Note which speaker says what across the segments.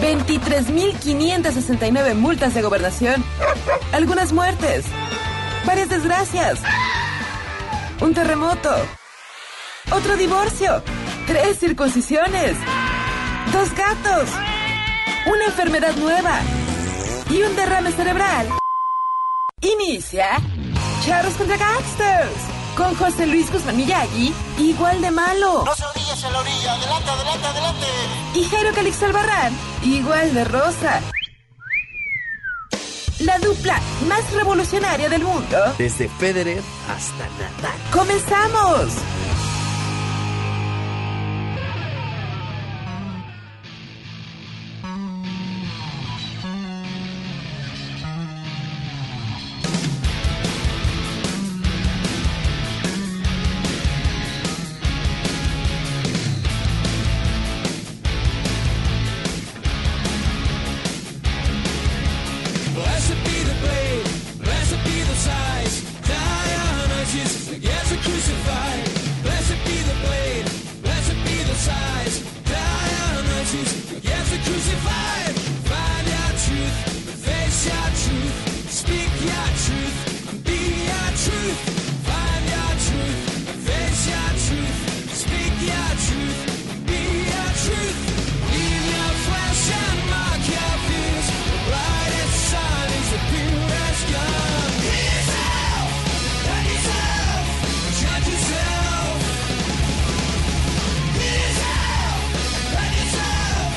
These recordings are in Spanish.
Speaker 1: 23.569 multas de gobernación, algunas muertes, varias desgracias, un terremoto, otro divorcio, tres circuncisiones, dos gatos, una enfermedad nueva y un derrame cerebral. Inicia Charros contra Gangsters con José Luis Guzmán Miyagi, igual de malo,
Speaker 2: No se orillas en la orilla, adelante, adelante, adelante.
Speaker 1: y Jairo Calix Albarrán, igual de rosa. La dupla más revolucionaria del mundo.
Speaker 3: Desde Federer hasta Nadal.
Speaker 1: ¡Comenzamos!
Speaker 4: Blessed be the blade, blessed be the size. Dionysus, yes, crucified. Blessed be the blade, blessed be the size. Dionysus, yes, crucified. Find your truth, face your truth, speak your truth, and be your truth. Find your truth, face your truth, speak your truth, and be your truth. Leave your flesh and mark your fears. The brightest sun is the purest gun. Heal yourself, hurt yourself, judge yourself. Heal yourself, hurt yourself,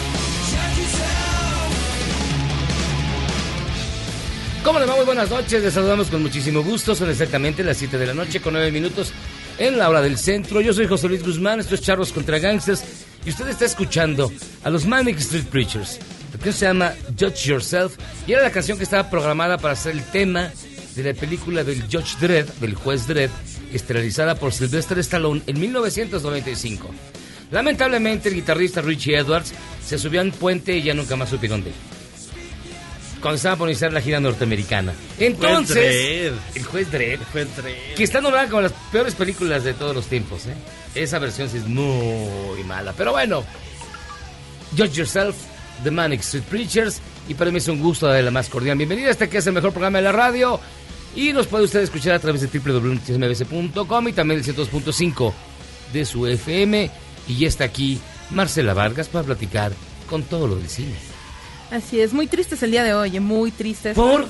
Speaker 4: judge yourself.
Speaker 5: ¿Cómo les va? Muy buenas noches, les saludamos con muchísimo gusto. Son exactamente las 7 de la noche con 9 minutos en la hora del centro. Yo soy José Luis Guzmán, esto es Charlos contra Gangsters y usted está escuchando a los Manic Street Preachers. La canción se llama Judge Yourself y era la canción que estaba programada para ser el tema de la película del Judge Dredd, del juez Dredd, esterilizada por Sylvester Stallone en 1995. Lamentablemente el guitarrista Richie Edwards se subió a un puente y ya nunca más supieron de él cuando estaba por iniciar la gira norteamericana. Entonces, el juez Dredd, que está nombrada como las peores películas de todos los tiempos, ¿eh? esa versión sí es muy mala. Pero bueno, Judge Yourself, The Manic Street Preachers, y para mí es un gusto darle la más cordial bienvenida a este que es el mejor programa de la radio. Y nos puede usted escuchar a través de www.mbc.com y también el 102.5 de su FM. Y ya está aquí Marcela Vargas para platicar con todo lo del cine.
Speaker 6: Así es, muy tristes el día de hoy, eh, muy tristes.
Speaker 5: Por,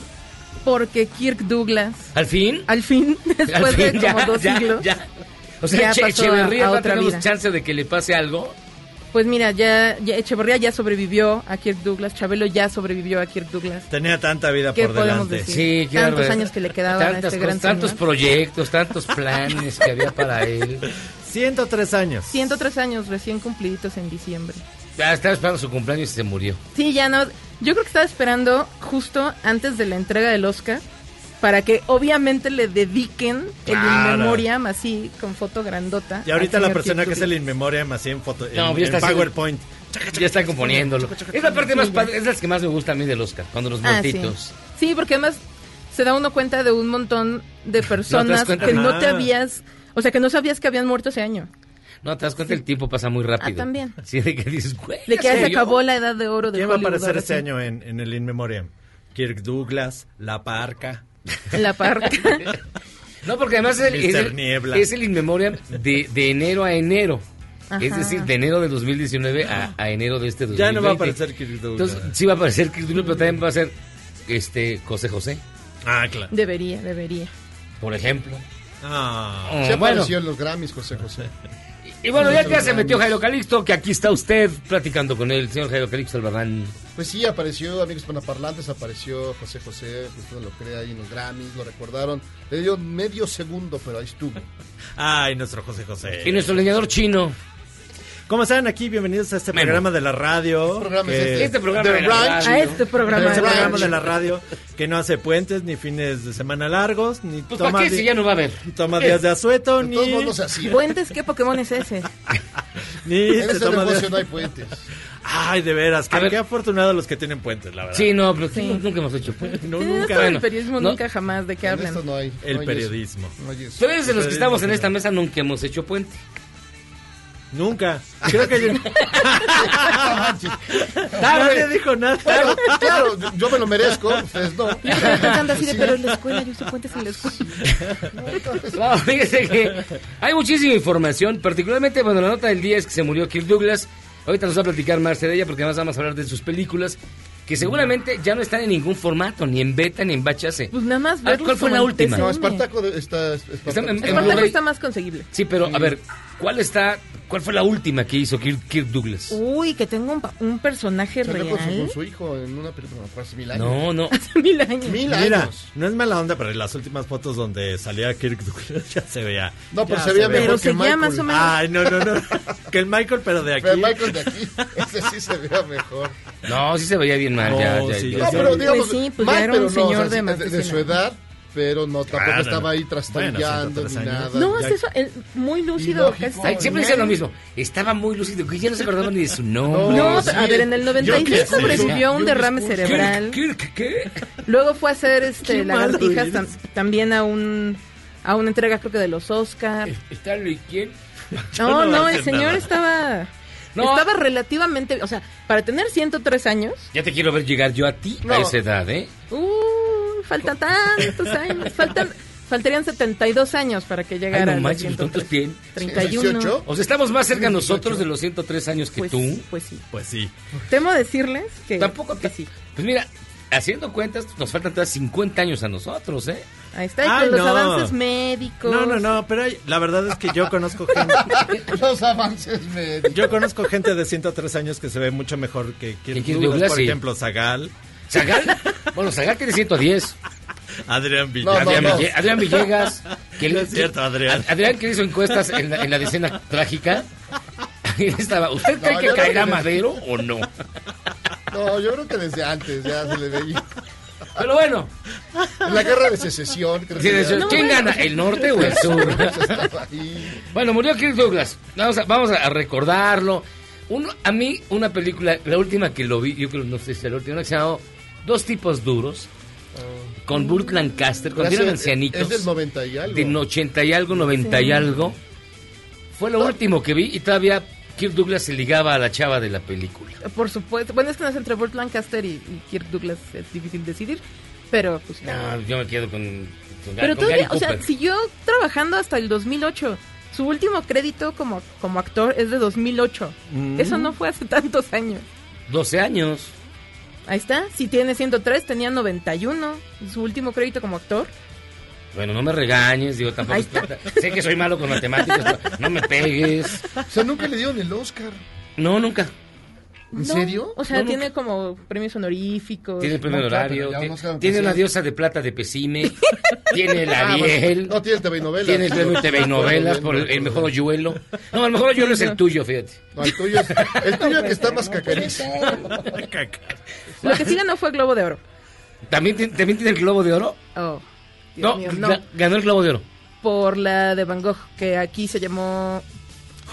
Speaker 6: Porque Kirk Douglas,
Speaker 5: al fin,
Speaker 6: al fin, después
Speaker 5: Al fin,
Speaker 6: de como dos siglos,
Speaker 5: ya. O sea,
Speaker 6: Ya
Speaker 5: Che-
Speaker 6: pasó
Speaker 5: Echeverría
Speaker 6: a- a
Speaker 5: va a
Speaker 6: otra
Speaker 5: tener
Speaker 6: vida.
Speaker 5: chance de que le pase algo.
Speaker 6: pues mira, ya, ya Echeverría ya sobrevivió a Kirk Douglas, Chabelo ya sobrevivió a Kirk Douglas.
Speaker 7: Tenía tanta vida
Speaker 6: ¿Qué
Speaker 7: por
Speaker 6: podemos
Speaker 7: delante.
Speaker 6: decir?
Speaker 5: Sí, qué
Speaker 6: Tantos
Speaker 5: barbaridad.
Speaker 6: años que le quedaban a
Speaker 5: Tantas
Speaker 6: este
Speaker 5: cosas,
Speaker 6: gran
Speaker 5: Tantos
Speaker 6: señor.
Speaker 5: proyectos, tantos planes que había para él.
Speaker 7: 103 años.
Speaker 6: 103 años recién cumpliditos en diciembre.
Speaker 5: Ya estaba esperando su cumpleaños y se murió.
Speaker 6: Sí, ya no, yo creo que estaba esperando justo antes de la entrega del Oscar para que obviamente le dediquen el
Speaker 7: Claro.
Speaker 6: In Memoriam así con foto grandota.
Speaker 7: Y ahorita
Speaker 6: al
Speaker 7: la
Speaker 6: señor
Speaker 7: persona
Speaker 6: Kirk
Speaker 7: que es el
Speaker 6: Douglas.
Speaker 7: In Memoriam, así en, foto, en-
Speaker 5: No, ya
Speaker 7: en
Speaker 5: está haciendo-
Speaker 7: PowerPoint.
Speaker 5: Ya está componiéndolo. Es la parte más padre, es las que más me gusta a mí del Oscar, cuando los
Speaker 6: Ah, sí.
Speaker 5: muertitos.
Speaker 6: Sí, porque además se da uno cuenta de un montón de personas
Speaker 5: cuenta.
Speaker 6: que no te
Speaker 7: Ajá.
Speaker 6: habías, o sea, que no sabías que habían muerto ese año.
Speaker 5: No, te das cuenta, el tiempo pasa muy rápido.
Speaker 6: Ah, también.
Speaker 5: Sí, de que dices, güey.
Speaker 6: De que
Speaker 5: ya
Speaker 6: ya se
Speaker 5: murió.
Speaker 6: acabó la edad de oro de
Speaker 7: ¿Quién va a
Speaker 6: Hollywood,
Speaker 7: aparecer
Speaker 6: ahora
Speaker 7: este
Speaker 6: sí.
Speaker 7: año en, en el In Memoriam? Kirk Douglas, La Parca.
Speaker 6: En la parca.
Speaker 5: No, porque además es el, es
Speaker 7: Mr.
Speaker 5: el-
Speaker 7: Niebla.
Speaker 5: es el in memoriam de, de enero a enero.
Speaker 6: Ajá.
Speaker 5: Es decir, de enero de 2019 a, a enero de este 2020.
Speaker 7: Ya no va a aparecer Kirk Douglas.
Speaker 5: Entonces, sí va a aparecer Kirk Douglas, pero también va a ser este, José José,
Speaker 7: Ah, claro.
Speaker 6: debería, debería.
Speaker 5: por ejemplo.
Speaker 7: Ah.
Speaker 5: Ah,
Speaker 8: Se
Speaker 5: bueno,
Speaker 8: apareció en los Grammys, José José.
Speaker 5: y bueno, ya, ya se metió Jairo Calixto, que aquí está usted platicando con él, señor Jairo Calixto Albarrán.
Speaker 8: Pues sí, apareció Amigos Panaparlantes, apareció José José, justo lo crea ahí en los Grammys, lo recordaron. Le dio medio segundo, pero ahí estuvo.
Speaker 7: Ay, nuestro José
Speaker 5: Y
Speaker 7: José.
Speaker 5: nuestro leñador chino.
Speaker 7: ¿Cómo están aquí? Bienvenidos a este
Speaker 5: Memo.
Speaker 7: programa de la radio.
Speaker 8: programa
Speaker 7: que-
Speaker 8: es este?
Speaker 5: Este programa
Speaker 8: The
Speaker 5: de la
Speaker 8: Ranch.
Speaker 5: radio.
Speaker 6: A este programa.
Speaker 7: este
Speaker 6: de
Speaker 7: programa
Speaker 6: verdad.
Speaker 7: de la radio que no hace puentes, ni fines de semana largos, ni
Speaker 5: Pues
Speaker 7: toma,
Speaker 5: ¿para qué
Speaker 7: di-
Speaker 5: si ya no va a haber?
Speaker 7: toma días de asueto,
Speaker 8: De todos
Speaker 7: ni,
Speaker 8: modos no se hacía.
Speaker 6: Puentes, ¿qué Pokémon es ese?
Speaker 7: ni
Speaker 8: En
Speaker 7: se
Speaker 8: este
Speaker 7: toma
Speaker 8: negocio
Speaker 7: días-
Speaker 8: no hay puentes.
Speaker 7: Ay, de veras,
Speaker 5: A
Speaker 7: qué,
Speaker 5: ver.
Speaker 7: qué afortunados los que tienen puentes, la verdad.
Speaker 5: Sí, no,
Speaker 8: pues,
Speaker 5: pero
Speaker 6: Sí.
Speaker 5: nunca hemos hecho puentes.
Speaker 7: No,
Speaker 6: Tienen
Speaker 7: nunca.
Speaker 6: esto del
Speaker 5: bueno,
Speaker 6: periodismo
Speaker 5: no.
Speaker 6: nunca jamás de qué
Speaker 8: En esto
Speaker 6: hablan.
Speaker 8: no hay.
Speaker 7: El
Speaker 8: no hay
Speaker 7: periodismo.
Speaker 8: eso. No hay eso.
Speaker 5: Pero eres de los que estamos en esta mesa nunca hemos hecho puente.
Speaker 7: Nunca. Creo que yo... Nadie
Speaker 5: Tarde.
Speaker 7: dijo nada.
Speaker 8: Claro, claro, yo- yo me lo merezco, ustedes no.
Speaker 6: Yo estaba pensando así de, pero en la escuela, yo uso puentes en la escuela.
Speaker 5: No, fíjese que hay muchísima información, particularmente bueno, la nota del día es que se murió Kirk Douglas. Ahorita nos va a platicar Marce de ella porque además vamos a hablar de sus películas que seguramente ya no están en ningún formato, ni en beta ni en bachase.
Speaker 6: Pues nada más
Speaker 5: Ah,
Speaker 6: verlos
Speaker 5: ¿cuál fue
Speaker 6: como
Speaker 5: la
Speaker 6: en
Speaker 5: última?
Speaker 6: TCM.
Speaker 8: No, Espartaco de- está. Espartaco
Speaker 5: Están en-
Speaker 8: está
Speaker 5: en
Speaker 6: Espartaco
Speaker 5: Blu-ray.
Speaker 6: está más conseguible.
Speaker 5: Sí, pero a ver, ¿cuál está cuál fue la última que hizo Kirk, Kirk Douglas?
Speaker 6: Uy, que tengo un, pa- un personaje
Speaker 8: Salió con su, con
Speaker 6: real.
Speaker 8: su hijo en una película fue hace mil años.
Speaker 5: No, no.
Speaker 6: Hace mil años.
Speaker 8: Mil
Speaker 7: Mira,
Speaker 8: años.
Speaker 7: no es mala onda, pero en las últimas fotos donde salía Kirk Douglas ya se veía.
Speaker 8: No, pero
Speaker 7: ya
Speaker 8: se veía
Speaker 7: ve.
Speaker 8: mejor
Speaker 6: Pero
Speaker 8: que
Speaker 6: se
Speaker 8: Michael.
Speaker 6: llama más o menos.
Speaker 7: Ay, no, no, no. Que el Michael, pero de aquí.
Speaker 8: Pero Michael de aquí, ese sí se vea mejor.
Speaker 5: No, sí se veía bien mal. ya,
Speaker 7: No,
Speaker 5: ya,
Speaker 7: sí,
Speaker 5: ya.
Speaker 8: No,
Speaker 7: sí.
Speaker 8: pero digamos,
Speaker 6: Pues sí, pues
Speaker 8: mal,
Speaker 6: ya era
Speaker 8: pero
Speaker 6: un
Speaker 8: no, o
Speaker 6: señor
Speaker 8: sea,
Speaker 6: de
Speaker 8: sí,
Speaker 6: más
Speaker 8: de,
Speaker 6: de
Speaker 8: de
Speaker 6: 100
Speaker 8: su edad, pero no, tampoco
Speaker 7: Claro.
Speaker 8: estaba ahí
Speaker 7: Bueno,
Speaker 8: trastillando
Speaker 7: 103
Speaker 8: ni
Speaker 7: años.
Speaker 8: nada.
Speaker 6: No,
Speaker 7: Ya-
Speaker 6: es eso, el- muy lúcido.
Speaker 8: Ilógico.
Speaker 6: casi
Speaker 5: Ay, siempre dicen lo
Speaker 6: extraordinario.
Speaker 5: mismo. Estaba muy lúcido, que ya no se acordaba ni de su nombre.
Speaker 6: No,
Speaker 8: Sí.
Speaker 6: a ver, en el 96
Speaker 8: Yo qué sé.
Speaker 6: sobrevivió a un
Speaker 8: Yo
Speaker 6: derrame
Speaker 8: qué
Speaker 5: Kirk,
Speaker 6: cerebral.
Speaker 5: Kirk, ¿qué?
Speaker 6: Luego fue a hacer este,
Speaker 7: Qué malo
Speaker 6: lagartijas
Speaker 7: eres.
Speaker 6: tam- también a un a una entrega creo que de los Oscar.
Speaker 5: Stanley, ¿quién?
Speaker 7: Yo
Speaker 6: No, no, el
Speaker 7: hice
Speaker 6: señor
Speaker 7: nada.
Speaker 6: estaba
Speaker 5: No.
Speaker 6: estaba relativamente, o sea, para tener 103 años,
Speaker 5: Ya te quiero ver llegar yo a ti
Speaker 8: No.
Speaker 5: a esa edad, ¿eh?
Speaker 6: uh, faltan tantos años, faltan faltarían 72 años para que
Speaker 5: Ay,
Speaker 6: llegara
Speaker 5: no
Speaker 6: a los
Speaker 5: manches, ¿cuánto
Speaker 6: 131.
Speaker 5: tiene?
Speaker 8: ¿18?
Speaker 5: O sea, estamos más cerca nosotros de los 103 años que
Speaker 6: Pues,
Speaker 5: tú.
Speaker 6: pues sí.
Speaker 7: Pues sí.
Speaker 6: Temo decirles que
Speaker 5: Tampoco
Speaker 6: que
Speaker 5: te-
Speaker 6: sí.
Speaker 5: Pues mira, haciendo cuentas, nos faltan todavía 50 años a nosotros, ¿eh?
Speaker 6: Ahí está y
Speaker 7: Ay,
Speaker 6: con los
Speaker 7: no.
Speaker 6: avances médicos.
Speaker 7: No, no, no, pero hay- la verdad es que yo conozco gente.
Speaker 8: Los avances médicos.
Speaker 7: Yo conozco gente de 103 años que se ve mucho mejor que
Speaker 5: Que
Speaker 7: Kirk
Speaker 5: Kirk
Speaker 7: Douglas,
Speaker 5: Douglas,
Speaker 7: por
Speaker 5: sí.
Speaker 7: ejemplo, Zagal,
Speaker 5: Zagal, bueno, Zagal tiene 110.
Speaker 7: Adrián
Speaker 8: No,
Speaker 7: Villar.
Speaker 8: no,
Speaker 5: Adrián,
Speaker 8: no.
Speaker 5: Ville- Adrián Villegas. Que
Speaker 7: No es cierto, Adrián.
Speaker 5: Ad- Adrián que hizo encuestas en la, en la decena trágica. Ahí estaba. ¿Usted cree
Speaker 8: No,
Speaker 5: que
Speaker 8: yo creo
Speaker 5: caerá
Speaker 8: que-
Speaker 5: Madero o no?
Speaker 8: No, yo creo que desde antes ya se le veía.
Speaker 5: Pero bueno,
Speaker 8: En la guerra de secesión, creo
Speaker 5: sí,
Speaker 8: que
Speaker 5: de
Speaker 8: ya
Speaker 5: hecho, ¿quién gana? ¿El norte
Speaker 6: Pues,
Speaker 5: o el sur?
Speaker 8: estaba ahí.
Speaker 5: Bueno, murió Kirk Douglas. Vamos a, vamos a recordarlo. Uno, a mí, una película, la última que lo vi, yo creo, no sé si la última, una que se llamó Dos tipos duros, con Burt Lancaster, cuando eran
Speaker 8: Ah. Gracias,
Speaker 5: ancianitos.
Speaker 8: Es del 90 y algo.
Speaker 5: de 80 y algo, 90 y algo. Fue lo último que vi y todavía Kirk Douglas se ligaba a la chava de la película.
Speaker 6: Por supuesto. Bueno, es que no es entre Burt Lancaster y, y Kirk Douglas, es difícil decidir. Pero, pues,
Speaker 8: Ah.
Speaker 5: No, yo me quedo con, con,
Speaker 6: pero
Speaker 5: con
Speaker 6: todavía,
Speaker 5: Gary
Speaker 6: o sea,
Speaker 5: Cooper.
Speaker 6: siguió trabajando hasta el 2008. Su último crédito como, como actor es de 2008. Eso no fue hace tantos años.
Speaker 5: 12 Mm. años.
Speaker 6: Ahí está. Si tiene 103, tenía 91. Su último crédito como actor.
Speaker 5: Bueno, no me regañes, digo, tampoco.
Speaker 6: Ahí
Speaker 5: es- Sé que soy malo con matemáticas, pero no me pegues.
Speaker 8: O sea, nunca le dieron el Oscar.
Speaker 5: No, nunca.
Speaker 8: ¿En serio?
Speaker 6: O sea,
Speaker 5: No, no.
Speaker 6: tiene como premios honoríficos.
Speaker 5: Tiene el premio
Speaker 8: No, claro,
Speaker 5: horario.
Speaker 8: pero ya
Speaker 5: ti-
Speaker 8: un Oscar, aunque
Speaker 5: tiene
Speaker 8: sea.
Speaker 5: una diosa de plata de Pesime. tiene el
Speaker 8: Ah, bueno,
Speaker 5: Ariel.
Speaker 8: no tiene TV novelas.
Speaker 5: tiene el premio TV y novelas por el, el mejor hoyuelo. No, el mejor hoyuelo es el tuyo, fíjate.
Speaker 8: No, el tuyo, es, el tuyo que está más cacarizo.
Speaker 6: Lo que sí ganó fue Globo de Oro.
Speaker 5: ¿También, ti- ¿También tiene el Globo de Oro?
Speaker 8: Ah,
Speaker 6: Oh, Dios
Speaker 5: No,
Speaker 6: mío,
Speaker 5: ga- ganó el Globo de Oro.
Speaker 6: por la de Van Gogh, que aquí se llamó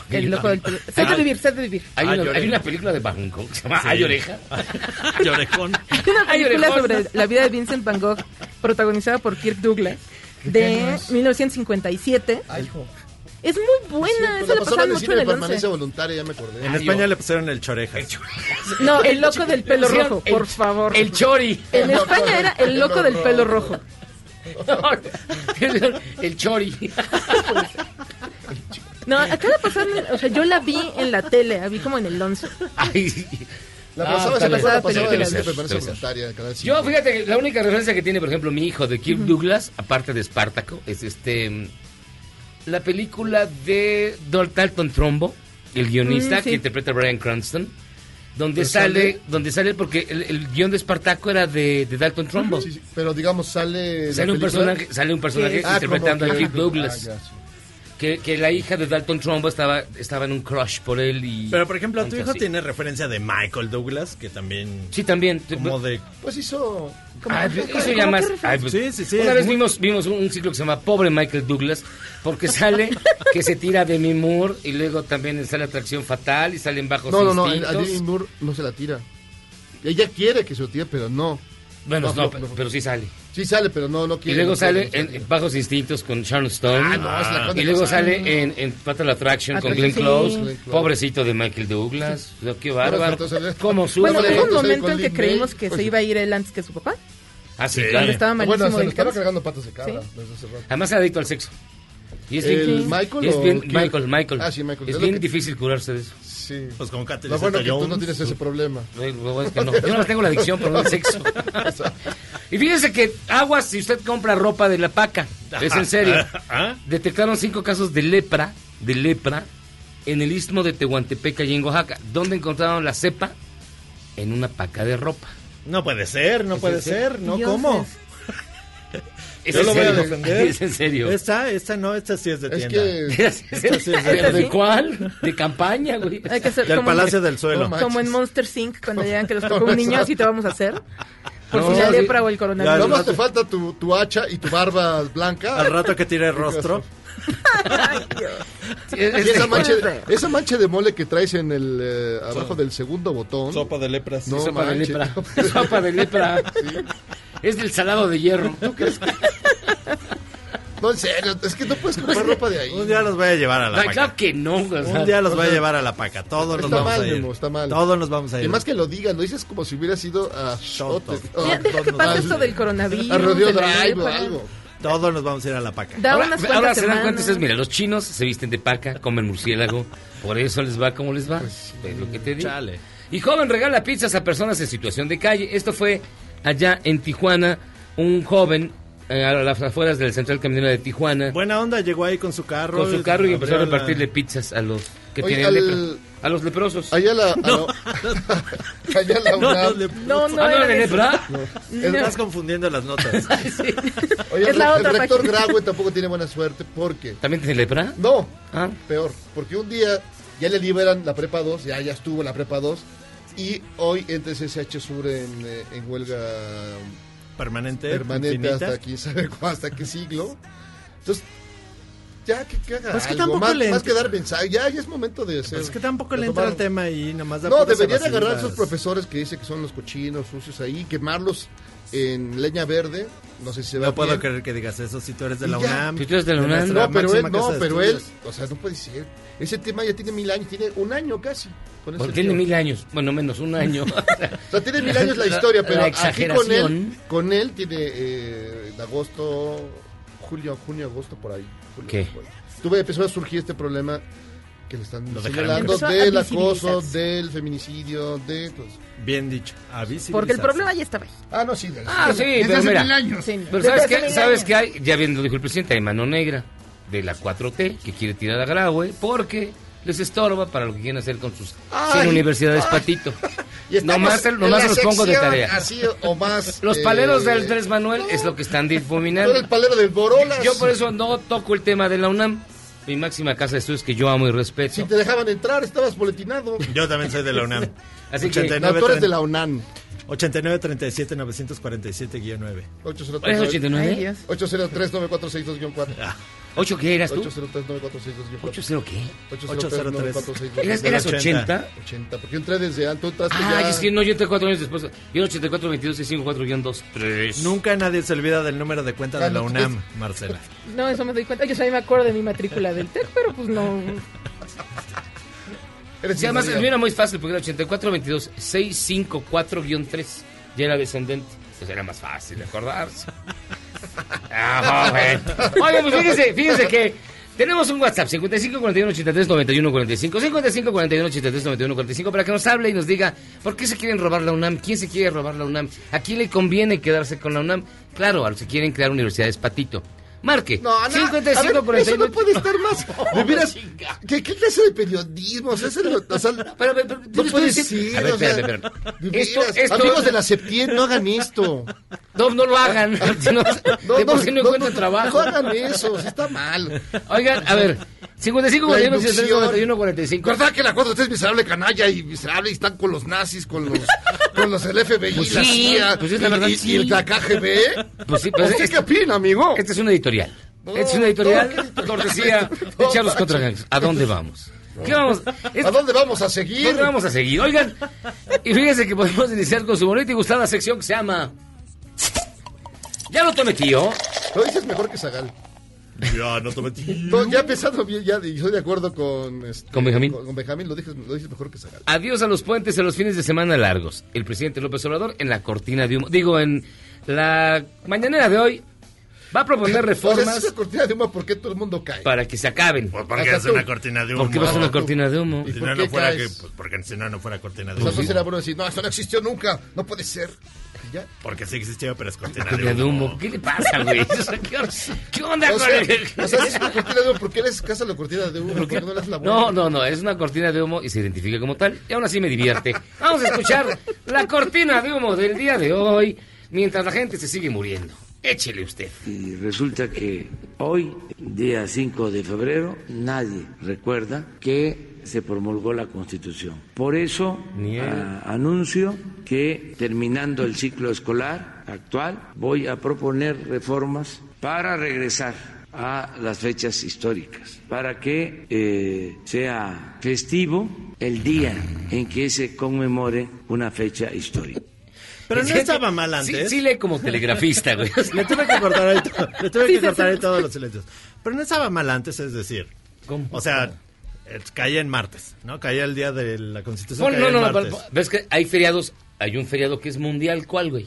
Speaker 6: El loco del tele- Sé de vivir, sé de vivir.
Speaker 5: Hay,
Speaker 7: Ah,
Speaker 5: una,
Speaker 7: yo
Speaker 5: hay
Speaker 7: le-
Speaker 5: una película de Van Gogh que se llama Hay oreja.
Speaker 7: Llorejón.
Speaker 6: Hay una
Speaker 5: Ay,
Speaker 6: película
Speaker 5: orejón.
Speaker 6: sobre la vida de Vincent Van Gogh, protagonizada por Kirk Douglas, de 1957.
Speaker 8: Ay, hijo.
Speaker 6: Es muy buena, eso
Speaker 8: la
Speaker 6: lo pasaban
Speaker 8: pasaban en
Speaker 6: mucho
Speaker 8: cine
Speaker 6: en
Speaker 8: de
Speaker 6: el
Speaker 8: permanencia
Speaker 6: 11.
Speaker 8: voluntaria, ya me acordé.
Speaker 7: En España le pusieron el chorejas.
Speaker 6: No, el loco del pelo
Speaker 5: Sí,
Speaker 6: rojo,
Speaker 5: el-
Speaker 6: por favor.
Speaker 5: El Chori.
Speaker 6: En España era el loco del pelo rojo.
Speaker 5: el Chori.
Speaker 6: No, acá la pasaban, en- o sea, yo la vi en la tele, la vi como en el 11.
Speaker 5: Ay.
Speaker 8: La
Speaker 5: Ah,
Speaker 8: pasaba,
Speaker 5: tal
Speaker 8: se
Speaker 5: vez.
Speaker 8: la
Speaker 6: pasaba
Speaker 8: pasaba en
Speaker 6: película.
Speaker 8: el cine de
Speaker 5: Debe ser,
Speaker 8: permanencia
Speaker 5: debe ser.
Speaker 8: voluntaria. Canal cinco.
Speaker 5: Yo, fíjate que la única referencia que tiene, por ejemplo, mi hijo de Kirk Douglas, aparte de Espartaco, es este. mm, La película de Don Dalton Trombo, el guionista
Speaker 6: Mm, sí.
Speaker 5: que interpreta a Brian Cranston. Donde
Speaker 8: Pero
Speaker 5: sale,
Speaker 8: sale-
Speaker 5: donde sale porque el, el guión de Espartaco era de, de Dalton Trombo.
Speaker 8: Sí, sí, pero digamos, sale. la
Speaker 5: Sale un
Speaker 8: película-
Speaker 5: personaje, sale un personaje
Speaker 8: Ah,
Speaker 5: interpretando
Speaker 8: como
Speaker 5: a
Speaker 8: que-
Speaker 5: Kirk Douglas.
Speaker 8: Ah, ya, sí.
Speaker 5: que, que la hija de Dalton Trumbo estaba, estaba en un crush por él y...
Speaker 7: Pero por ejemplo, tu
Speaker 5: antes
Speaker 7: hijo
Speaker 5: así.
Speaker 7: tiene referencia de Michael Douglas, que también.
Speaker 5: Sí, también.
Speaker 7: Como de.
Speaker 8: Pues hizo.
Speaker 5: Ay, pues, eso ya
Speaker 6: ¿Cómo
Speaker 5: más.
Speaker 6: qué referencia?
Speaker 5: ay, pues,
Speaker 7: Sí, sí, sí,
Speaker 5: Una
Speaker 7: es
Speaker 5: vez
Speaker 7: muy-
Speaker 5: vimos, vimos un, un ciclo que se llama Pobre Michael Douglas, porque sale que se tira de mi Moore y luego también sale Atracción Fatal y salen Bajos
Speaker 8: No, no, no, a
Speaker 5: Instintos.
Speaker 8: Demi Moore no se la tira. Ella quiere que se lo tire, pero no.
Speaker 5: Bueno,
Speaker 8: No,
Speaker 5: Pues no,
Speaker 8: no,
Speaker 5: pero,
Speaker 8: no.
Speaker 5: pero sí sale.
Speaker 8: Sí sale, pero no, no
Speaker 5: Y
Speaker 8: quiere.
Speaker 5: luego
Speaker 8: no
Speaker 5: sale
Speaker 8: quiere, no
Speaker 5: en,
Speaker 8: quiere.
Speaker 5: en Bajos Instintos con Sharon Stone.
Speaker 8: Ah, no, es la cosa
Speaker 5: Y luego
Speaker 8: que
Speaker 5: sale en, en Fatal Attraction con Glenn
Speaker 6: Attraction,
Speaker 5: Close,
Speaker 6: sí.
Speaker 8: Glenn Close.
Speaker 5: pobrecito de Michael Douglas, lo que bárbaro,
Speaker 8: entonces-
Speaker 5: cómo sube.
Speaker 6: Bueno,
Speaker 8: Súbale,
Speaker 6: hubo un
Speaker 8: entonces,
Speaker 6: momento
Speaker 8: con
Speaker 6: en que
Speaker 8: Lin
Speaker 6: creímos
Speaker 8: May,
Speaker 6: que
Speaker 8: pues,
Speaker 6: se iba a ir él antes que su papá.
Speaker 5: Ah, sí,
Speaker 7: Sí.
Speaker 5: claro.
Speaker 6: Estaba malísimo
Speaker 8: Bueno, se
Speaker 6: del
Speaker 8: le estaba
Speaker 6: cáncer.
Speaker 8: cargando patas de cabra
Speaker 6: Sí.
Speaker 8: desde hace rato.
Speaker 5: Además, adicto al sexo. Y es
Speaker 8: ¿El
Speaker 5: bien,
Speaker 8: Michael
Speaker 5: y es
Speaker 8: o
Speaker 5: bien-
Speaker 8: quién?
Speaker 5: Michael, Michael.
Speaker 8: Ah, sí, Michael. Es
Speaker 5: Es
Speaker 8: lo
Speaker 5: bien
Speaker 8: que-
Speaker 5: difícil curarse de eso.
Speaker 8: Sí.
Speaker 7: Pues con Catherine
Speaker 8: Lo bueno que tú
Speaker 7: Zeta-Jones.
Speaker 8: no tienes ese problema.
Speaker 5: Lo- lo- es que no. Yo no tengo la adicción, pero no el sexo. Y fíjense que aguas si usted compra ropa de la paca. Es en serio.
Speaker 7: ¿Ah?
Speaker 5: Detectaron cinco casos de lepra, de lepra, en el istmo de Tehuantepec y en Oaxaca, donde encontraron la cepa en una paca de ropa.
Speaker 7: No puede ser, no
Speaker 5: ¿Es en
Speaker 7: puede
Speaker 5: serio?
Speaker 7: ser, no,
Speaker 6: Dioses.
Speaker 7: ¿cómo?
Speaker 5: Es
Speaker 7: Yo
Speaker 5: en
Speaker 7: lo voy a
Speaker 5: serio.
Speaker 7: defender.
Speaker 5: Es en serio.
Speaker 7: Esta, esta no, esta sí es de
Speaker 8: Es
Speaker 7: tienda.
Speaker 8: que.
Speaker 5: Es en serio.
Speaker 7: Sí, sí, sí.
Speaker 5: ¿Pero de cuál? De campaña, güey.
Speaker 6: Hay Eh, que ser
Speaker 7: Del
Speaker 6: como,
Speaker 7: Palacio del
Speaker 8: No
Speaker 7: Suelo.
Speaker 8: manches.
Speaker 6: como en Monster Inc. cuando llegan que los tocó un niño, así te vamos a hacer. Por
Speaker 5: No,
Speaker 6: si la
Speaker 5: sí.
Speaker 6: lepra o el
Speaker 8: Nada
Speaker 6: coronavirus.
Speaker 8: más te falta tu, tu hacha y tu barba blanca.
Speaker 7: Al rato que tire el rostro.
Speaker 5: Sí, es- es-
Speaker 8: Y esa mancha, esa mancha de mole que traes en el eh, abajo del segundo botón.
Speaker 7: de lepras.
Speaker 8: No.
Speaker 5: sopa de
Speaker 8: manches.
Speaker 5: lepra. Sopa de lepra. Es del salado de hierro.
Speaker 8: No, en serio, es que no puedes comprar
Speaker 7: Pues
Speaker 8: ropa de ahí.
Speaker 7: Un día los voy a llevar a la
Speaker 5: Ay, claro
Speaker 7: paca.
Speaker 5: que no. o sea,
Speaker 7: Un día los voy a
Speaker 8: sea,
Speaker 7: llevar a la paca. Todos nos
Speaker 8: está
Speaker 7: vamos a
Speaker 8: mal,
Speaker 7: ir.
Speaker 8: Memo, está mal.
Speaker 7: Todos nos vamos a ir.
Speaker 8: Y más que lo digan, lo dices como si hubiera sido a
Speaker 7: Tonto.
Speaker 8: Shote.
Speaker 6: Mira, deja que pase esto del coronavirus.
Speaker 8: A Rodeo
Speaker 6: de la
Speaker 8: Drive o
Speaker 7: pues.
Speaker 6: lepra.
Speaker 8: algo.
Speaker 7: Todos nos vamos a ir a la paca.
Speaker 6: Da
Speaker 5: Ahora,
Speaker 6: unas
Speaker 5: ahora
Speaker 6: cuantas
Speaker 5: se dan cuenta,
Speaker 6: semanas.
Speaker 5: ustedes, mira, los chinos se visten de paca, comen murciélago, por eso les va como les va.
Speaker 6: Pues
Speaker 5: es lo que te digo.
Speaker 7: chale.
Speaker 5: Y joven regala pizzas a personas en situación de calle. Esto fue allá en Tijuana, un joven eh, a las afueras del central camionero de Tijuana,
Speaker 7: Buena onda, llegó ahí con su carro.
Speaker 5: con su carro y empezó a
Speaker 7: abrió la-
Speaker 5: repartirle pizzas a los que
Speaker 8: Oye,
Speaker 5: tienen
Speaker 8: al-
Speaker 5: lepra, a los leprosos.
Speaker 8: Allá la. a la- allá la
Speaker 7: No, no,
Speaker 8: UNAM.
Speaker 7: le-
Speaker 6: No, no,
Speaker 5: ah, no,
Speaker 6: era
Speaker 5: de
Speaker 6: eso.
Speaker 5: lepra.
Speaker 8: Es-
Speaker 7: Estás confundiendo las notas.
Speaker 8: oye,
Speaker 6: Es la
Speaker 8: el,
Speaker 6: otra
Speaker 8: el rector
Speaker 6: página.
Speaker 8: Graue tampoco tiene buena suerte porque.
Speaker 5: ¿También tiene lepra?
Speaker 8: No,
Speaker 5: Ah.
Speaker 8: peor. Porque un día ya le liberan la prepa 2, ya, ya estuvo la prepa 2. Y hoy entra CSH Sur en, eh, en huelga
Speaker 7: Permanente.
Speaker 8: permanente
Speaker 7: infinita.
Speaker 8: hasta quién sabe cu- hasta qué siglo. Entonces, ya que, que haga
Speaker 7: Pues que
Speaker 8: algo,
Speaker 7: tampoco
Speaker 8: más,
Speaker 7: le
Speaker 8: más
Speaker 7: entra-
Speaker 8: que dar mensaje, ya, ya es momento de hacer.
Speaker 7: Pues es que tampoco
Speaker 8: de
Speaker 7: le entra
Speaker 8: tomar-
Speaker 7: el tema ahí, nomás da
Speaker 8: No,
Speaker 7: puras
Speaker 8: deberían
Speaker 7: evasivas.
Speaker 8: agarrar a sus profesores que dice que son los cochinos, sucios ahí, quemarlos en leña verde, no sé si se va
Speaker 7: No puedo
Speaker 8: bien.
Speaker 7: creer que digas eso si tú eres de
Speaker 8: Y
Speaker 7: la
Speaker 8: ya.
Speaker 7: UNAM.
Speaker 5: Si tú eres de la UNAM.
Speaker 7: nuestra
Speaker 8: No, pero
Speaker 7: máxima
Speaker 8: él, no,
Speaker 7: casa de
Speaker 8: pero él,
Speaker 7: estudios.
Speaker 8: o sea, no puede ser. Ese tema ya tiene mil años, tiene un año casi. con ese
Speaker 5: Bueno, tiene
Speaker 8: tema.
Speaker 5: mil años, bueno, menos un año.
Speaker 8: O sea, tiene mil años la historia, pero
Speaker 5: La
Speaker 8: aquí con él,
Speaker 5: exageración.
Speaker 8: con él tiene eh, de agosto, julio, junio, agosto, por ahí. Julio,
Speaker 5: ¿Qué?
Speaker 8: por ahí. Tuve, empezó a surgir este problema que le están
Speaker 7: Lo dejaron
Speaker 8: señalando
Speaker 6: Empezó a
Speaker 8: del
Speaker 6: visibilizarse.
Speaker 8: acoso, del feminicidio, de... pues,
Speaker 7: Bien dicho. Avisar.
Speaker 6: Porque el problema ya estaba ahí.
Speaker 8: ah, no, sí. de la-
Speaker 5: Ah, sí, pero mira.
Speaker 6: Sí. Desde
Speaker 5: Pero ¿sabes
Speaker 6: hace
Speaker 5: qué?
Speaker 6: mil
Speaker 5: ¿Sabes
Speaker 6: años.
Speaker 5: qué hay? Ya bien lo dijo el presidente, hay mano negra de la 4T que quiere tirar a Graue porque les estorba para lo que quieren hacer con sus 100
Speaker 8: Ay,
Speaker 5: universidades
Speaker 8: ay.
Speaker 5: patito.
Speaker 8: Y estamos
Speaker 5: Nomás, se-
Speaker 8: en
Speaker 5: nomás
Speaker 8: la
Speaker 5: los pongo de
Speaker 8: sección
Speaker 5: tarea.
Speaker 8: Así o más.
Speaker 5: Los
Speaker 8: eh,
Speaker 5: paleros de Andrés Manuel es lo que están
Speaker 8: Tú eres el
Speaker 5: difuminando.
Speaker 8: palero del Borolas.
Speaker 5: Yo por eso no toco el tema de la UNAM, mi máxima casa de estudios que yo amo y respeto.
Speaker 8: Si te dejaban entrar, estabas boletinado.
Speaker 7: Yo también soy de la UNAM.
Speaker 5: Así que-
Speaker 8: No, tú eres de la UNAN.
Speaker 7: 89-37-947-9.
Speaker 8: 803
Speaker 5: ¿Es 89?
Speaker 6: Ay, Dios.
Speaker 8: 803-9462-4.
Speaker 5: Ah, ¿Ocho qué eras tú?
Speaker 8: 803-9462-4.
Speaker 5: ¿80 qué?
Speaker 8: 803-9462-4.
Speaker 5: ¿Eras, eras
Speaker 7: 80?
Speaker 5: 80?
Speaker 8: 80, porque yo entré desde antes, tú entraste
Speaker 5: Ah,
Speaker 8: ya.
Speaker 5: es que no, yo entré cuatro años después. Yo era 84, 22, 654, guión 2, 3.
Speaker 7: Nunca nadie se olvida del número de cuenta de la
Speaker 8: Ah, no,
Speaker 7: UNAM, Marcela.
Speaker 6: No, eso me doy cuenta. Yo también me acuerdo de mi matrícula del TEC, pero pues no.
Speaker 8: Eres
Speaker 5: Sí, además
Speaker 8: minoría.
Speaker 5: el mío era muy fácil porque era 84-22-654-3. Ya era descendente. Pues era más fácil de acordarse. Ah, joven. Oigan, pues fíjense, fíjense que tenemos un WhatsApp: 55-41-83-91-45. 55-41-83-91-45 para que nos hable y nos diga por qué se quieren robar la UNAM, quién se quiere robar la UNAM, a quién le conviene quedarse con la UNAM. Claro, a los que quieren crear universidades patito. Marque.
Speaker 8: No, no,
Speaker 5: 55
Speaker 8: a ver, eso
Speaker 5: 41.
Speaker 8: no puede estar más. De veras,
Speaker 5: Chinga.
Speaker 8: ¿qué, qué clase de periodismo? O sea, ese lo- o sea,
Speaker 5: Pero, pero, pero,
Speaker 8: no
Speaker 5: ¿tú
Speaker 8: puede
Speaker 5: decir-
Speaker 8: ser.
Speaker 5: A ver,
Speaker 8: o sea,
Speaker 5: espérate, espérate.
Speaker 8: de
Speaker 5: Esto-
Speaker 8: veras,
Speaker 5: esto-
Speaker 8: amigos de la Septién, no hagan esto.
Speaker 5: No, no lo hagan. si no, de por sí no, encuentran trabajo.
Speaker 8: No hagan eso, sí está mal.
Speaker 5: Oigan, a ver. 55,
Speaker 8: La
Speaker 5: 41, 63,
Speaker 8: inducción.
Speaker 5: 91, 45.
Speaker 8: ¿Verdad que la 4T es miserable canalla y miserable y están con los nazis, con los, con los el FBI,
Speaker 5: Pues
Speaker 8: la
Speaker 5: sí,
Speaker 8: CIA
Speaker 5: pues es la verdad,
Speaker 8: y, y
Speaker 5: sí.
Speaker 8: la KGB?
Speaker 5: Pues sí, pues
Speaker 8: ¿Usted
Speaker 5: es-
Speaker 8: qué opina, amigo?
Speaker 5: Esta es una editorial.
Speaker 8: No,
Speaker 5: Esta es una editorial
Speaker 8: no, ¿qué-
Speaker 5: cortesía de
Speaker 8: no, manches.
Speaker 5: Charlos contra Gangs. ¿A dónde vamos? ¿Qué vamos? Es-
Speaker 8: ¿A dónde vamos a seguir?
Speaker 5: ¿Dónde vamos a seguir? Oigan, y fíjense que podemos iniciar con su bonita y gustada sección que se llama. Ya lo tomé, tío.
Speaker 8: Lo dices mejor que Zagal.
Speaker 9: Ya, no te metí.
Speaker 8: No, ya pensando bien, ya y estoy de acuerdo con... este,
Speaker 5: ¿Con Benjamín?
Speaker 8: Con, con Benjamín, lo dices, lo dices mejor que Zagal.
Speaker 5: Adiós a los puentes en los fines de semana largos. El presidente López Obrador en la cortina de humo. Digo, en la mañanera de hoy va a proponer
Speaker 8: O sea, es
Speaker 5: reformas
Speaker 8: una cortina de humo porque todo el mundo cae.
Speaker 5: para que se acaben.
Speaker 10: Pues porque
Speaker 8: Hasta
Speaker 10: es una
Speaker 8: tú.
Speaker 10: cortina de humo.
Speaker 5: ¿Por qué va a ser una
Speaker 8: tú.
Speaker 5: cortina de humo?
Speaker 8: ¿Y
Speaker 10: Si
Speaker 8: por
Speaker 10: no,
Speaker 8: qué
Speaker 10: no fuera que,
Speaker 8: caes?
Speaker 10: pues, porque si no, no fuera cortina de
Speaker 9: Pues
Speaker 5: Pues
Speaker 8: Entonces
Speaker 10: humo.
Speaker 8: era bueno decir, no, esto no existió nunca, no puede ser. Y ya.
Speaker 10: Porque sí existió, pero es cortina,
Speaker 5: Cortina de humo. ¿Qué le pasa, güey? O sea, ¿Qué, qué onda
Speaker 8: O
Speaker 5: con
Speaker 8: sea,
Speaker 5: el-
Speaker 8: o sea, es una cortina de humo, ¿por qué le haces caso a la cortina de humo? ¿Por qué no le haces la buena?
Speaker 5: No, no, no, es una cortina de humo y se identifica como tal. Y aún así me divierte. Vamos a escuchar la cortina de humo del día de hoy mientras la gente se sigue muriendo. Échele usted.
Speaker 7: Y resulta que hoy, día 5 de febrero, nadie recuerda que se promulgó la Constitución. Por eso
Speaker 5: Ni él.
Speaker 7: ah, anuncio que terminando el ciclo escolar actual voy a proponer reformas para regresar a las fechas históricas, para que eh, sea festivo el día en que se conmemore una fecha histórica.
Speaker 9: Pero no estaba mal antes.
Speaker 5: Sí, sí lee como telegrafista, güey.
Speaker 9: Le tuve que cortar ahí, todo- le tuve
Speaker 6: Sí,
Speaker 9: que
Speaker 6: sí,
Speaker 9: cortar
Speaker 6: sí.
Speaker 9: ahí todos los silencios. Pero no estaba mal antes, es decir.
Speaker 5: ¿Cómo?
Speaker 9: O sea, eh, caía en martes, ¿no? Caía el día de la Constitución.
Speaker 5: Pon-
Speaker 9: caía
Speaker 5: no,
Speaker 9: en
Speaker 5: no, no,
Speaker 9: martes.
Speaker 5: pon- pon- ves que hay feriados, hay un feriado que es mundial, ¿cuál, güey?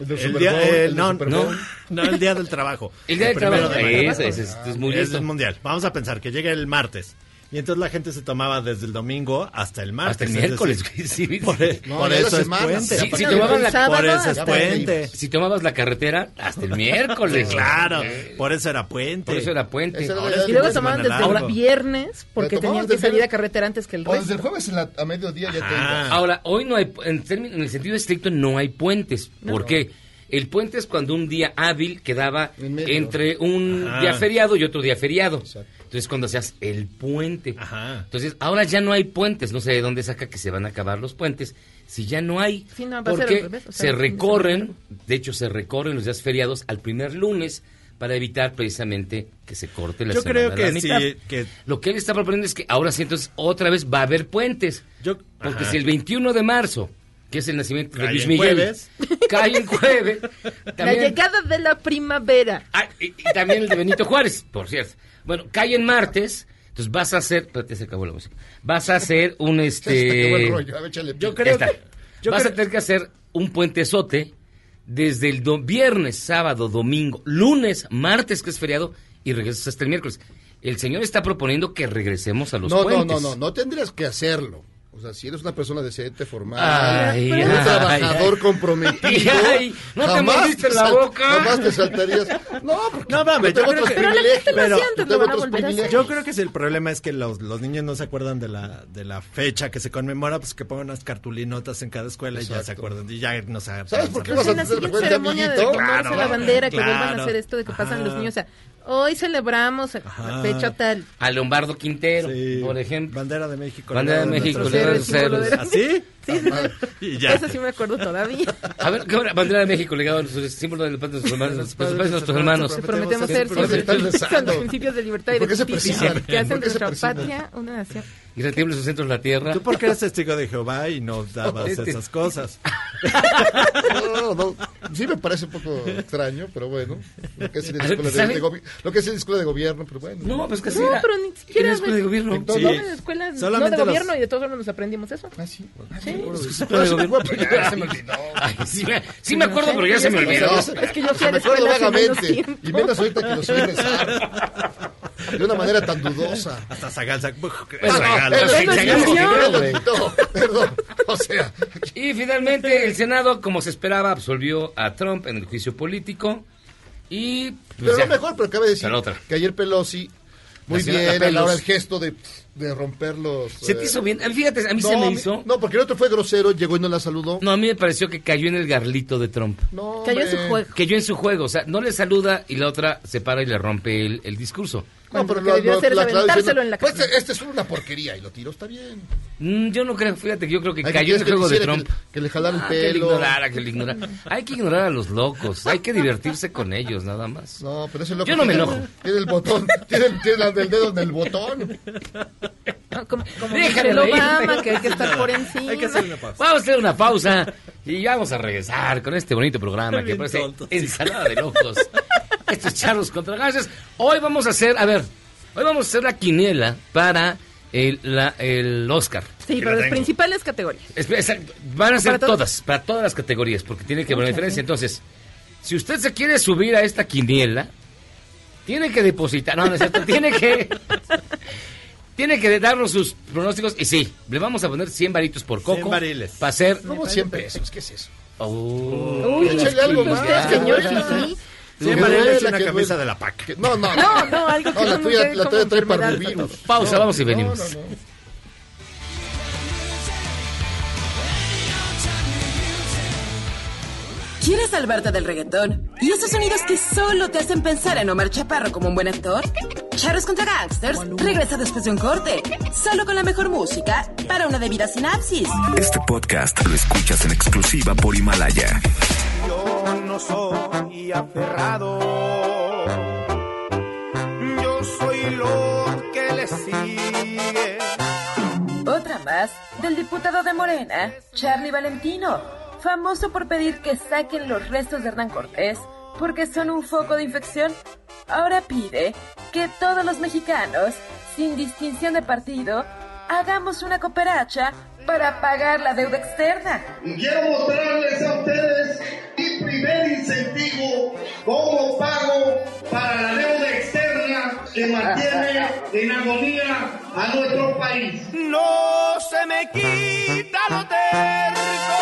Speaker 8: El del
Speaker 9: El
Speaker 8: Super
Speaker 9: día,
Speaker 8: Bowl,
Speaker 9: eh,
Speaker 8: el del
Speaker 9: no,
Speaker 8: Super
Speaker 9: no,
Speaker 8: Bowl.
Speaker 9: no, el día del trabajo.
Speaker 5: El día del
Speaker 9: primero
Speaker 5: trabajo.
Speaker 9: mayo.
Speaker 5: es, es, es, es muy
Speaker 9: es
Speaker 5: listo.
Speaker 9: el mundial. Vamos a pensar que llega el martes. Y entonces la gente se tomaba desde el domingo hasta el martes.
Speaker 5: Hasta el
Speaker 9: es
Speaker 5: miércoles,
Speaker 9: decir,
Speaker 5: güey. Sí,
Speaker 9: Por, e-,
Speaker 5: sí.
Speaker 8: No,
Speaker 9: por
Speaker 8: ya la
Speaker 9: eso es
Speaker 8: semana.
Speaker 9: puente.
Speaker 5: Sí, sí,
Speaker 9: Por
Speaker 5: te
Speaker 9: eso
Speaker 5: tomaban la-
Speaker 9: es
Speaker 8: hasta-
Speaker 9: puente.
Speaker 5: Si tomabas la carretera, hasta el miércoles. güey.
Speaker 9: Claro, por eso era puente.
Speaker 5: Por eso era puente.
Speaker 8: Esa era la
Speaker 9: Ahora
Speaker 8: idea
Speaker 9: sí
Speaker 6: Y
Speaker 8: del
Speaker 6: luego
Speaker 9: Semana
Speaker 6: tomaban desde
Speaker 9: largo.
Speaker 6: el viernes porque
Speaker 8: Pero tomaban
Speaker 6: tenían que
Speaker 8: desde el-
Speaker 6: salir a carretera antes que el
Speaker 8: O desde
Speaker 6: resto.
Speaker 8: el jueves en la- a mediodía ya te
Speaker 9: Ajá.
Speaker 8: ibas.
Speaker 5: Ahora, hoy no hay, pu- en, términ- en el sentido estricto, no hay puentes. ¿Por qué? El puente es cuando un día hábil quedaba
Speaker 8: En medio.
Speaker 5: entre un
Speaker 9: Ajá.
Speaker 5: día feriado y otro día feriado.
Speaker 8: Exacto.
Speaker 5: Entonces, cuando hacías el puente.
Speaker 9: Ajá.
Speaker 5: Entonces, ahora ya no hay puentes. No sé de dónde saca que se van a acabar los puentes. Si ya no hay,
Speaker 6: Sí, no, Ah, va a ser
Speaker 5: porque
Speaker 6: al revés, o sea,
Speaker 5: se
Speaker 6: el fin de
Speaker 5: recorren, de hecho, se recorren los días feriados al primer lunes para evitar precisamente que se corte la
Speaker 9: Yo
Speaker 5: semana
Speaker 9: creo
Speaker 5: a
Speaker 9: que
Speaker 5: la mitad.
Speaker 9: sí, que-
Speaker 5: Lo que él está proponiendo es que ahora sí, entonces, otra vez va a haber puentes.
Speaker 9: Yo-
Speaker 5: porque
Speaker 9: Ajá.
Speaker 5: si el 21 de marzo, que es el nacimiento de
Speaker 9: Cae
Speaker 5: Luis
Speaker 9: en
Speaker 5: Miguel,
Speaker 9: jueves.
Speaker 5: cae en jueves,
Speaker 6: La
Speaker 5: también,
Speaker 6: llegada de la primavera.
Speaker 5: Ah, y, y también el de Benito Juárez, por cierto. Bueno, cae en martes, entonces vas a hacer, espérate, se acabó la música, vas a hacer un
Speaker 8: Se acabó el
Speaker 5: este...
Speaker 8: rollo, a ver, échale pila.
Speaker 9: Yo creo
Speaker 5: Ya está.
Speaker 9: que- yo
Speaker 5: vas
Speaker 9: creo-
Speaker 5: a tener que hacer un puentezote desde el do- viernes, sábado, domingo, lunes, martes, que es feriado, y regresas hasta el miércoles. El señor está proponiendo que regresemos a los
Speaker 8: No, no,
Speaker 5: puentes.
Speaker 8: no, no, no tendrías que hacerlo. O sea, si eres una persona decente, formal,
Speaker 5: Ay,
Speaker 8: un
Speaker 5: ay,
Speaker 8: trabajador comprometido,
Speaker 5: Ay, no te mordiste la
Speaker 8: sal-
Speaker 5: boca.
Speaker 8: jamás te saltarías. No, porque
Speaker 9: No, mames,
Speaker 8: yo
Speaker 9: yo
Speaker 8: tengo
Speaker 9: creo
Speaker 8: otros
Speaker 9: que-
Speaker 6: Pero la gente lo
Speaker 8: privilegios.
Speaker 6: hacía antes,
Speaker 8: Yo
Speaker 6: lo
Speaker 8: tengo
Speaker 6: van a
Speaker 8: otros
Speaker 6: volver a hacer.
Speaker 8: privilegios.
Speaker 9: Yo creo que si el problema es que los, los niños no se acuerdan de la, de la fecha que se conmemora, pues que pongan unas cartulinotas en cada escuela y ya se
Speaker 8: Exacto.
Speaker 9: acuerdan. Y ya no se
Speaker 8: ¿Sabes por qué
Speaker 9: no
Speaker 8: vas a
Speaker 9: se-
Speaker 6: en la
Speaker 8: hacer
Speaker 6: siguiente
Speaker 8: recuerdo,
Speaker 6: ceremonia de
Speaker 8: amiguito?
Speaker 6: tomarse la
Speaker 9: Claro,
Speaker 6: bandera que vuelvan
Speaker 9: claro.
Speaker 6: a hacer esto de que pasan
Speaker 9: Ajá.
Speaker 6: los niños. O sea, hoy celebramos la
Speaker 9: Ajá.
Speaker 6: fecha tal.
Speaker 5: A Lombardo Quintero,
Speaker 9: Sí.
Speaker 5: por ejemplo.
Speaker 9: Bandera de México.
Speaker 5: Bandera de
Speaker 9: ¿no?
Speaker 5: México,
Speaker 9: Nuestros
Speaker 6: Cero,
Speaker 5: legado
Speaker 9: héroes.
Speaker 5: de
Speaker 6: símbolo
Speaker 5: los
Speaker 6: de-
Speaker 9: ¿Así?
Speaker 5: héroes.
Speaker 6: Sí, sí, sí.
Speaker 9: Y ya.
Speaker 6: Eso sí me acuerdo todavía.
Speaker 5: A ver, ¿qué hora? bandera de México, legado de los símbolos del patria de nuestros hermanos, los padres de nuestros hermanos.
Speaker 6: Te prometemos ser
Speaker 8: Prometemos
Speaker 6: siempre
Speaker 8: estar
Speaker 6: son
Speaker 8: rezando.
Speaker 6: los principios de libertad
Speaker 8: ¿Y
Speaker 6: y
Speaker 8: por
Speaker 6: de
Speaker 8: qué se
Speaker 6: justicia
Speaker 8: persignan?
Speaker 6: que hacen
Speaker 8: ¿Por qué se
Speaker 6: nuestra
Speaker 8: persignan?
Speaker 6: patria una nación.
Speaker 5: Y retiembla sus centros la tierra.
Speaker 9: ¿Tú por qué eres testigo de Jehová y no dabas
Speaker 5: Este-
Speaker 9: esas cosas?
Speaker 8: No, no, no. Sí me parece un poco extraño, pero bueno. Lo que es en la
Speaker 5: A ver,
Speaker 8: escuela de,
Speaker 5: ¿sabe?
Speaker 8: de gobi- lo que es en la escuela de gobierno, pero bueno.
Speaker 5: No, pues que así
Speaker 6: No,
Speaker 5: era.
Speaker 6: pero ni siquiera.
Speaker 5: Era escuela de gobierno.
Speaker 8: Entonces,
Speaker 9: Sí.
Speaker 6: No, en la escuela, no de
Speaker 9: Solamente los-
Speaker 6: gobierno y de todos modos nos aprendimos eso.
Speaker 8: Ah, sí.
Speaker 6: Sí.
Speaker 8: Pero sí, guapo, ya se me olvidó.
Speaker 5: Ay, sí me, sí me acuerdo, pero ya se me
Speaker 8: O sea,
Speaker 5: olvidó.
Speaker 8: ya
Speaker 6: Es
Speaker 8: se-
Speaker 6: que yo
Speaker 8: o sea,
Speaker 6: fui
Speaker 8: Ah,
Speaker 6: a la
Speaker 8: me acuerdo
Speaker 6: escuela hace menos
Speaker 8: vagamente.
Speaker 6: tiempo.
Speaker 8: Y menos ahorita que los vienes De una manera tan dudosa.
Speaker 9: Hasta Zagal, Zag-
Speaker 5: Bueno,
Speaker 9: Zagal.
Speaker 5: eh,
Speaker 8: Pero
Speaker 5: Pero
Speaker 8: sí,
Speaker 5: sí,
Speaker 8: no,
Speaker 5: sí,
Speaker 8: no,
Speaker 5: hombre.
Speaker 8: no, Perdón. O sea,
Speaker 5: Y finalmente el Senado, como se esperaba, absolvió a Trump en el juicio político. Y pues,
Speaker 8: pero
Speaker 5: ya.
Speaker 8: lo mejor, pero cabe decir
Speaker 5: Pero otra.
Speaker 8: que ayer Pelosi Muy
Speaker 5: Nacional
Speaker 8: bien,
Speaker 5: Lapelos.
Speaker 8: ahora el gesto de, de romperlos.
Speaker 5: Se te hizo bien. A mí, Fíjate, a mí
Speaker 8: no,
Speaker 5: se
Speaker 8: a
Speaker 5: me
Speaker 8: mí-
Speaker 5: hizo.
Speaker 8: No, porque el otro fue grosero, llegó y no la saludó.
Speaker 5: No, a mí me pareció que cayó en el garlito de Trump.
Speaker 8: No,
Speaker 6: Cayó en su
Speaker 8: hombre.
Speaker 6: juego.
Speaker 5: Cayó en su juego. O sea, no le saluda y la otra se para y le rompe el, el discurso.
Speaker 8: No,
Speaker 6: Cuando
Speaker 8: pero
Speaker 6: lo que debió hacer es
Speaker 8: aclaró
Speaker 6: aventárselo
Speaker 8: diciendo,
Speaker 6: en la
Speaker 8: Pues
Speaker 6: cara.
Speaker 8: este es una porquería y lo tiró, está bien.
Speaker 5: Mm, yo no creo, fíjate, que yo creo que
Speaker 8: Ay, ¿qué
Speaker 5: cayó en
Speaker 8: quieres
Speaker 5: el
Speaker 8: que
Speaker 5: juego de
Speaker 8: hiciera?
Speaker 5: Trump.
Speaker 8: Que- que le jalara el
Speaker 5: Ah, Que le
Speaker 8: pelo.
Speaker 5: ignorara, que le ignorara. Hay que ignorar a los locos. Hay que divertirse con ellos, nada más.
Speaker 8: No, pero ese loco.
Speaker 5: Yo no me
Speaker 8: tiene-
Speaker 5: enojo.
Speaker 8: Tiene el botón, tiene, tiene la- el dedo en el botón.
Speaker 6: No, como como
Speaker 5: Déjame
Speaker 6: Michelle
Speaker 5: reír.
Speaker 6: Obama, que hay que estar por encima.
Speaker 9: Hay que hacer una pausa.
Speaker 5: Vamos a hacer una pausa y vamos a regresar con este bonito programa que
Speaker 9: Bien
Speaker 5: parece
Speaker 9: tontos.
Speaker 5: ensalada de locos. Estos charlos contra gases. Hoy vamos a hacer, a ver, hoy vamos a hacer la quiniela para el, la- el Oscar.
Speaker 6: Sí,
Speaker 9: Yo
Speaker 6: pero
Speaker 9: la
Speaker 6: las
Speaker 9: tengo.
Speaker 6: principales categorías.
Speaker 5: Espe- exacto, Van a ser
Speaker 6: Para todos.
Speaker 5: todas, para todas las categorías, porque tiene que haber una diferencia. Entonces, si usted se quiere subir a esta quiniela, tiene que depositar, no, no es cierto, tiene que... Tiene que darnos sus pronósticos y sí, le vamos a poner 100 varitos por coco.
Speaker 9: 100 variles.
Speaker 5: Para hacer
Speaker 8: ¿Cómo 100 pesos? ¿Qué es eso?
Speaker 5: Oh.
Speaker 6: Uy,
Speaker 8: Échale algo más.
Speaker 6: usted, señor Fifi.
Speaker 9: Sí,
Speaker 8: Que
Speaker 9: vale, es
Speaker 8: duela,
Speaker 9: una
Speaker 8: que
Speaker 9: camisa
Speaker 8: duela.
Speaker 9: de la PAC.
Speaker 8: Que- No, no,
Speaker 6: No, no, algo que
Speaker 8: la
Speaker 6: no
Speaker 8: tuya,
Speaker 6: quede
Speaker 8: la
Speaker 6: como
Speaker 8: tuya trae
Speaker 6: enfermedad,
Speaker 8: parvovirus.
Speaker 5: Pausa, vamos y venimos.
Speaker 8: No, no, no.
Speaker 1: ¿Quieres salvarte del reggaetón? ¿Y esos sonidos que solo te hacen pensar en Omar Chaparro como un buen actor? Charros contra Gangsters regresa después de un corte, solo con la mejor música para una debida sinapsis.
Speaker 11: Este podcast lo escuchas en exclusiva por Himalaya.
Speaker 4: Yo no soy aferrado. Yo soy lo que le sigue.
Speaker 1: Otra más del diputado de Morena, Charlie Valentino, famoso por pedir que saquen los restos de Hernán Cortés porque son un foco de infección. Ahora pide que todos los mexicanos, sin distinción de partido, hagamos una cooperacha para pagar la deuda externa.
Speaker 2: Quiero mostrarles a ustedes mi primer incentivo como pago para la deuda externa que mantiene en agonía a nuestro país.
Speaker 4: No se me quita lo terco.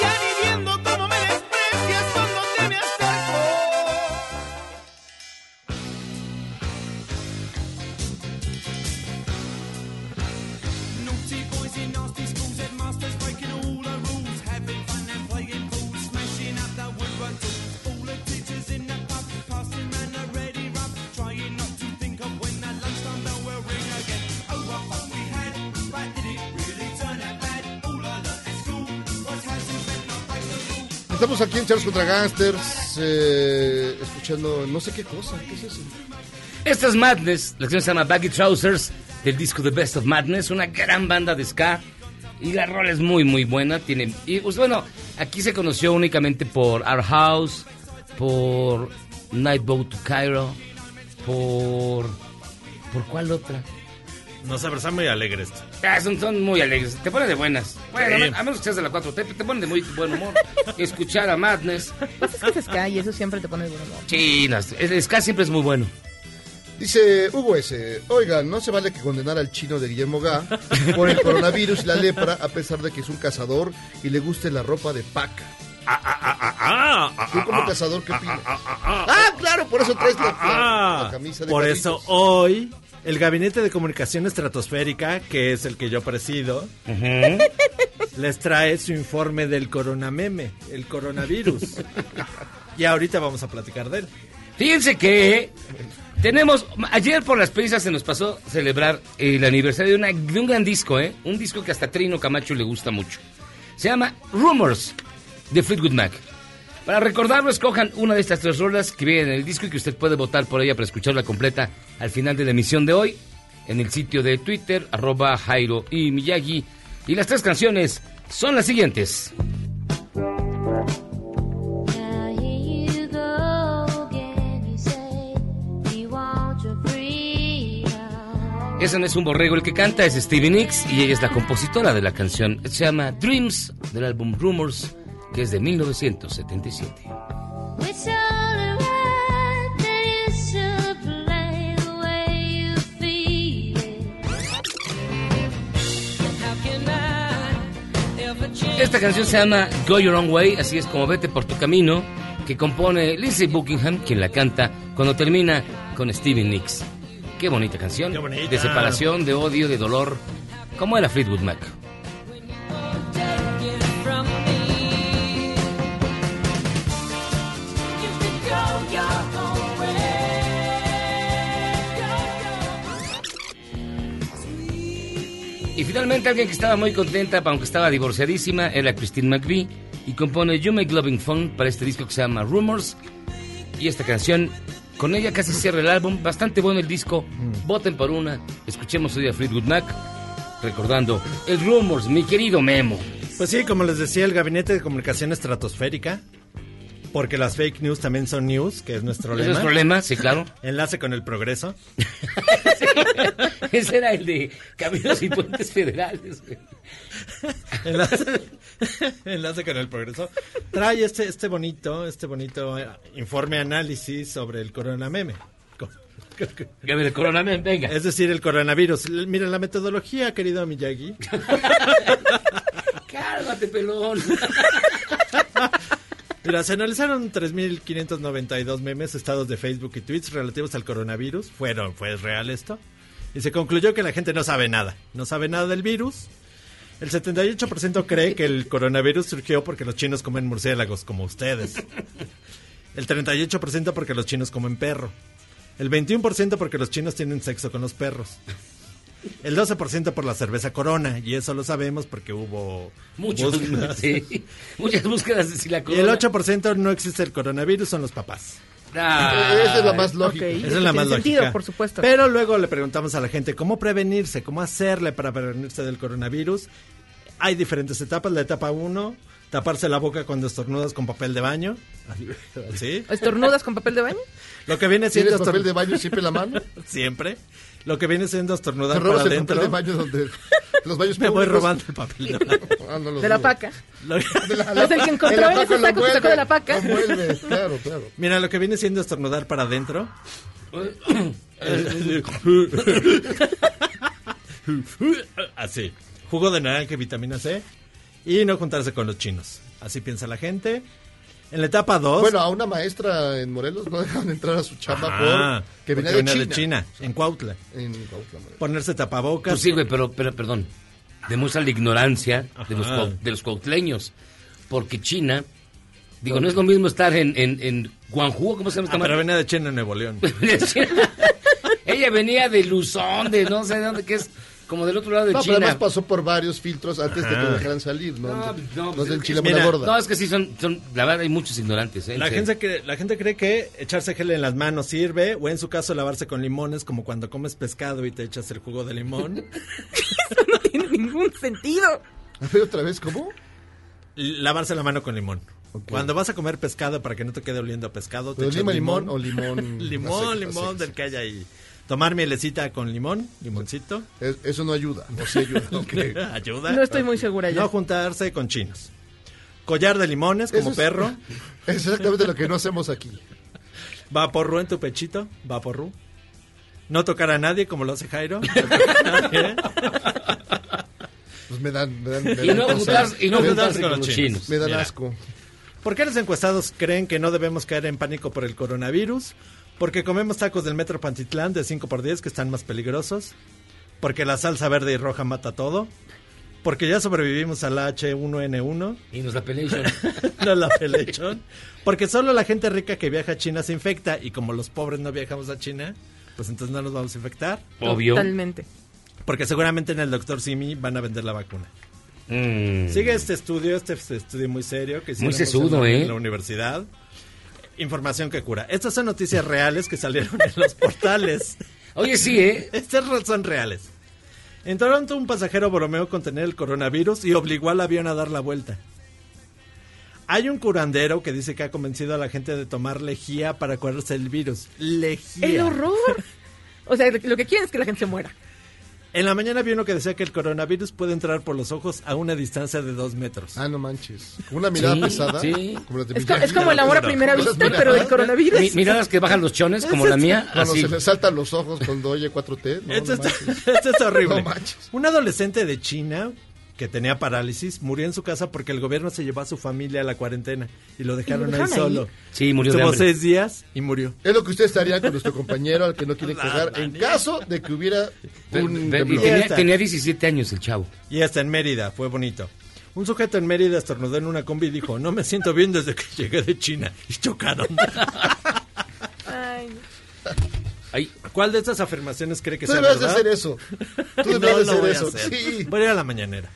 Speaker 4: Ya ni viendo cómo me desprecias cuando te me acerco.
Speaker 8: Estamos aquí en Charles contra Gangsters, eh, escuchando no sé qué cosa, ¿qué es eso?
Speaker 5: Esta es Madness, la canción se llama Baggy Trousers del disco The Best of Madness, una gran banda de ska y la rola es muy muy buena. Tiene y pues, bueno, aquí se conoció únicamente por Our House, por Nightboat to Cairo, por por cuál otra.
Speaker 9: Nos abrazan muy alegres.
Speaker 5: Ah, son, son muy alegres, te ponen de buenas. Bueno,
Speaker 9: Sí.
Speaker 5: a menos que seas de la 4T, te ponen de muy buen humor. Escuchar a Madness,
Speaker 6: Pues es que se escae y eso siempre te pone de buen humor.
Speaker 5: chinas, el ska siempre es muy bueno.
Speaker 8: Dice Hugo S. Oigan, no se vale que condenar al chino de Guillermo Gá por el coronavirus y la lepra, a pesar de que es un cazador y le guste la ropa de paca.
Speaker 9: Ah, ah, ah, ah, ah, ah,
Speaker 8: Tú como
Speaker 9: ah,
Speaker 8: cazador, ¿qué
Speaker 9: ah,
Speaker 8: opinas?
Speaker 9: ah, ah, ah, ah.
Speaker 8: Ah, claro, por eso traes la,
Speaker 9: Ah,
Speaker 8: la- la camisa de
Speaker 9: Por
Speaker 8: Garitos.
Speaker 9: eso hoy el Gabinete de Comunicación Estratosférica, que es el que yo presido, les trae su informe del coronameme, el coronavirus. y ahorita vamos a platicar de él.
Speaker 5: Fíjense que tenemos. Ayer por las prisas se nos pasó celebrar el aniversario de, una- de un gran disco, ¿eh? Un disco que hasta Trino Camacho le gusta mucho. Se llama Rumors de Fleetwood Mac. Para recordarlo, escojan una de estas tres rolas que vienen en el disco y que usted puede votar por ella para escucharla completa al final de la emisión de hoy en el sitio de Twitter, arroba Jairo y Miyagi. Y las tres canciones son las siguientes.
Speaker 12: Now here you go again. You say you want your freedom.
Speaker 5: Ese no es un borrego el que canta, es Stevie Nicks y ella es la compositora de la canción. Se llama Dreams del álbum Rumors, que es de 1977.
Speaker 12: It's all right that you should play the way you feel it.
Speaker 5: Esta canción se llama Go Your Own Way, así es como Vete por tu camino, que compone Lindsey Buckingham, quien la canta cuando termina con Stevie Nicks. Qué bonita canción.
Speaker 9: Qué bonita.
Speaker 5: De separación, de odio, de dolor. ¿Cómo era Fleetwood Mac? Y finalmente alguien que estaba muy contenta, aunque estaba divorciadísima, era Christine McVie y compone You Make Loving Fun para este disco que se llama Rumors. Y esta canción, con ella casi cierra el álbum, bastante bueno el disco,
Speaker 9: Mm.
Speaker 5: voten por una, escuchemos hoy a Fleetwood Mac, recordando el Rumors, mi querido Memo.
Speaker 9: Pues sí, como les decía, el gabinete de comunicación estratosférica. Porque las fake news también son news, que es nuestro
Speaker 5: ¿Es
Speaker 9: lema.
Speaker 5: nuestro lema? Sí, claro.
Speaker 9: Enlace con el progreso.
Speaker 5: Ese era el de Caminos y Puentes Federales. güey.
Speaker 9: Enlace, enlace con el progreso. Trae este, este bonito, este bonito eh, informe análisis sobre el coronameme. Co-
Speaker 5: A ver, el coronameme, venga.
Speaker 9: Es decir, el coronavirus. L- Mira, la metodología, querido Miyagi.
Speaker 5: Cálmate, pelón.
Speaker 9: Mira, se analizaron 3.592 memes, estados de Facebook y tweets relativos al coronavirus. Fueron, fue real esto. Y se concluyó que la gente no sabe nada. No sabe nada del virus. El 78% cree que el coronavirus surgió porque los chinos comen murciélagos, como ustedes. El 38% porque los chinos comen perro. El 21% porque los chinos tienen sexo con los perros. El 12% por la cerveza corona. Y eso lo sabemos porque hubo...
Speaker 5: Muchos,
Speaker 9: búsquedas.
Speaker 5: sí. Muchas búsquedas de si la
Speaker 9: Y el
Speaker 5: corona.
Speaker 9: 8% no existe el coronavirus, son los papás.
Speaker 5: Ah.
Speaker 8: Esa es la más lógica.
Speaker 6: Ok.
Speaker 9: Esa es la
Speaker 6: Tiene
Speaker 9: más
Speaker 6: sentido,
Speaker 9: lógica.
Speaker 6: por supuesto.
Speaker 9: Pero luego le preguntamos a la gente cómo prevenirse, cómo hacerle para prevenirse del coronavirus. Hay diferentes etapas. La etapa 1, taparse la boca cuando estornudas con papel de baño. ¿Sí?
Speaker 6: ¿Estornudas con papel de baño?
Speaker 9: Lo que viene siendo
Speaker 8: ¿Tienes papel
Speaker 9: estorn-
Speaker 8: de baño siempre en la mano?
Speaker 9: Siempre. Lo que viene siendo estornudar
Speaker 8: Te
Speaker 9: ah, para
Speaker 8: robas el papel
Speaker 9: adentro.
Speaker 8: de baño donde los baños
Speaker 9: Me voy
Speaker 8: públicos.
Speaker 9: robando el papel de baño.
Speaker 8: Ah, no lo
Speaker 6: De la
Speaker 8: dudo.
Speaker 6: paca.
Speaker 9: Lo-
Speaker 6: Es el que encontró en
Speaker 8: paca
Speaker 6: ese
Speaker 8: lo
Speaker 6: saco que sacó de la
Speaker 8: envuelve,
Speaker 6: paca.
Speaker 8: lo envuelve, claro, claro.
Speaker 9: Mira, lo que viene siendo estornudar para adentro. Así. Jugo de naranja y vitamina C. Y no juntarse con los chinos. Así piensa la gente. En la etapa 2.
Speaker 8: Bueno, a una maestra en Morelos no dejaron entrar a su chamba
Speaker 9: Ah,
Speaker 8: por Ah, que venía de China.
Speaker 9: En Cuautla.
Speaker 8: En Cuautla, Morelos.
Speaker 9: Ponerse tapabocas.
Speaker 5: Pues sí, güey, pero, pero perdón. Demuestra la ignorancia de los,
Speaker 9: Ajá.
Speaker 5: cuau- de los cuautleños. Porque China, digo, no es lo mismo estar en, en, en Guangzhou, ¿cómo se llama
Speaker 9: Ah,
Speaker 5: esta
Speaker 9: pero
Speaker 5: madre?
Speaker 9: venía de China en Nuevo León.
Speaker 5: Ella venía de Luzón, de no sé de dónde, que es como del otro lado de
Speaker 8: No, pero
Speaker 5: China.
Speaker 8: además pasó por varios filtros antes de que lo dejaran salir. No,
Speaker 5: No,
Speaker 8: no,
Speaker 5: no,
Speaker 8: no,
Speaker 5: pues
Speaker 8: es del
Speaker 5: es
Speaker 8: chile
Speaker 9: que-
Speaker 8: mona
Speaker 9: mira,
Speaker 8: gorda.
Speaker 5: No, es que sí, son, son, la verdad, hay muchos ignorantes. ¿eh?
Speaker 9: La
Speaker 5: Sí.
Speaker 9: gente, cree, la gente cree que echarse gel en las manos sirve, o en su caso lavarse con limones, como cuando comes pescado y te echas el jugo de limón.
Speaker 6: No tiene ningún sentido.
Speaker 8: A ver, otra vez, ¿cómo?
Speaker 9: lavarse la mano con limón. Cuando vas a comer pescado para que no te quede oliendo a pescado, te
Speaker 8: ¿Pero
Speaker 9: echas
Speaker 8: lima limón,
Speaker 9: limón.
Speaker 8: o limón?
Speaker 9: limón,
Speaker 8: a secas, a
Speaker 9: limón del
Speaker 8: secas?
Speaker 9: que hay ahí. Tomar mielecita con limón, limoncito,
Speaker 8: Es- Eso no ayuda. O sí ayuda. ok.
Speaker 9: ayuda.
Speaker 6: No estoy muy segura
Speaker 9: No
Speaker 6: yo.
Speaker 9: juntarse con chinos. Collar de limones pues, como
Speaker 8: Eso es-
Speaker 9: perro.
Speaker 8: Es exactamente lo que no hacemos aquí.
Speaker 9: Vaporru en tu pechito, vaporru. No tocar a nadie como lo hace Jairo.
Speaker 8: Pues me dan, me dan, me
Speaker 5: Y
Speaker 8: dan
Speaker 5: no
Speaker 8: cosas.
Speaker 5: juntarse, y no
Speaker 9: Juntarse
Speaker 5: juntarse
Speaker 9: con
Speaker 5: con
Speaker 9: los
Speaker 5: los
Speaker 9: chinos.
Speaker 5: chinos.
Speaker 8: Me dan
Speaker 9: Mira.
Speaker 8: asco.
Speaker 9: ¿Por qué los encuestados creen que no debemos caer en pánico por el coronavirus? Porque comemos tacos del Metro Pantitlán de 5 por 10 que están más peligrosos. Porque la salsa verde y roja mata todo. Porque ya sobrevivimos al H1N1.
Speaker 5: Y nos la pelearon.
Speaker 9: No la pelechón. Porque solo la gente rica que viaja a China se infecta. Y como los pobres no viajamos a China, pues entonces no nos vamos a infectar.
Speaker 5: Obvio.
Speaker 6: Totalmente.
Speaker 9: Porque seguramente en el Doctor Simi van a vender la vacuna.
Speaker 5: Mm.
Speaker 9: Sigue este estudio, este f- estudio muy serio que hicieron
Speaker 5: sesudo,
Speaker 9: en la,
Speaker 5: ¿eh?
Speaker 9: en la universidad. Información que cura. Estas son noticias reales que salieron en los portales.
Speaker 5: Oye, sí, ¿eh?
Speaker 9: Estas re- son reales. En Toronto un pasajero bromeó con tener el coronavirus y obligó al avión a dar la vuelta. Hay un curandero que dice que ha convencido a la gente de tomar lejía para curarse el virus. Lejía.
Speaker 6: ¡El horror! O sea, lo que quieren es que la gente se muera.
Speaker 9: En la mañana vi uno que decía que el coronavirus puede entrar por los ojos a una distancia de dos metros.
Speaker 8: Ah, no manches. Con una mirada
Speaker 5: Sí,
Speaker 8: pesada.
Speaker 5: sí.
Speaker 8: Como la de
Speaker 6: Es, co-
Speaker 8: Miyagi.
Speaker 6: es como el amor a primera vista, pero del coronavirus.
Speaker 5: Mi- miradas que bajan los chones, como la mía,
Speaker 8: Cuando
Speaker 5: así.
Speaker 8: se le saltan los ojos cuando oye 4T. No,
Speaker 9: Esto,
Speaker 8: no
Speaker 9: está-
Speaker 8: manches.
Speaker 9: esto es horrible.
Speaker 8: No manches.
Speaker 9: un adolescente de China que tenía parálisis, murió en su casa porque el gobierno se llevó a su familia a la cuarentena y lo dejaron,
Speaker 8: dejaron
Speaker 9: ahí
Speaker 8: ahí?
Speaker 9: solo.
Speaker 5: Sí, murió de
Speaker 9: Estuvo
Speaker 5: hambre.
Speaker 9: seis días y murió.
Speaker 8: Es lo que ustedes estarían con nuestro compañero al que no quieren cagar en caso de que hubiera un
Speaker 9: Ve- ve-
Speaker 8: temblor.
Speaker 9: y tenía- tenía
Speaker 5: 17 años el chavo.
Speaker 9: Y hasta en Mérida, fue bonito. Un sujeto en Mérida estornudó en una combi y dijo, no me siento bien desde que llegué de China. Y chocaron.
Speaker 6: Ay,
Speaker 9: ¿Cuál de estas afirmaciones cree que
Speaker 8: Tú
Speaker 9: sea
Speaker 8: debes de
Speaker 9: verdad?
Speaker 8: hacer eso. Tú
Speaker 9: No
Speaker 8: debes de
Speaker 9: lo
Speaker 8: hacer
Speaker 9: voy a
Speaker 8: eso.
Speaker 9: hacer.
Speaker 8: Sí.
Speaker 9: Voy a ir a la mañanera.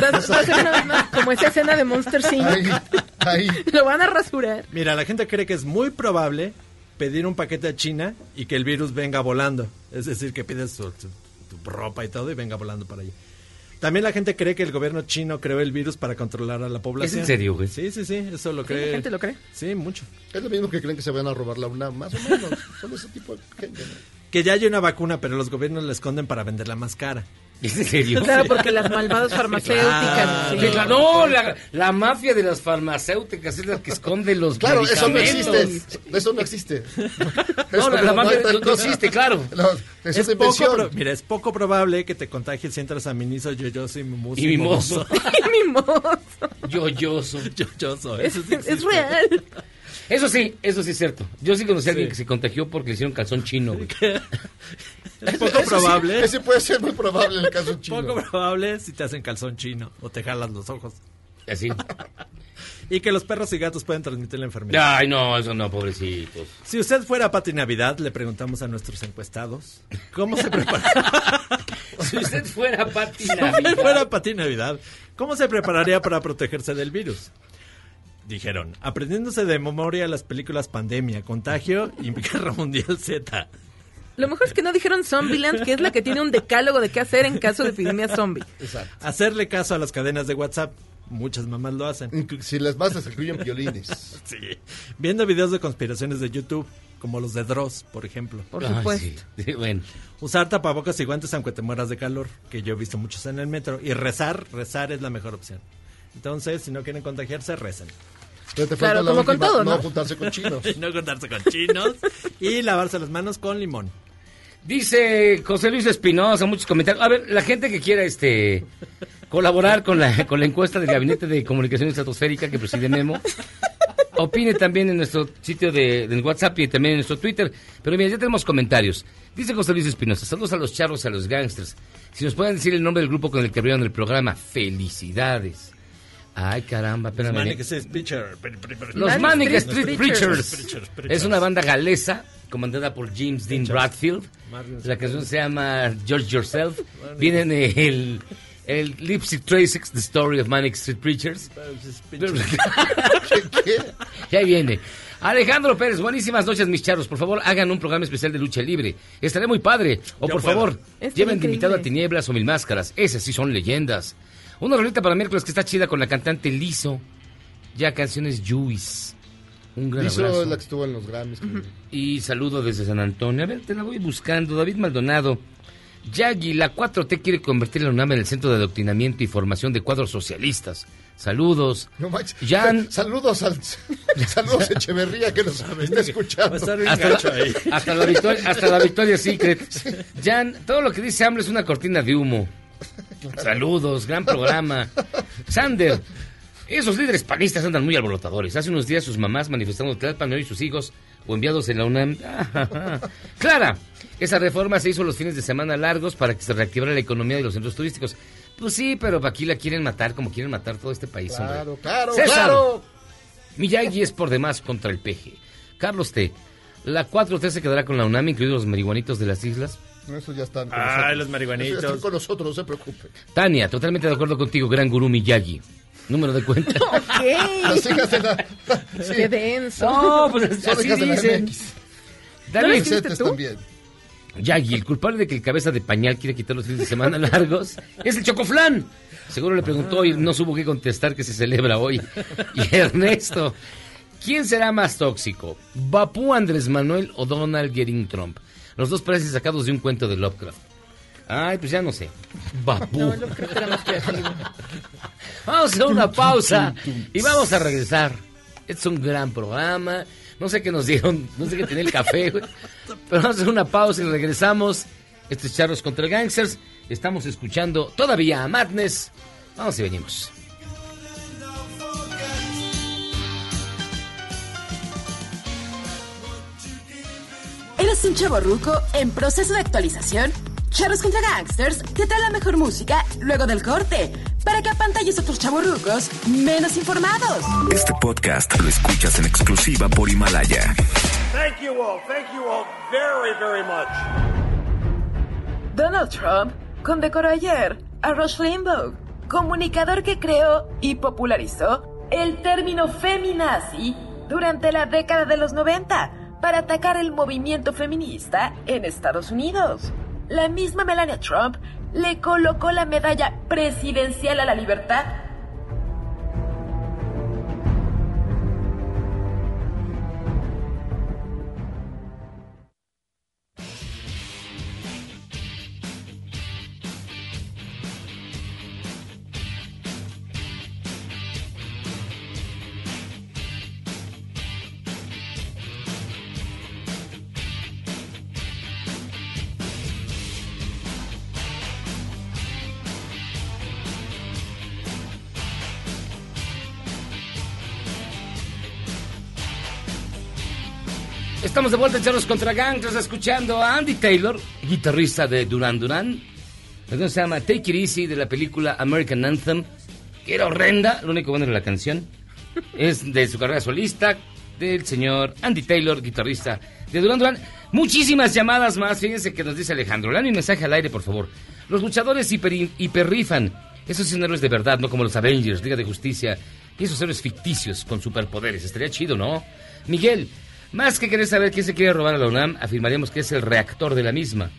Speaker 6: Va a ser una vez más como esa escena de Monster Inc. Lo van a rasurar.
Speaker 9: Mira, la gente cree que es muy probable pedir un paquete a China y que el virus venga volando. Es decir, que pides tu, tu- tu ropa y todo y venga volando para allá. También la gente cree que el gobierno chino creó el virus para controlar a la población.
Speaker 5: en serio, güey?
Speaker 9: Sí, sí, sí, eso lo cree.
Speaker 8: la gente lo cree.
Speaker 9: Sí, mucho.
Speaker 8: Es lo mismo que creen que se van a robar la UNAM, más o menos. Son ese tipo de gente. ¿no?
Speaker 9: Que ya hay una vacuna, pero los gobiernos la esconden para venderla más cara.
Speaker 5: ¿Es en serio?
Speaker 6: Pues Claro, porque las malvadas
Speaker 8: Ah,
Speaker 6: farmacéuticas, sí.
Speaker 5: Que la- no, la, la mafia de las farmacéuticas es la que esconde los
Speaker 8: Claro, eso no
Speaker 5: medicamentos.
Speaker 8: existe. Eso no existe.
Speaker 5: No, la, la mafia no existe, claro.
Speaker 8: es
Speaker 9: Es
Speaker 8: una
Speaker 9: poco
Speaker 8: invención.
Speaker 9: pro- mira, es poco probable que te contagies si entras a Miniso, Yoyoso y Mimoso.
Speaker 5: Y Mimoso. Yoyoso.
Speaker 9: Yoyoso, eso sí
Speaker 6: Es,
Speaker 9: existe.
Speaker 6: real.
Speaker 5: Eso sí, eso sí es cierto. Yo sí conocí a alguien
Speaker 9: Sí.
Speaker 5: que se contagió porque le hicieron calzón chino. güey.
Speaker 9: Es poco
Speaker 8: Eso sí,
Speaker 9: probable. ¿eh?
Speaker 8: ese puede ser muy probable en el caso chino.
Speaker 9: Poco probable si te hacen calzón chino o te jalas los ojos.
Speaker 5: Así.
Speaker 9: Y que los perros y gatos pueden transmitir la enfermedad.
Speaker 5: Ay, no, eso no, pobrecitos.
Speaker 9: Si usted fuera Pati Navidad, le preguntamos a nuestros encuestados cómo se prepara.
Speaker 5: Si usted fuera Pati
Speaker 9: si usted fuera Pati Navidad, ¿cómo se prepararía para protegerse del virus? Dijeron, aprendiéndose de memoria las películas Pandemia, Contagio y Guerra Mundial Z.
Speaker 6: Lo mejor es que no dijeron Zombieland, que es la que tiene un decálogo de qué hacer en caso de epidemia zombie.
Speaker 9: Hacerle caso a las cadenas de WhatsApp. Muchas mamás lo hacen.
Speaker 8: Inclu- Si las masas incluyen violines.
Speaker 9: Sí. Viendo videos de conspiraciones de YouTube, como los de Dross, por ejemplo.
Speaker 6: Por
Speaker 5: Ay,
Speaker 6: supuesto.
Speaker 5: sí. Sí, bueno.
Speaker 9: Usar tapabocas y guantes aunque te mueras de calor, que yo he visto muchos en el metro. Y rezar, rezar es la mejor opción. Entonces, si no quieren contagiarse, recen.
Speaker 8: Pero te falta
Speaker 6: Claro,
Speaker 8: la
Speaker 6: como con
Speaker 8: última,
Speaker 6: todo,
Speaker 8: no
Speaker 6: ¿no?
Speaker 8: juntarse con chinos.
Speaker 9: no contarse con chinos y lavarse las manos con limón.
Speaker 5: Dice José Luis Espinosa, muchos comentarios. A ver, la gente que quiera este colaborar con la, con la encuesta del Gabinete de Comunicación Estratosférica que preside Memo, opine también en nuestro sitio de, del WhatsApp y también en nuestro Twitter. Pero mira, ya tenemos comentarios. Dice José Luis Espinosa, saludos a los charros, a los gangsters. Si nos pueden decir el nombre del grupo con el que abrieron el programa, felicidades. Ay, caramba, espérame.
Speaker 9: Manic Street Preacher. Pre- pre- pre-
Speaker 5: Los
Speaker 6: Manic
Speaker 5: Manic
Speaker 6: Street
Speaker 5: Street
Speaker 6: Preachers.
Speaker 5: Preachers.
Speaker 9: Preachers,
Speaker 5: Es
Speaker 9: Preachers.
Speaker 5: una banda galesa comandada por James Dean Bradfield. La canción se llama George Yourself. Viene en el, el Lipsy Traces, The Story of Manic Street Preachers. ya viene. Alejandro Pérez, buenísimas noches, mis charros. Por favor, hagan un programa especial de lucha libre. Estaré muy padre. O
Speaker 9: Yo
Speaker 5: por
Speaker 9: puedo.
Speaker 5: favor,
Speaker 6: Está
Speaker 5: lleven de
Speaker 6: increíble.
Speaker 5: invitado a Tinieblas o Mil Máscaras. Esas sí son leyendas. Una rolita para miércoles que está chida con la cantante Liso. Ya canciones Juice. Un gran
Speaker 8: Hizo
Speaker 5: abrazo.
Speaker 8: la que estuvo en los Grammys. creo.
Speaker 5: Y saludo desde San Antonio. A ver, te la voy buscando. David Maldonado. Yagi, la 4T quiere convertir la UNAM en el centro de adoctrinamiento y formación de cuadros socialistas. Saludos.
Speaker 8: No manches.
Speaker 5: Jan.
Speaker 8: Saludos al saludos a Echeverría que nos está
Speaker 9: Va a
Speaker 8: escuchando.
Speaker 9: estar bien
Speaker 5: Hasta
Speaker 9: gacho
Speaker 5: la,
Speaker 9: ahí.
Speaker 5: hasta la victoria, hasta la victoria secret. Jan, todo lo que dice AMLO es una cortina de humo. Saludos, gran programa. Sander, esos líderes panistas andan muy alborotadores. Hace unos días sus mamás manifestando en Tlalpan y sus hijos o enviados en la UNAM. Clara, esa reforma se hizo los fines de semana largos para que se reactivara la economía de los centros turísticos. Pues sí, pero aquí la quieren matar como quieren matar todo este país. hombre.
Speaker 8: Claro, claro,
Speaker 5: César.
Speaker 8: claro.
Speaker 5: Miyagi es por demás contra el peje. Carlos T. La 4T se quedará con la UNAM, incluidos los marihuanitos de las islas.
Speaker 8: No, Eso ya están con
Speaker 9: Ay,
Speaker 8: nosotros.
Speaker 9: los marihuanitos.
Speaker 8: Eso ya Están con nosotros, no se preocupe.
Speaker 5: Tania, totalmente de acuerdo contigo, gran gurú Miyagi. Número de cuenta.
Speaker 8: Las
Speaker 6: Ok.
Speaker 8: hijas de la... Sí,
Speaker 6: Qué denso.
Speaker 5: No, pues
Speaker 8: son
Speaker 5: así
Speaker 8: hijas de la
Speaker 5: dicen.
Speaker 8: MX.
Speaker 5: Dale,
Speaker 8: Vicentes también.
Speaker 5: Yagi, el culpable de que el cabeza de pañal quiere quitar los fines de semana largos es el Chocoflán. Seguro le preguntó y no supo qué contestar que se celebra hoy. Y Ernesto, ¿quién será más tóxico? ¿Bapú Andrés Manuel o Donald Gering Trump? Los dos parecen sacados de un cuento de Lovecraft. Ay, pues ya no sé. Bapú. Vamos a hacer una pausa y vamos a regresar. Este es un gran programa. No sé qué nos dieron, no sé qué tenía el café, güey. Pero vamos a hacer una pausa y regresamos. Este es Charlos contra el Gangsters. Estamos escuchando todavía a Madness. Vamos y venimos.
Speaker 1: ¿Eres un chavo ruco en proceso de actualización? Charros contra Gangsters te trae la mejor música luego del corte para que apantalles a otros chavorrucos menos informados.
Speaker 11: Este podcast lo escuchas en exclusiva por Himalaya.
Speaker 13: Thank you all. Thank you all very, very much.
Speaker 1: Donald Trump condecoró ayer a Rush Limbaugh, comunicador que creó y popularizó el término feminazi durante la década de los 90 para atacar el movimiento feminista en Estados Unidos. La misma Melania Trump le colocó la medalla presidencial a la libertad
Speaker 5: Estamos de vuelta en Charlos contra Gangsters escuchando a Andy Taylor, guitarrista de Duran Duran. La canción se llama Take It Easy de la película American Anthem, que era horrenda, lo único bueno de la canción. Es de su carrera solista del señor Andy Taylor, guitarrista de Duran Duran. Muchísimas llamadas más, fíjense que nos dice Alejandro. Lean mi mensaje al aire, por favor. Los luchadores hiper, hiperrifan. Esos son héroes de verdad, no como los Avengers, Liga de Justicia. Y esos héroes ficticios con superpoderes. Estaría chido, ¿no? Miguel, más que querer saber quién se quiere robar a la UNAM, afirmaríamos que es el reactor de la misma.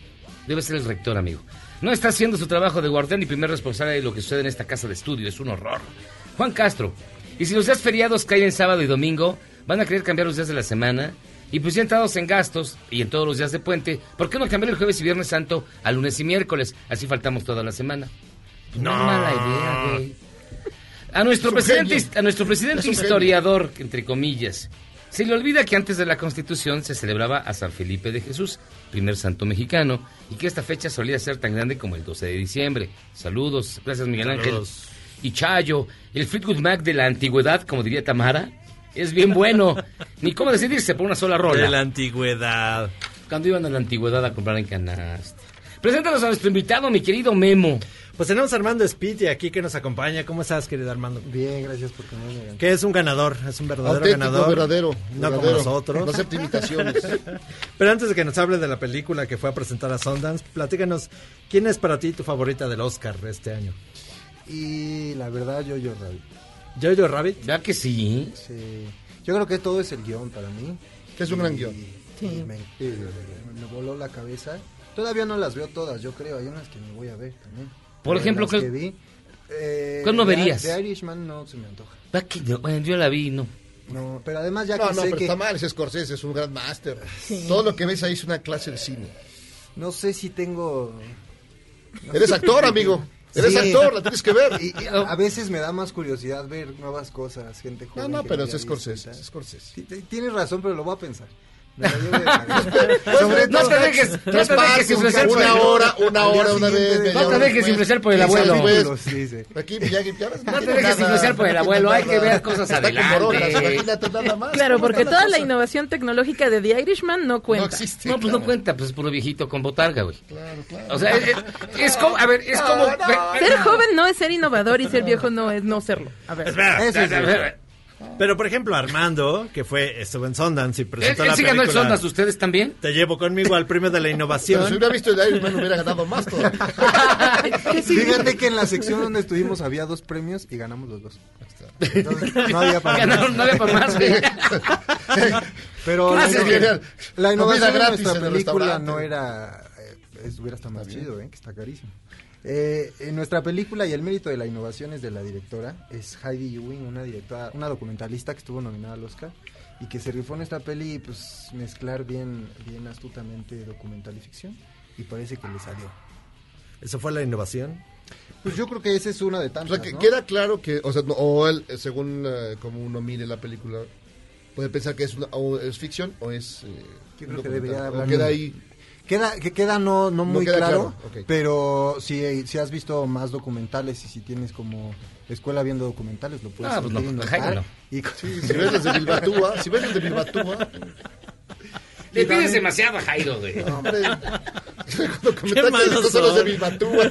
Speaker 5: Debe ser el rector, amigo. No está haciendo su trabajo de guardián y primer responsable de lo que sucede en esta casa de estudio. Es un horror. Juan Castro. Y si los días feriados caen en sábado y domingo, van a querer cambiar los días de la semana. Y pues ya entrados en gastos y en todos los días de puente, ¿por qué no cambiar el jueves y viernes santo a lunes y miércoles? Así faltamos toda la semana. Pues No. es mala idea, güey. A nuestro
Speaker 9: Es un genio.
Speaker 5: presidente, hist- a nuestro presidente
Speaker 9: Es un genio.
Speaker 5: historiador, entre comillas, se le olvida que antes de la Constitución se celebraba a San Felipe de Jesús, primer santo mexicano, y que esta fecha solía ser tan grande como el 12 de diciembre. Saludos, gracias Miguel Ángel.
Speaker 9: Saludos.
Speaker 5: Y Chayo, el Fleetwood Mac de la antigüedad, como diría Tamara, es bien bueno. Ni cómo decidirse por una sola rola.
Speaker 9: De la antigüedad.
Speaker 5: Cuando iban a la antigüedad a comprar en canasta. Preséntanos a nuestro invitado, mi querido Memo.
Speaker 9: Pues tenemos a Armando Spiti aquí que nos acompaña. ¿Cómo estás, querido Armando?
Speaker 14: Bien, gracias por tenerme.
Speaker 9: Que es un ganador, es un verdadero
Speaker 8: Auténtico,
Speaker 9: ganador.
Speaker 8: verdadero,
Speaker 9: No como
Speaker 8: verdadero.
Speaker 9: nosotros.
Speaker 8: No acepta imitaciones.
Speaker 9: Pero antes de que nos hable de la película que fue a presentar a Sundance, platícanos, ¿quién es para ti tu favorita del Oscar este año?
Speaker 14: Y la verdad, yo, yo, Rabbit.
Speaker 9: ¿Jojo Rabbit?
Speaker 5: Ya que sí.
Speaker 14: Sí. Yo creo que todo es el guión para mí.
Speaker 8: Que es un gran guión.
Speaker 14: y Me, eh, me- me voló la cabeza. Todavía no las veo todas, yo creo. Hay unas que me voy a ver también.
Speaker 5: Por
Speaker 14: Pero
Speaker 5: ejemplo,
Speaker 14: las
Speaker 5: ¿cuál-
Speaker 14: que vi, eh,
Speaker 5: cuál no
Speaker 14: The-
Speaker 5: verías?
Speaker 14: The Irishman no se me antoja.
Speaker 5: Va que no, bueno, yo la vi, no.
Speaker 14: No, pero además ya
Speaker 8: no,
Speaker 14: que
Speaker 8: no,
Speaker 14: sé
Speaker 8: pero
Speaker 14: que...
Speaker 8: está mal, es Scorsese, es un gran máster. Todo lo que ves ahí es una clase de cine.
Speaker 14: No sé si tengo...
Speaker 8: Eres actor, amigo. Eres actor, la tienes que ver.
Speaker 14: Y- y a veces me da más curiosidad ver nuevas cosas, gente
Speaker 8: No,
Speaker 14: joven.
Speaker 8: no,
Speaker 14: que
Speaker 8: pero
Speaker 14: había
Speaker 8: es Scorsese,
Speaker 14: visto y
Speaker 8: es
Speaker 14: tal.
Speaker 8: Scorsese.
Speaker 14: Ti- ti- Tienes razón, pero lo voy a pensar. Me la llevo de
Speaker 8: Pues,
Speaker 14: la- Sobre
Speaker 8: no
Speaker 14: todo-
Speaker 8: te dejes- no te dejes influenciar por el- una
Speaker 14: Al día
Speaker 8: hora, una vez,
Speaker 14: siguiente de-
Speaker 8: media No te hora dejes después. influenciar por el
Speaker 14: Quince
Speaker 8: abuelo.
Speaker 14: capítulos, sí, sí.
Speaker 8: Aquí Miyagi, ya ves, Pues,
Speaker 14: No te
Speaker 8: tiene
Speaker 14: dejes
Speaker 8: nada,
Speaker 14: influenciar por el
Speaker 8: no tiene
Speaker 14: abuelo, hay que
Speaker 8: nada.
Speaker 14: ver cosas
Speaker 8: Está con
Speaker 14: adelante.
Speaker 8: morolas, imagínate nada más.
Speaker 6: Claro,
Speaker 8: ¿Cómo
Speaker 6: porque
Speaker 8: está la
Speaker 6: toda la
Speaker 8: cosa?
Speaker 6: innovación tecnológica de The Irishman no cuenta.
Speaker 5: No, pues no cuenta, pues es puro viejito con botarga, güey.
Speaker 8: Claro,
Speaker 5: O
Speaker 14: eh,
Speaker 5: sea, es, es- es como, a ver, es como... ve- ve-
Speaker 6: Ser joven no es ser innovador y ser viejo no es no serlo. A ver.
Speaker 9: Espera,
Speaker 6: Eso
Speaker 9: espera,
Speaker 6: sí.
Speaker 9: espera. Pero por ejemplo, Armando, que fue estuvo en Sundance y presentó
Speaker 5: Él- él
Speaker 9: la
Speaker 5: sí ganó el
Speaker 9: película.
Speaker 5: Sundance, ¿ustedes también?
Speaker 9: Te llevo conmigo al premio de la innovación.
Speaker 8: Pero si hubiera visto el Irishman hubiera ganado más todo.
Speaker 14: Fíjate que en la sección donde estuvimos había dos premios y ganamos los dos. Entonces, no había para más.
Speaker 5: Ganaron, no había para más, güey.
Speaker 14: Pero la,
Speaker 5: Gracias,
Speaker 14: innovación-
Speaker 5: genial.
Speaker 14: la innovación
Speaker 5: Comida
Speaker 14: de
Speaker 5: gratis
Speaker 14: nuestra
Speaker 5: en el
Speaker 14: película
Speaker 5: restaurante.
Speaker 14: no era... eh, es- hubiera estado más chido, eh, que está carísimo. Eh, en nuestra película y el mérito de la innovación es de la directora, es Heidi Ewing, una directora, una documentalista que estuvo nominada al Oscar y que se rifó en esta peli pues mezclar bien, bien astutamente documental y ficción y parece que le salió.
Speaker 9: ¿Eso fue la innovación?
Speaker 14: Pues yo creo que esa es una de tantas.
Speaker 8: O sea, que
Speaker 14: ¿no?
Speaker 8: queda claro que, o sea, no- o él, eh, según eh, como uno mire la película, puede pensar que es, una- o es ficción o es. eh,
Speaker 14: Yo
Speaker 8: un
Speaker 14: creo que
Speaker 8: documental.
Speaker 14: debería de
Speaker 8: O
Speaker 14: hablar.
Speaker 8: queda ahí.
Speaker 14: Queda, que queda no, no muy
Speaker 8: queda
Speaker 14: claro,
Speaker 8: claro, ok.
Speaker 14: pero si, si has visto más documentales y si tienes como escuela viendo documentales, lo puedes
Speaker 8: Ah, pues no,
Speaker 14: sentir y
Speaker 8: pues,
Speaker 14: notar.
Speaker 8: Jaime no.
Speaker 14: Y-
Speaker 8: Sí, si ves los de Bilbatúa, si ves los de Bilbatúa.
Speaker 5: Le pides demasiado a Jairo, güey.
Speaker 8: No, hombre. Cuando
Speaker 14: Qué
Speaker 8: comentaste
Speaker 14: malos
Speaker 8: esto son los de
Speaker 14: son.
Speaker 8: Bilbatúa.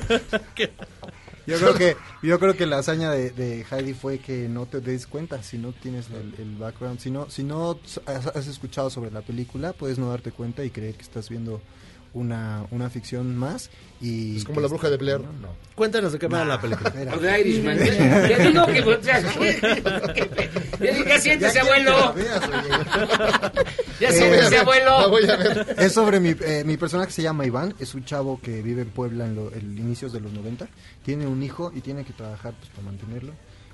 Speaker 14: Yo creo que yo creo que la hazaña de, de Heidi fue que no te des cuenta si no tienes el, el background, si no si no has, has escuchado sobre la película, puedes no darte cuenta y creer que estás viendo una, una ficción más y
Speaker 8: Es como la bruja de Blair. No.
Speaker 14: Cuéntanos de qué
Speaker 8: va la película.
Speaker 5: O de Irishman. Ya digo que. Ya digo que siéntese, abuelo. Ya
Speaker 8: Eh,
Speaker 5: siéntese, abuelo.
Speaker 14: Es sobre mi, eh, mi personaje se llama Iván, es un chavo que vive en Puebla en los inicios de los 90, tiene un hijo y tiene que trabajar pues, para mantenerlo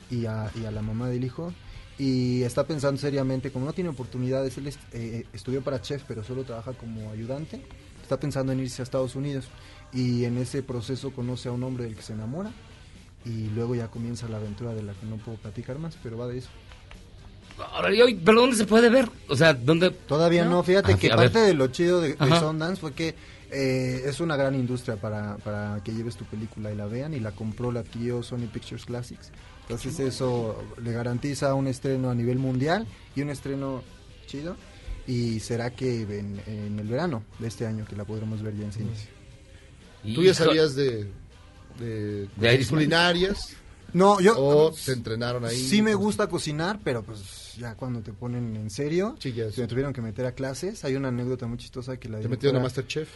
Speaker 14: y a, y a la mamá del hijo y está pensando seriamente, como no tiene oportunidades, él es- eh, estudió para chef pero solo trabaja como ayudante, está pensando en irse a Estados Unidos y en ese proceso conoce a un hombre del que se enamora y luego ya comienza la aventura de la que no puedo platicar más, pero va de eso.
Speaker 5: Ahora, ¿y hoy- ¿Pero dónde se puede ver? O sea, ¿dónde?
Speaker 14: Todavía no, fíjate
Speaker 5: Ah,
Speaker 14: que
Speaker 5: a ver.
Speaker 14: parte de lo chido de, de
Speaker 5: Ajá.
Speaker 14: Sundance fue que eh, es una gran industria para, para que lleves tu película y la vean y la compró, la adquirió Sony Pictures Classics. Entonces eso le garantiza un estreno a nivel mundial y un estreno chido y será que en, en el verano de este año que la podremos ver ya en cines.
Speaker 5: Mm.
Speaker 8: Tú ya sabías de, de,
Speaker 14: De Irishman.
Speaker 8: culinarias.
Speaker 14: No, yo...
Speaker 8: O te entrenaron ahí.
Speaker 14: Sí me gusta cocinar, pero pues ya cuando te ponen en serio, se me tuvieron que meter a clases. Hay una anécdota muy chistosa que la
Speaker 8: Te metieron a
Speaker 14: directora-
Speaker 8: Masterchef.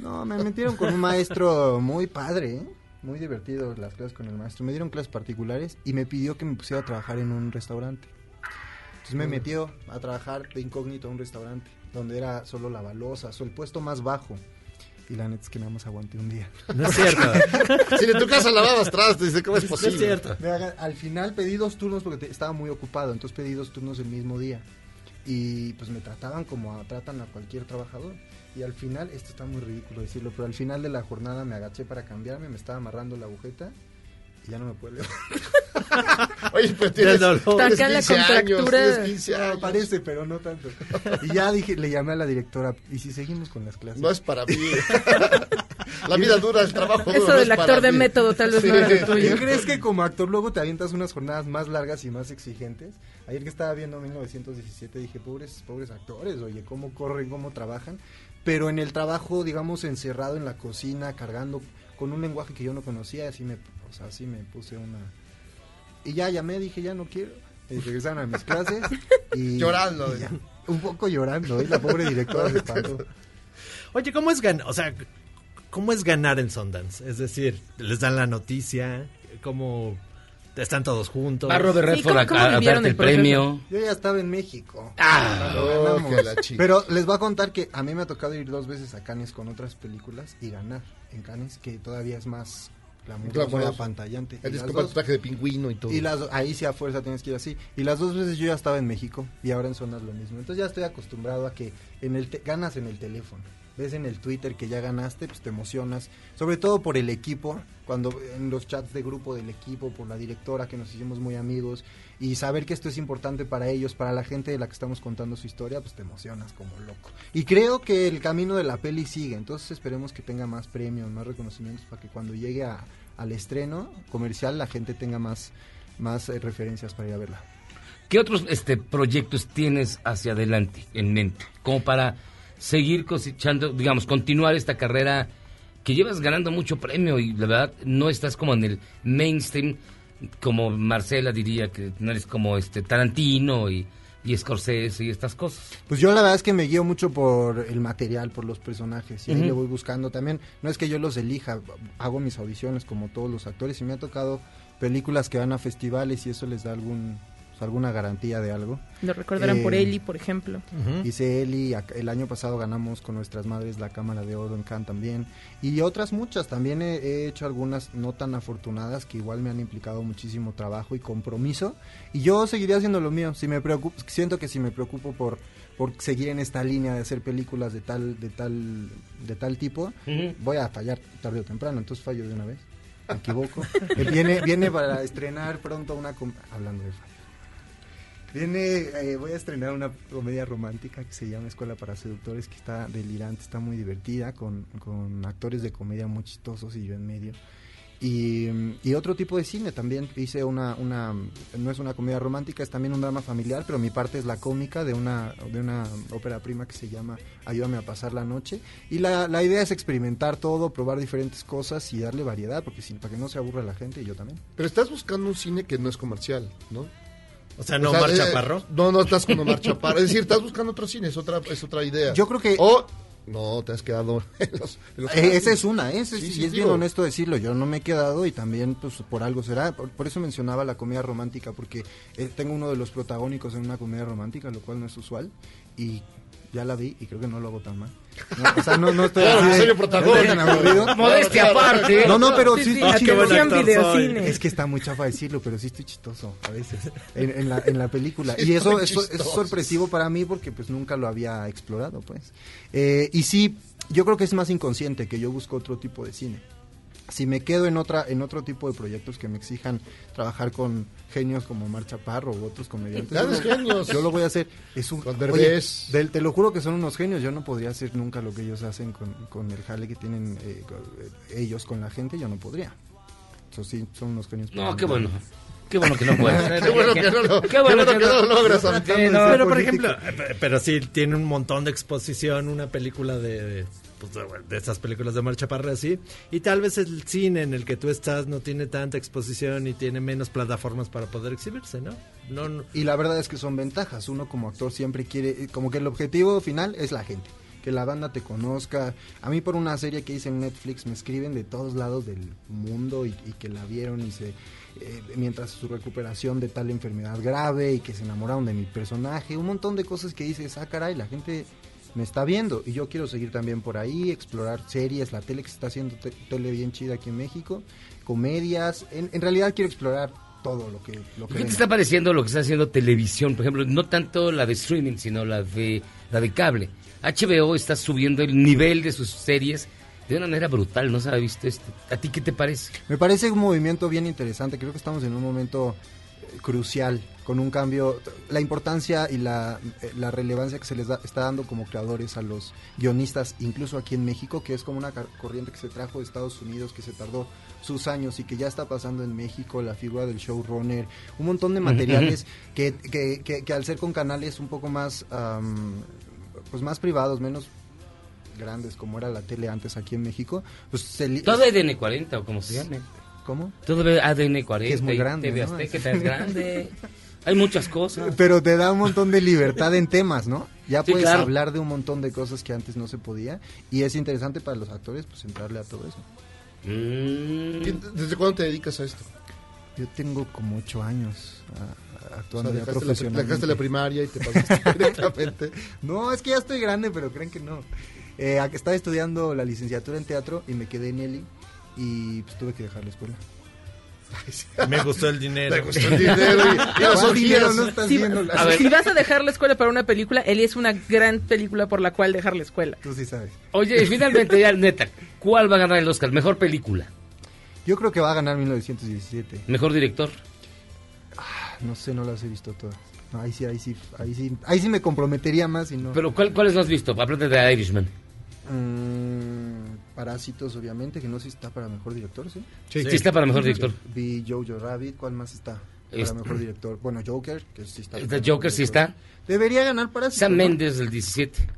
Speaker 14: No, me metieron con un maestro muy padre, ¿eh? muy divertido las clases con el maestro. Me dieron clases particulares y me pidió que me pusiera a trabajar en un restaurante. Entonces me
Speaker 8: Mm.
Speaker 14: metió a trabajar de incógnito a un restaurante donde era solo la balosa, o el puesto más bajo. Y la neta es que nada más aguanté un día.
Speaker 8: No es cierto. Si en tu casa lavabas trastes, dice, ¿cómo es
Speaker 14: No
Speaker 8: posible?
Speaker 14: cierto. Me haga- al final pedí dos turnos porque te- estaba muy ocupado, entonces pedí dos turnos el mismo día. Y pues me trataban como a- tratan a cualquier trabajador. Y al final, esto está muy ridículo decirlo, pero al final de la jornada me agaché para cambiarme, me estaba amarrando la agujeta y ya no me puedo levantar.
Speaker 8: Oye, pero tienes- Del dolor. tienes Taca la 15 años, contractura. tienes 15
Speaker 14: Ah, Parece, pero no tanto. Y ya dije, le llamé a la directora, ¿y si seguimos con las clases?
Speaker 8: No es para mí. La vida dura, el trabajo duro, Eso no es del actor para de mí. método tal vez no era lo tuyo.
Speaker 14: ¿Y crees que como actor luego te avientas unas jornadas más largas y más exigentes? Ayer que estaba viendo 1917 dije, pobres, pobres actores, oye, cómo corren, cómo trabajan. Pero en el trabajo, digamos, encerrado en la cocina, cargando con un lenguaje que yo no conocía, así me, o sea, así me puse una... Y ya llamé, dije, ya no quiero. Y regresaron a mis clases. Y,
Speaker 8: Llorando,
Speaker 14: y
Speaker 8: ya.
Speaker 14: ya. Un poco llorando, ¿eh? la pobre directora se espantó.
Speaker 9: Oye, ¿cómo es ganar? O sea, ¿cómo es ganar en Sundance? Es decir, les dan la noticia, ¿cómo están todos juntos?
Speaker 5: Va Robert Sí, Redford ¿cómo- a- cómo a vivieron darte el el proceso? premio.
Speaker 14: Yo ya estaba en México.
Speaker 5: Ah,
Speaker 14: Cuando
Speaker 8: oh,
Speaker 14: ganamos.
Speaker 8: que la chica.
Speaker 14: Pero les voy a contar que a mí me ha tocado ir dos veces a Cannes con otras películas y ganar en Cannes, que todavía es más glamuroso,
Speaker 8: Glamuroso.
Speaker 14: apantallante.
Speaker 8: pues, El
Speaker 14: Y las
Speaker 8: disco para
Speaker 14: dos-
Speaker 8: tu traje de pingüino y todo.
Speaker 14: y las, ahí sí a fuerza tienes que ir así. Y las dos veces yo ya estaba en México y ahora en zonas lo mismo. Entonces ya estoy acostumbrado a que en el te- ganas en el teléfono. Ves en el Twitter que ya ganaste, pues te emocionas. Sobre todo por el equipo, cuando en los chats de grupo del equipo, por la directora que nos hicimos muy amigos. Y saber que esto es importante para ellos, para la gente de la que estamos contando su historia, pues te emocionas como loco. Y creo que el camino de la peli sigue. Entonces esperemos que tenga más premios, más reconocimientos para que cuando llegue a- al estreno comercial la gente tenga más más eh, referencias para ir a verla.
Speaker 5: ¿Qué otros este, proyectos tienes hacia adelante en mente? Como para seguir cosechando, digamos, continuar esta carrera que llevas ganando mucho premio y la verdad no estás como en el mainstream, como Marcela diría, que no eres como este Tarantino y, y Scorsese y estas cosas.
Speaker 14: Pues yo la verdad es que me guío mucho por el material, por los personajes, y ahí
Speaker 5: Ujú.
Speaker 14: le voy buscando también. No es que yo los elija, hago mis audiciones como todos los actores y me ha tocado películas que van a festivales y eso les da algún pues, alguna garantía de algo.
Speaker 6: Lo recordarán
Speaker 14: Eh,
Speaker 6: por Eli, por ejemplo.
Speaker 14: Hice Eli, ac- el año pasado ganamos con nuestras madres la Cámara de Oro en Cannes también. Y otras muchas, también he, he hecho algunas no tan afortunadas que igual me han implicado muchísimo trabajo y compromiso. Y yo seguiré haciendo lo mío. Si me preocup- siento que si me preocupo por, por seguir en esta línea de hacer películas de tal, de tal, de tal tipo,
Speaker 5: Ujú.
Speaker 14: voy a fallar tarde o temprano, entonces fallo de una vez. Me equivoco. Eh, viene, viene para estrenar pronto una... com- Hablando de fallos. Viene, eh, voy a estrenar una comedia romántica que se llama Escuela para Seductores, que está delirante, está muy divertida, con, con actores de comedia muy chistosos y yo en medio. Y, mm, y otro tipo de cine también. Hice una, una, no es una comedia romántica, es también un drama familiar, pero mi parte es la cómica de una, de una ópera prima que se llama Ayúdame a pasar la noche. Y la, la idea es experimentar todo, probar diferentes cosas y darle variedad, porque si, para que no se aburra la gente y yo también.
Speaker 8: Pero estás buscando un cine que no es comercial, ¿no?
Speaker 14: O sea, ¿no Omar
Speaker 8: eh,
Speaker 14: Chaparro?
Speaker 8: no, no estás con Omar Chaparro. Es decir, estás buscando otro cine, es otra, es otra idea.
Speaker 14: Yo creo que...
Speaker 8: O, no, te has quedado en los... en los-
Speaker 14: Eh, Esa es una, esa es,
Speaker 8: Sí,
Speaker 14: y
Speaker 8: sí,
Speaker 14: es
Speaker 8: digo,
Speaker 14: bien honesto decirlo, yo no me he quedado y también pues por algo será, por, por eso mencionaba la comedia romántica, porque eh, tengo uno de los protagónicos en una comedia romántica, lo cual no es usual, y ya la vi y creo que no lo hago tan mal. No, o sea, no, no estoy
Speaker 8: Claro,
Speaker 14: así de-
Speaker 8: soy el
Speaker 14: no estoy tan
Speaker 8: protagónico.
Speaker 14: aburrido.
Speaker 8: Modestia aparte.
Speaker 14: No, no, pero
Speaker 8: Sí,
Speaker 14: sí,
Speaker 8: sí,
Speaker 14: estoy
Speaker 8: ah, qué
Speaker 14: chistoso.
Speaker 8: buen actor Videocine. soy.
Speaker 14: Es que está muy chafa decirlo, pero sí estoy chistoso a veces en, en la, en la película.
Speaker 8: Sí,
Speaker 14: y eso
Speaker 8: muy
Speaker 14: es, es
Speaker 8: chistoso.
Speaker 14: sorpresivo para mí porque pues nunca lo había explorado, pues. Eh, y sí, yo creo que es más inconsciente que yo busco otro tipo de cine. Si me quedo en otra en otro tipo de proyectos que me exijan trabajar con genios como Mar Chaparro u otros comediantes,
Speaker 8: Grandes
Speaker 14: yo lo-
Speaker 8: genios.
Speaker 14: yo lo voy a hacer. Es un,
Speaker 8: Con
Speaker 14: oye,
Speaker 8: Derbez.
Speaker 14: del- te lo juro que son unos genios. Yo no podría hacer nunca lo que ellos hacen con, con el jale que tienen eh, con- eh, ellos con la gente. Yo no podría. Eso sí, son unos genios.
Speaker 5: No, qué bueno. Qué bueno que no puedes.
Speaker 8: Qué bueno que no lo- qué bueno que no lo logras, Santi.
Speaker 5: Sí, no,
Speaker 9: pero por
Speaker 5: político.
Speaker 9: ejemplo, eh, pe- pero sí tiene un montón de exposición, una película de, de, pues, de- de esas películas de marcha parra así, y tal vez el cine en el que tú estás no tiene tanta exposición y tiene menos plataformas para poder exhibirse, ¿no? No, no.
Speaker 14: Y la verdad es que son ventajas. Uno como actor siempre quiere, eh, como que el objetivo final es la gente. Que la banda te conozca. A mí por una serie que hice en Netflix me escriben de todos lados del mundo y, y que la vieron y se... eh, mientras su recuperación de tal enfermedad grave y que se enamoraron de mi personaje. Un montón de cosas que dices, ah, caray, la gente me está viendo y yo quiero seguir también por ahí, explorar series, la tele que se está haciendo te- tele bien chida aquí en México, comedias. En, en realidad quiero explorar todo lo que... Lo que
Speaker 5: ¿Qué te
Speaker 14: venga.
Speaker 5: está pareciendo lo que está haciendo televisión? Por ejemplo, no tanto la de streaming, sino la de la de cable. HBO está subiendo el nivel de sus series de una manera brutal, no se había visto esto. ¿A ti qué te parece?
Speaker 14: Me parece un movimiento bien interesante. Creo que estamos en un momento eh, crucial, con un cambio. La importancia y la, eh, la relevancia que se les da- está dando como creadores a los guionistas, incluso aquí en México, que es como una car- corriente que se trajo de Estados Unidos, que se tardó sus años y que ya está pasando en México, la figura del showrunner, un montón de
Speaker 5: Ujú.
Speaker 14: materiales que, que- que- que al ser con canales un poco más, am, pues más privados, menos grandes como era la tele antes aquí en México, pues se li-
Speaker 5: Todo ADN 40 o como se llame.
Speaker 14: ¿Cómo?
Speaker 5: Todo ADN 40.
Speaker 14: Que es muy
Speaker 5: y
Speaker 14: grande,
Speaker 5: TV
Speaker 14: ¿no? Ah,
Speaker 5: Azteca, que es grande. Hay muchas cosas.
Speaker 14: Pero te da un montón de libertad en temas, ¿no? Ya
Speaker 5: Sí,
Speaker 14: puedes
Speaker 5: claro.
Speaker 14: hablar de un montón de cosas que antes no se podía y es interesante para los actores pues entrarle a todo eso.
Speaker 8: ¿Desde cuándo te dedicas a esto?
Speaker 14: Yo tengo como ocho años a- a-
Speaker 8: O
Speaker 14: actuando
Speaker 8: sea,
Speaker 14: ya
Speaker 8: dejaste, la,
Speaker 14: profesionalmente.
Speaker 8: dejaste la primaria y te pasaste directamente.
Speaker 14: No, es que ya estoy grande, pero creen que no. Eh, ac- estaba estudiando la licenciatura en teatro y me quedé en Eli y pues tuve que dejar la escuela.
Speaker 9: Me gustó el dinero.
Speaker 8: Me gustó el dinero y- y las
Speaker 14: ¿Cuál
Speaker 8: orgías.
Speaker 14: dinero? No estás
Speaker 6: Si,
Speaker 14: viendo la-
Speaker 6: si vas a dejar la escuela para una película, Eli es una gran película por la cual dejar la escuela.
Speaker 14: Tú sí sabes.
Speaker 5: Oye, y finalmente ya neta, ¿cuál va a ganar el Oscar? Mejor película,
Speaker 14: Yo creo que va a ganar 1917.
Speaker 5: mejor director.
Speaker 14: No sé, no las he visto todas. No, ahí sí, ahí sí, ahí sí, ahí sí me comprometería más y no.
Speaker 5: Pero ¿cuál cuáles no has visto? Aparte de Irishman.
Speaker 14: Mm, Parásitos, obviamente, que no sé si está para mejor director, ¿sí?
Speaker 5: Sí. Sí está para mejor director.
Speaker 14: Vi Jojo Rabbit, ¿cuál más está? Para
Speaker 5: Este-
Speaker 14: mejor director. Bueno, Joker, que sí está.
Speaker 5: The
Speaker 14: para mejor
Speaker 5: Joker sí
Speaker 14: director.
Speaker 5: está.
Speaker 14: Debería ganar Parásitos.
Speaker 5: Sam
Speaker 14: ¿no?
Speaker 5: Mendes del 17.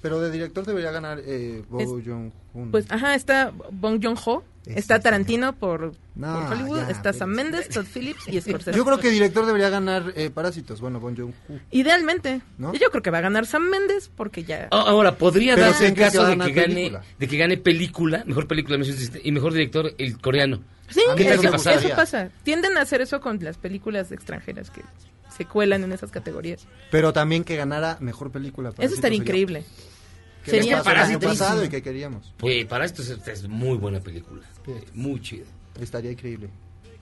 Speaker 14: Pero de director debería ganar eh, Bo
Speaker 6: Es-
Speaker 14: Joon-ho.
Speaker 6: Pues, ajá, está Bong Joon-ho,
Speaker 14: Ese
Speaker 6: está
Speaker 14: sí.
Speaker 6: Tarantino por,
Speaker 14: No,
Speaker 6: por Hollywood,
Speaker 14: ya,
Speaker 6: está Sam Mendes, Todd Phillips y Scorsese.
Speaker 14: Yo creo que director debería ganar eh, Parásitos. Bueno, Bon Joon-ho.
Speaker 6: Idealmente.
Speaker 14: ¿No?
Speaker 6: Yo creo que va a ganar Sam Mendes porque ya...
Speaker 5: A- Ahora, podría
Speaker 14: Pero
Speaker 5: darse
Speaker 14: ¿quién
Speaker 5: el
Speaker 14: crees que
Speaker 5: caso
Speaker 14: va a
Speaker 5: de
Speaker 14: ganar
Speaker 5: que, gane,
Speaker 14: película?
Speaker 5: de que gane película, mejor película 1917, y mejor director el coreano.
Speaker 6: Sí,
Speaker 5: ¿Qué tal
Speaker 6: eso,
Speaker 5: que pasara?
Speaker 6: eso pasa. Tienden a hacer eso con las películas extranjeras que se cuelan en esas categorías.
Speaker 14: Pero también que ganara mejor película.
Speaker 6: Eso
Speaker 14: Parásitos
Speaker 6: estaría
Speaker 14: sería-
Speaker 6: increíble.
Speaker 14: que les
Speaker 6: Sería
Speaker 14: pasó el año
Speaker 6: Parásitos.
Speaker 14: pasado y que queríamos.
Speaker 5: Pues para esto es, esta es Eh, muy buena película. Muy chida.
Speaker 14: Estaría increíble.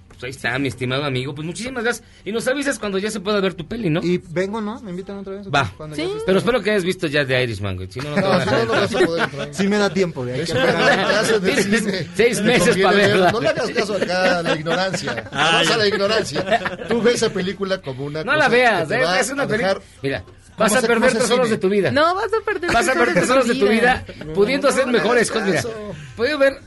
Speaker 5: Pues ahí está, mi estimado amigo. Pues muchísimas gracias. Y nos avisas cuando ya se pueda ver tu peli, ¿no?
Speaker 14: Y vengo, ¿no? ¿Me invitan otra vez?
Speaker 5: Va.
Speaker 14: Cuando ya se esté-
Speaker 5: Pero espero que hayas visto ya de Irishman, güey. Si no, no te
Speaker 14: No,
Speaker 5: vas
Speaker 14: si no,
Speaker 5: a
Speaker 14: no vas a poder Sí me da tiempo, güey. Hay que esperar.
Speaker 8: Clases de
Speaker 5: Tienes
Speaker 8: cine.
Speaker 5: seis
Speaker 8: Te
Speaker 5: meses
Speaker 8: conviene
Speaker 5: para
Speaker 8: ver.
Speaker 5: verla.
Speaker 8: No le hagas caso acá a la ignorancia.
Speaker 5: Ah,
Speaker 8: Vas
Speaker 5: ya.
Speaker 8: a la ignorancia. Tú ves esa película como una
Speaker 5: No
Speaker 8: cosa
Speaker 5: la veas,
Speaker 8: que te
Speaker 5: eh,
Speaker 8: va
Speaker 5: es una
Speaker 8: a dejar-
Speaker 5: película. Mira,
Speaker 8: ¿Cómo
Speaker 5: vas a
Speaker 8: se-
Speaker 5: perder
Speaker 8: cómo se
Speaker 5: tres horas
Speaker 8: cine?
Speaker 5: de tu vida.
Speaker 6: No, vas a perder
Speaker 5: Vas a
Speaker 6: tres
Speaker 5: perder tres horas de tu vida
Speaker 6: No,
Speaker 5: pudiendo
Speaker 6: no
Speaker 5: hacer
Speaker 6: me hagas
Speaker 5: mejores cosas. Mira,
Speaker 6: caso.
Speaker 5: puedo ver,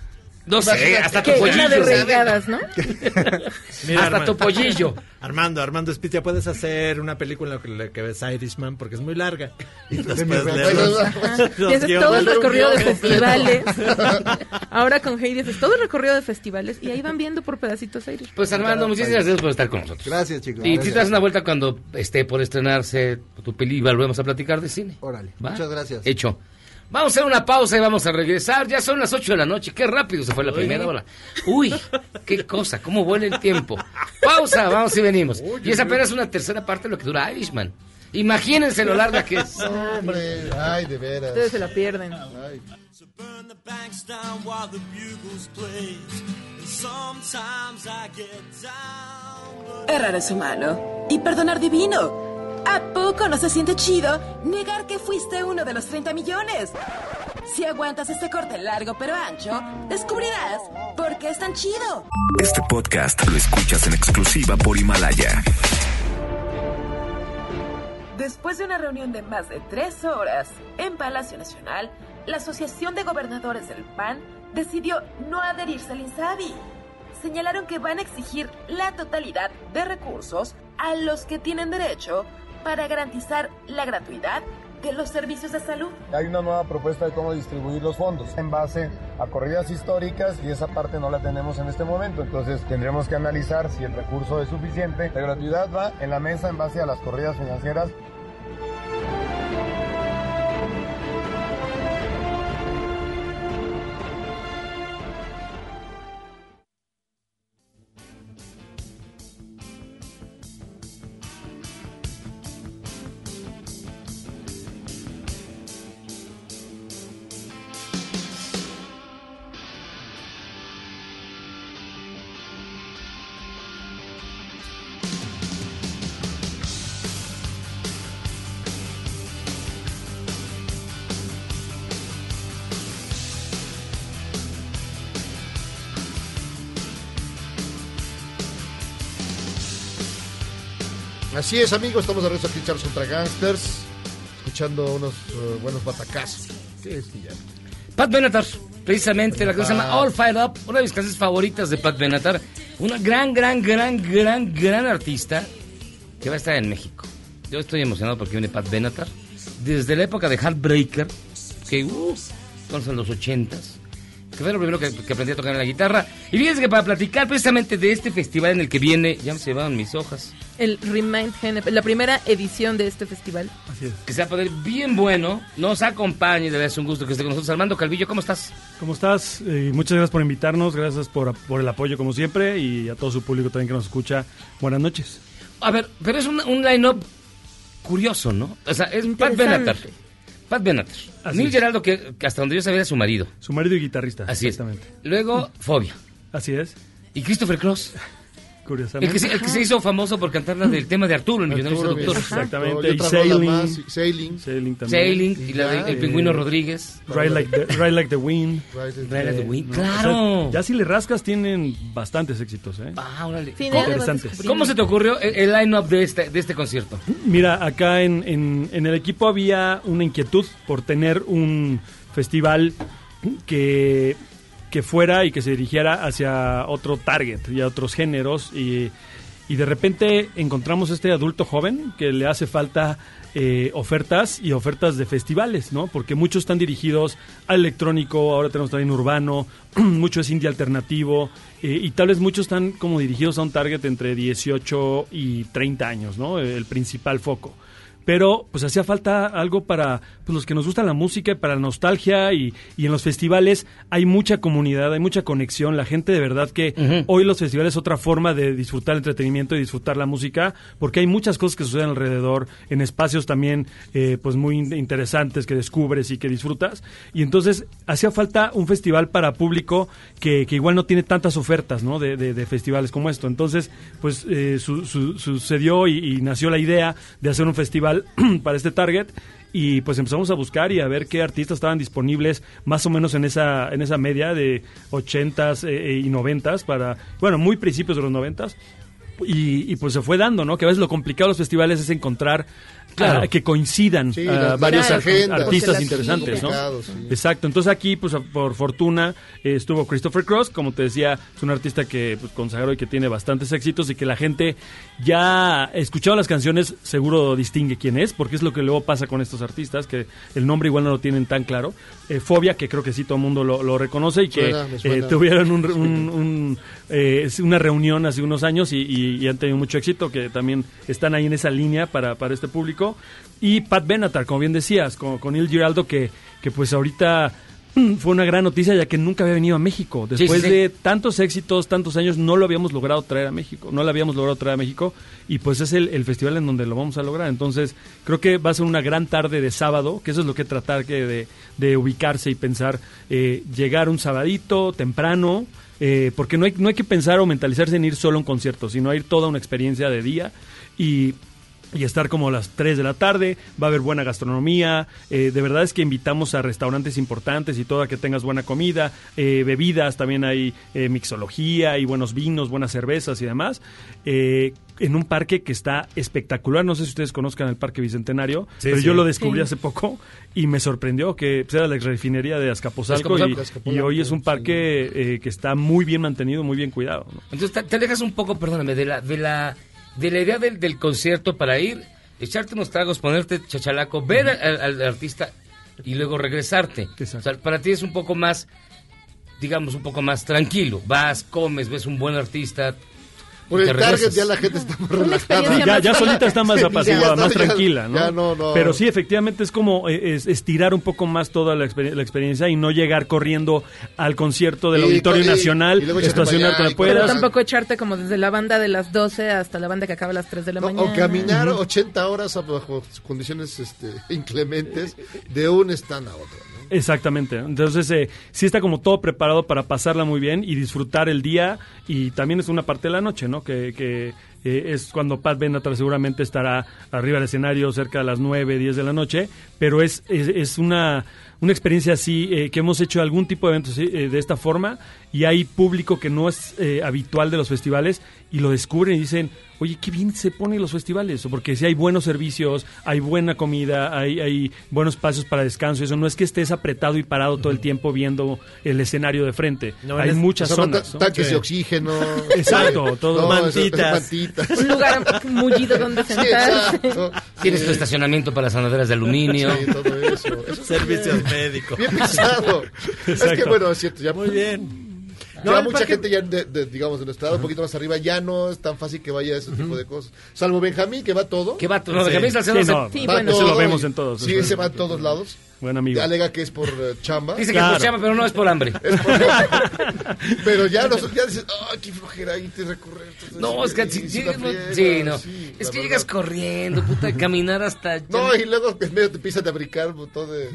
Speaker 5: no sé,
Speaker 6: Imagínate.
Speaker 5: hasta tu
Speaker 6: Que una de
Speaker 5: pollillo.
Speaker 6: regadas, ¿no?
Speaker 5: Hasta Topollillo.
Speaker 9: Armando, Armando Espitia, puedes hacer una película que, la que ves Irishman porque es muy larga. Y nos
Speaker 14: De mi
Speaker 9: puedes
Speaker 14: verdad.
Speaker 9: leer los-
Speaker 6: Ah,
Speaker 9: los
Speaker 6: y haces
Speaker 9: guiones.
Speaker 6: todo el recorrido de
Speaker 14: completo.
Speaker 6: festivales. Ahora con Heidi haces todo el recorrido de festivales y ahí van viendo por pedacitos aire.
Speaker 5: Pues Armando, muchísimas gracias por estar con nosotros.
Speaker 14: Gracias, chicos.
Speaker 5: Y si
Speaker 14: Gracias.
Speaker 5: te das una vuelta cuando esté por estrenarse tu peli, volvemos a platicar de cine.
Speaker 14: Órale.
Speaker 5: ¿Va?
Speaker 14: Muchas gracias.
Speaker 5: Hecho. Vamos a hacer una pausa y vamos a regresar. Ya son las 8 de la noche. Qué rápido se fue la primera hora. Uy, qué cosa, cómo vuela el tiempo. Pausa, vamos y venimos. y es apenas una tercera parte de lo que dura Irishman. Imagínense lo larga que es.
Speaker 8: No, hombre, ay, de veras.
Speaker 6: Ustedes se la pierden.
Speaker 8: Ay.
Speaker 4: banks down while the bugles plays. And sometimes I get down.
Speaker 1: Errar es humano y perdonar divino. ¿A poco no se siente chido negar que fuiste uno de los 30 millones? Si aguantas este corte largo pero ancho, descubrirás por qué es tan chido.
Speaker 11: Este podcast lo escuchas en exclusiva por Himalaya.
Speaker 1: Después de una reunión de más de tres horas en Palacio Nacional, la Asociación de Gobernadores del PAN decidió no adherirse al INSABI. Señalaron que van a exigir la totalidad de recursos a los que tienen derecho para garantizar la gratuidad de los servicios de salud.
Speaker 15: Hay una nueva propuesta de cómo distribuir los fondos en base a corridas históricas y esa parte no la tenemos en este momento. Entonces tendremos que analizar si el recurso es suficiente. La gratuidad va en la mesa en base a las corridas financieras.
Speaker 8: Así es, amigos, estamos de regreso aquí en Charles contra Gangsters, escuchando unos eh, buenos batacazos. ¿Qué es, Guillermo?
Speaker 5: Pat Benatar, precisamente la que se llama
Speaker 8: Pat.
Speaker 5: All Fired Up, una de mis canciones favoritas de Pat Benatar, una gran, gran, gran, gran, gran artista que va a estar en México. Yo estoy emocionado porque viene Pat Benatar desde la época de Heartbreaker, que uh, entonces en los ochentas, que fue lo primero que, que aprendí a tocar en la guitarra. Y fíjense que para platicar precisamente de este festival en el que viene, ya me se llevaron mis hojas.
Speaker 6: El Remind GNP, la primera edición de este festival.
Speaker 5: Que se va a poner bien bueno. Nos acompañe, de verdad es un gusto que esté con nosotros. Armando Calvillo, ¿cómo estás?
Speaker 16: ¿Cómo estás? Eh, muchas gracias por invitarnos, gracias por, por el apoyo como siempre y a todo su público también que nos escucha. Buenas noches.
Speaker 5: A ver, pero es un, un line-up curioso, ¿no? O sea, es Pat Benatar. Pat Benatar.
Speaker 16: Así
Speaker 5: Neil
Speaker 16: es.
Speaker 5: Geraldo, que, que hasta donde yo sabía era su marido.
Speaker 16: Su marido y guitarrista.
Speaker 5: Así es.
Speaker 16: exactamente.
Speaker 5: Luego, Fobia.
Speaker 16: Así es.
Speaker 5: Y Christopher Cross. El
Speaker 16: Curiosamente.
Speaker 5: que, se, el que se hizo famoso por cantar la del tema de Arturo, el millonario
Speaker 16: Arturo,
Speaker 5: seductor.
Speaker 16: bien, exactamente.
Speaker 8: Y
Speaker 16: Y
Speaker 8: otra rola
Speaker 16: Sailing.
Speaker 8: más, y Sailing. eh,
Speaker 16: Sailing también.
Speaker 5: Sailing, y la del- el pingüino Rodríguez.
Speaker 16: Ride like, the, Ride Like the Wind.
Speaker 8: Ride
Speaker 5: Like the Wind,
Speaker 16: no,
Speaker 5: claro.
Speaker 16: o sea, ya si le rascas tienen bastantes éxitos, ¿eh?
Speaker 5: Ah, órale.
Speaker 16: Sí, ¿no? Interesantes.
Speaker 5: ¿Cómo se te ocurrió el, el line-up de este, de este concierto?
Speaker 16: Mira, acá en, en- en el equipo había una inquietud por tener un festival que, que fuera y que se dirigiera hacia otro target y a otros géneros. Y, y de repente encontramos este adulto joven que le hace falta eh, ofertas y ofertas de festivales, ¿no? Porque muchos están dirigidos al electrónico, ahora tenemos también urbano, mucho es indie alternativo, eh, y tal vez muchos están como dirigidos a un target entre 18 y 30 años, ¿no? El principal foco. pero pues hacía falta algo para pues, los que nos gusta la música, y para la nostalgia y, y en los festivales hay mucha comunidad, hay mucha conexión, la gente de verdad que hoy los festivales es otra forma de disfrutar el entretenimiento y disfrutar la música, porque hay muchas cosas que suceden alrededor, en espacios también eh, pues muy in- interesantes que descubres y que disfrutas, y entonces hacía falta un festival para público que, que igual no tiene tantas ofertas ¿no? de, de- de festivales como esto, entonces pues eh, su- su- sucedió y, y nació la idea de hacer un festival para este target y pues empezamos a buscar y a ver qué artistas estaban disponibles más o menos en esa en esa media de 80s eh, eh, y 90s para bueno muy principios de los 90s y, y, pues se fue dando no que a veces lo complicado de los festivales es encontrar
Speaker 8: Claro.
Speaker 16: ah, que coincidan
Speaker 8: Sí,
Speaker 16: ah,
Speaker 8: las-
Speaker 16: varios
Speaker 8: las
Speaker 16: ar-
Speaker 8: agendas. Porque
Speaker 16: artistas
Speaker 8: las
Speaker 16: interesantes no
Speaker 8: complicado, sí.
Speaker 16: Exacto, entonces aquí, pues a- por fortuna, eh, estuvo Christopher Cross, como te decía, es un artista que pues, consagró y que tiene bastantes éxitos y que la gente ya escuchado las canciones seguro distingue quién es, porque es lo que luego pasa con estos artistas, que el nombre igual no lo tienen tan claro. Eh, Fobia, que creo que sí todo el mundo lo, lo reconoce y que
Speaker 8: Suena, me suena.
Speaker 16: eh, tuvieron un, un- un, eh, es una reunión hace unos años y, y- y han tenido mucho éxito, que también están ahí en esa línea para, para este público. Y Pat Benatar, como bien decías, con, con Il Giraldo, que, que pues ahorita mm, fue una gran noticia ya que nunca había venido a México.
Speaker 5: Sí, sí,
Speaker 16: Después
Speaker 5: sí.
Speaker 16: de tantos éxitos, tantos años, no lo habíamos logrado traer a México, no lo habíamos logrado traer a México y pues es el, el festival en donde lo vamos a lograr. Entonces creo que va a ser una gran tarde de sábado, que eso es lo que tratar que de, de ubicarse y pensar, eh, llegar un sabadito temprano, eh, porque no hay, no hay que pensar o mentalizarse en ir solo a un concierto, sino a ir toda una experiencia de día y y estar como a las 3 de la tarde, va a haber buena gastronomía, eh, de verdad es que invitamos a restaurantes importantes y todo a que tengas buena comida, eh, bebidas, también hay eh, mixología y buenos vinos, buenas cervezas y demás, eh, en un parque que está espectacular, no sé si ustedes conozcan el Parque Bicentenario,
Speaker 5: Sí,
Speaker 16: pero
Speaker 5: sí.
Speaker 16: yo lo descubrí
Speaker 5: Sí.
Speaker 16: hace poco y me sorprendió que pues, era la refinería de Azcapotzalco,
Speaker 5: Azcapotzalco,
Speaker 16: y,
Speaker 5: Azcapotzalco,
Speaker 16: y hoy es un parque eh, que está muy bien mantenido, muy bien cuidado. ¿no?
Speaker 5: Entonces te, te alejas un poco, perdóname, de la, de la, de la idea del, del concierto para ir, echarte unos tragos, ponerte chachalaco, ver al, al artista y luego regresarte. O sea, para ti es un poco más, digamos, un poco más tranquilo. Vas, comes, ves un buen artista.
Speaker 8: Por
Speaker 5: y
Speaker 8: el
Speaker 5: te
Speaker 8: target
Speaker 5: regresas.
Speaker 8: ya la gente está más
Speaker 16: Sí,
Speaker 8: relajada.
Speaker 16: ya, ya solita está más
Speaker 8: Sí, ya
Speaker 16: apaciguada,
Speaker 8: está,
Speaker 16: más
Speaker 8: ya-
Speaker 16: tranquila, ¿no?
Speaker 8: ya no, no.
Speaker 16: Pero sí, efectivamente es como eh, es- estirar un poco más toda la, exper- la experiencia y no llegar corriendo al concierto del
Speaker 8: Y-
Speaker 16: Auditorio
Speaker 8: y-
Speaker 16: Nacional,
Speaker 8: y luego echarte
Speaker 16: estacionar
Speaker 8: para
Speaker 16: cuando
Speaker 8: allá y
Speaker 6: Pero
Speaker 16: puedas.
Speaker 6: tampoco echarte como desde la banda de las 12 hasta la banda que acaba a las 3 de la mañana.
Speaker 8: O caminar 80 horas bajo condiciones este, inclementes de un stand a otro.
Speaker 16: Exactamente. Entonces, eh, sí está como todo preparado para pasarla muy bien y disfrutar el día. Y también es una parte de la noche, ¿no? Que, que, eh, es cuando Pat Benatar seguramente estará arriba del escenario cerca de las 9, 10 de la noche. Pero es, es, es una, una experiencia así eh, que hemos hecho algún tipo de eventos eh, de esta forma. Y hay público que no es eh, habitual de los festivales y lo descubren y dicen, oye, qué bien se ponen los festivales, porque si hay buenos servicios, hay buena comida, hay, hay buenos espacios para descanso, eso no es que estés apretado y parado todo el tiempo viendo el escenario de frente.
Speaker 8: No,
Speaker 16: hay
Speaker 8: eres-
Speaker 16: muchas
Speaker 8: o sea,
Speaker 16: zonas.
Speaker 8: ta- tanques de oxígeno.
Speaker 16: Exacto, todo.
Speaker 8: No,
Speaker 16: Mantitas.
Speaker 8: mantitas.
Speaker 6: Un lugar mullido donde
Speaker 8: Sí,
Speaker 6: sentarse.
Speaker 8: exacto.
Speaker 5: Tienes tu estacionamiento para las sanaderas de aluminio.
Speaker 8: Sí, todo eso. Eso
Speaker 9: Servicios
Speaker 8: bien.
Speaker 9: médicos.
Speaker 8: Bien pensado. Es que
Speaker 5: Exacto.
Speaker 8: bueno, es cierto, ya muy
Speaker 9: bien.
Speaker 8: Ya
Speaker 9: No, el
Speaker 8: mucha
Speaker 9: parque-
Speaker 8: gente ya, de- de- digamos, de nuestra edad, un poquito más arriba, ya no es tan fácil que vaya a ese tipo de cosas. Salvo Benjamín, que va todo.
Speaker 5: Que va todo. No, Sí. Benjamín Salcedo Sí, se- no,
Speaker 8: Va
Speaker 5: bueno. eso
Speaker 8: todo
Speaker 5: lo vemos
Speaker 8: y-
Speaker 5: en todos.
Speaker 8: Sí, se va a todos lados.
Speaker 16: Buen amigo.
Speaker 8: Alega que es por eh, chamba.
Speaker 5: Dice que es por chamba, pero no es por hambre.
Speaker 8: Pero ya, los, ya dices, ¡ay, qué flojera! Y te recorrer. todo
Speaker 5: No,
Speaker 8: eso,
Speaker 5: es que
Speaker 8: y
Speaker 5: si,
Speaker 8: es una
Speaker 5: si-
Speaker 8: friega,
Speaker 5: sí, no.
Speaker 8: sí,
Speaker 5: es
Speaker 8: la
Speaker 5: que llegas
Speaker 8: verdad.
Speaker 5: corriendo, puta, caminar hasta.
Speaker 8: No, y luego en medio te empiezan a brincar un montón de...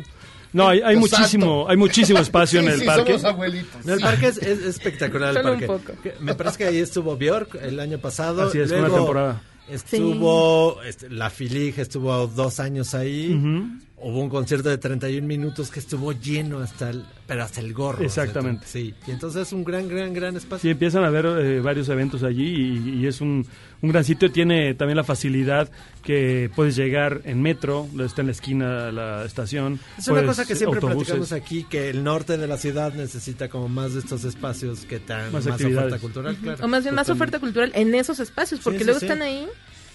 Speaker 16: No, hay, hay
Speaker 8: Lo
Speaker 16: muchísimo,
Speaker 8: santo.
Speaker 16: hay muchísimo espacio
Speaker 8: Sí,
Speaker 16: en el
Speaker 8: sí,
Speaker 16: parque.
Speaker 8: somos abuelitos.
Speaker 9: No, el parque es, es espectacular. El
Speaker 16: Solo
Speaker 9: parque.
Speaker 16: un poco.
Speaker 9: Que- Me parece que ahí estuvo Bjork el año pasado.
Speaker 16: Así es,
Speaker 9: Luego
Speaker 16: una temporada.
Speaker 9: Estuvo este, la Filig, estuvo dos años ahí.
Speaker 16: Ujú.
Speaker 9: Hubo un concierto de 31 minutos que estuvo lleno hasta el, pero hasta el gorro.
Speaker 16: Exactamente.
Speaker 9: O sea, sí, y entonces es un gran, gran, gran espacio.
Speaker 16: Sí, empiezan a haber eh, varios eventos allí y, y es un, un gran sitio. Tiene también la facilidad que puedes llegar en metro, está en la esquina la estación.
Speaker 9: Es una
Speaker 16: puedes
Speaker 9: cosa que siempre
Speaker 16: Pues, autobuses.
Speaker 9: platicamos aquí, que el norte de la ciudad necesita como más de estos espacios que tan
Speaker 16: Más
Speaker 9: más,
Speaker 16: actividades.
Speaker 9: oferta cultural, claro.
Speaker 6: O más bien más
Speaker 9: Totalmente.
Speaker 6: oferta cultural en esos espacios, porque
Speaker 9: Sí, sí,
Speaker 6: luego
Speaker 9: sí.
Speaker 6: están ahí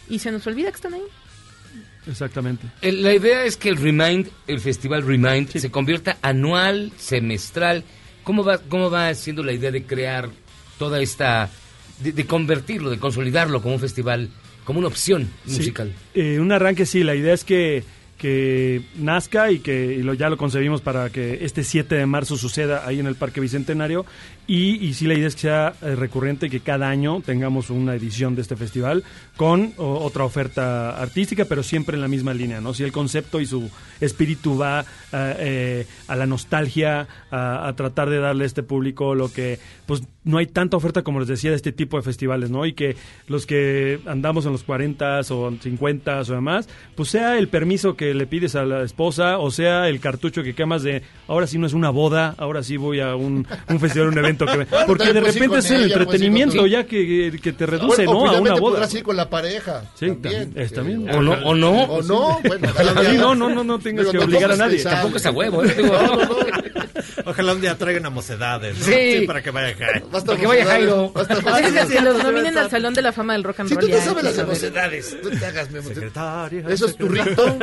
Speaker 6: y se nos olvida que están ahí.
Speaker 16: Exactamente.
Speaker 5: El- Eh, la idea es que el Remind, el festival Remind, se convierta anual, semestral. ¿Cómo va, cómo va siendo la idea de crear toda esta. de, de convertirlo, de consolidarlo como un festival como una opción
Speaker 16: Sí,
Speaker 5: musical.
Speaker 16: eh, un arranque, sí. La idea es que, que nazca y que y lo- ya lo concebimos para que este 7 de marzo suceda ahí en el Parque Bicentenario. Y, y sí, la idea es que sea eh, recurrente, que cada año tengamos una edición de este festival con o- otra oferta artística, pero siempre en la misma línea, ¿no? Si el concepto y su espíritu va ah, eh, a la nostalgia, a, a tratar de darle a este público lo que, pues no hay tanta oferta como les decía de este tipo de festivales, ¿no? Y que los que andamos en los 40 o 50 o demás, pues sea el permiso que le pides a la esposa o sea el cartucho que quemas de ahora sí no es una boda, ahora sí voy a un, un festival, un evento que...
Speaker 8: Bueno,
Speaker 16: Porque de repente
Speaker 8: también puedes ir pues con
Speaker 16: es el
Speaker 8: ella, puedes ir con
Speaker 16: entretenimiento
Speaker 8: tu-
Speaker 16: ya que, que te
Speaker 5: Pues
Speaker 16: reduce,
Speaker 8: o, o
Speaker 16: ¿no? A una
Speaker 8: finalmente
Speaker 16: boda.
Speaker 8: podrás ir con la pareja.
Speaker 16: Sí, también. es también.
Speaker 5: O no- o no.
Speaker 8: O no, bueno, ojalá
Speaker 16: Ojalá
Speaker 8: un día-
Speaker 16: no, no, no, no tengas
Speaker 8: Digo,
Speaker 16: que
Speaker 8: tampoco
Speaker 16: obligar a
Speaker 8: es
Speaker 16: nadie.
Speaker 8: pesado.
Speaker 5: Tampoco es a huevo, ¿eh?
Speaker 8: No, no,
Speaker 9: Ojalá un día traigan a mocedades. ¿no?
Speaker 8: Sí.
Speaker 9: para que vaya Jairo.
Speaker 8: Basta Para que vaya mocedades, Jairo. basta
Speaker 6: Déjenles que los nominen al
Speaker 9: al
Speaker 6: Salón de la Fama del Rock and
Speaker 8: Si
Speaker 6: Roll.
Speaker 8: tú te
Speaker 6: ya,
Speaker 8: sabes
Speaker 6: ya
Speaker 8: las
Speaker 6: saben.
Speaker 8: emocionales, no te hagas memo.
Speaker 9: Secretaria,
Speaker 8: Eso es tu rito.